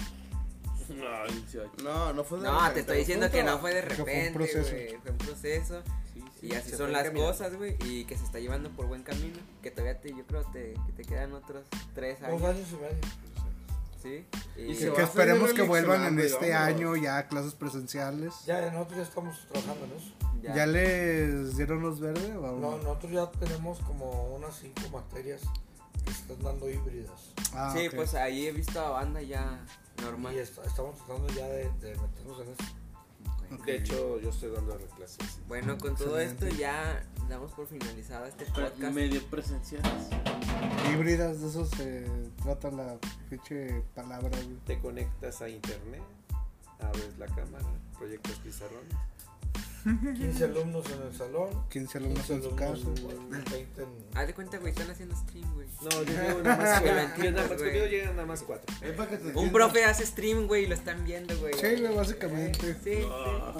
Speaker 2: Ay, sí, ay.
Speaker 3: No, no fue de
Speaker 5: No, te estoy diciendo que no fue de
Speaker 6: Que fue un
Speaker 5: repente, güey,
Speaker 6: proceso.
Speaker 5: fue un proceso.
Speaker 2: Sí, sí,
Speaker 5: Y así
Speaker 2: se
Speaker 5: son
Speaker 2: fue
Speaker 5: las
Speaker 2: encaminando.
Speaker 5: cosas, güey, y que se está llevando por buen camino, que todavía te, yo creo te, que te quedan otros tres
Speaker 1: Dos
Speaker 5: años,
Speaker 1: años y medio.
Speaker 5: ¿sí?
Speaker 3: Y
Speaker 5: Y,
Speaker 3: se
Speaker 6: Que,
Speaker 3: va
Speaker 6: que
Speaker 3: a hacer
Speaker 6: esperemos que
Speaker 3: eleccionar,
Speaker 6: vuelvan en
Speaker 3: güey,
Speaker 6: este
Speaker 3: vámonos.
Speaker 6: año ya a clases presenciales. Ya,
Speaker 1: Ya, nosotros ya estamos trabajando en eso.
Speaker 5: ya,
Speaker 6: les dieron los verdes o aún
Speaker 1: No, nosotros ya tenemos como unas cinco materias que se están dando híbridas.
Speaker 6: Ah,
Speaker 5: sí,
Speaker 6: ok.
Speaker 5: pues ahí he visto a banda ya normal.
Speaker 1: Y est- estamos tratando ya de, de meternos en eso.
Speaker 5: güey.
Speaker 9: De hecho, yo estoy dando clases.
Speaker 5: Bueno, con todo
Speaker 6: Excelente.
Speaker 5: esto ya damos por finalizado este podcast.
Speaker 2: Medio presenciales.
Speaker 6: Híbridas, de eso se trata la pinche palabra, güey.
Speaker 9: Te conectas a internet, abres la cámara, proyectas pizarrón.
Speaker 1: 15 alumnos en el salón,
Speaker 6: 15 alumnos
Speaker 1: 15
Speaker 6: en su
Speaker 1: alumnos
Speaker 6: casa.
Speaker 1: en el 20 en...
Speaker 5: Haz de cuenta, güey, están haciendo stream, güey.
Speaker 9: No, yo llevo nada más
Speaker 5: Que lo
Speaker 9: cuatro. Yo nada
Speaker 5: entiendas,
Speaker 9: más,
Speaker 5: güey.
Speaker 9: conmigo llegan nada más cuatro.
Speaker 3: Es para
Speaker 4: pues,
Speaker 3: que te
Speaker 5: Un
Speaker 3: entiendan.
Speaker 5: profe hace stream, güey, y lo están viendo, güey.
Speaker 6: Sí, güey,
Speaker 5: Sí,
Speaker 6: básicamente.
Speaker 5: sí.
Speaker 4: Ah.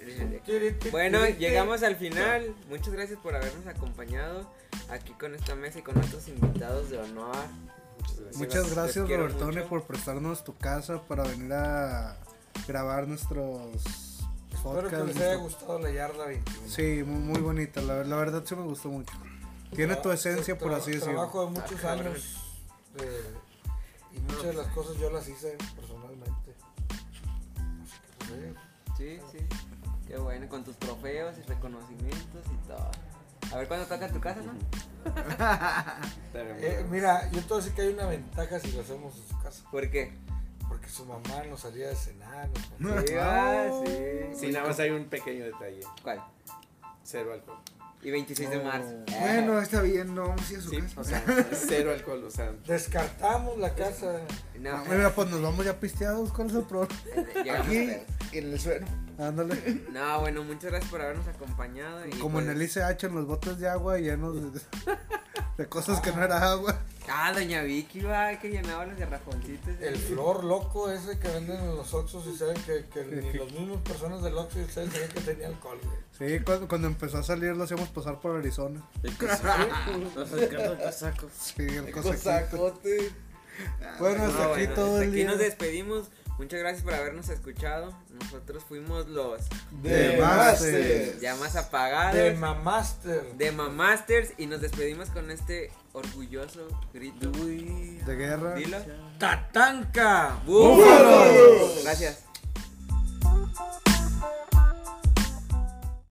Speaker 5: Eh,
Speaker 1: Tiriti,
Speaker 5: Bueno,
Speaker 1: tiriti.
Speaker 5: llegamos al final. Muchas gracias por habernos acompañado aquí con esta mesa y con nuestros invitados de honor.
Speaker 9: Muchas gracias.
Speaker 6: Muchas
Speaker 5: los
Speaker 6: gracias,
Speaker 5: quiero
Speaker 6: Robertone,
Speaker 5: mucho.
Speaker 6: por prestarnos tu casa para venir a grabar nuestros
Speaker 1: Espero que
Speaker 6: podcasts.
Speaker 1: les haya
Speaker 6: nuestro-
Speaker 1: gustado la yarda 21.
Speaker 6: Sí, muy, muy bonita, la, la verdad sí me gustó mucho. Tiene tu esencia, por
Speaker 1: Tra-
Speaker 6: así decirlo.
Speaker 1: Trabajo de muchos
Speaker 5: Ah, cabrón.
Speaker 1: años de- y muchas de las cosas yo las hice personalmente. Así que, pues, eh,
Speaker 5: Sí, sí. Qué bueno, con tus trofeos y reconocimientos y todo. A ver cuándo toca tu casa, ¿no?
Speaker 9: Estaremos.
Speaker 1: eh, mira, yo te voy a decir que hay una ventaja si lo hacemos en su casa,
Speaker 5: ¿Por qué?
Speaker 1: porque su mamá nos salía de cenar. nos compraba
Speaker 5: Sí, ah, sí.
Speaker 9: Sí, nada más hay un pequeño detalle.
Speaker 5: ¿Cuál?
Speaker 9: Cero alcohol.
Speaker 5: Y 26 de marzo. Eh.
Speaker 4: Bueno, está bien, no vamos a ir a su
Speaker 9: Sí,
Speaker 4: casa.
Speaker 9: o sea, cero alcohol, o sea,
Speaker 1: Descartamos la casa.
Speaker 5: No,
Speaker 6: Ah, Mira, pues nos vamos ya pisteados, ¿cuál es el problema?
Speaker 5: llegamos
Speaker 6: Aquí,
Speaker 5: tarde.
Speaker 6: en el suelo. Ándale.
Speaker 5: No, bueno, muchas gracias por habernos acompañado. Y
Speaker 6: Como
Speaker 5: pues-
Speaker 6: en el ICH, en los botes de agua llenos de, de cosas que no era agua.
Speaker 5: Ah, doña Vicky, va, que llenaba los garrafoncitos.
Speaker 1: El flor loco ese que venden en los Oxxos y saben que, que ni los mismos personas del Oxxo y ustedes sabían que tenía alcohol. güey.
Speaker 6: Sí, cuando, cuando empezó a salir lo hacíamos pasar por Arizona.
Speaker 2: El casaco. Los sacando el casaco.
Speaker 6: Sí, el cosaquito.
Speaker 4: Cosacote.
Speaker 6: Bueno,
Speaker 5: No,
Speaker 6: hasta aquí
Speaker 5: Ah, bueno,
Speaker 6: todo
Speaker 5: hasta
Speaker 6: el
Speaker 5: aquí
Speaker 6: día.
Speaker 5: nos despedimos. Muchas gracias por habernos escuchado. Nosotros fuimos los
Speaker 6: De eh, Masters.
Speaker 5: ya más apagados
Speaker 1: De
Speaker 5: de,
Speaker 1: Mamaster.
Speaker 5: Mamasters y nos despedimos con este orgulloso grito.
Speaker 6: De guerra.
Speaker 5: Dilo.
Speaker 1: Tatanka.
Speaker 5: ¡Búfalos! Gracias.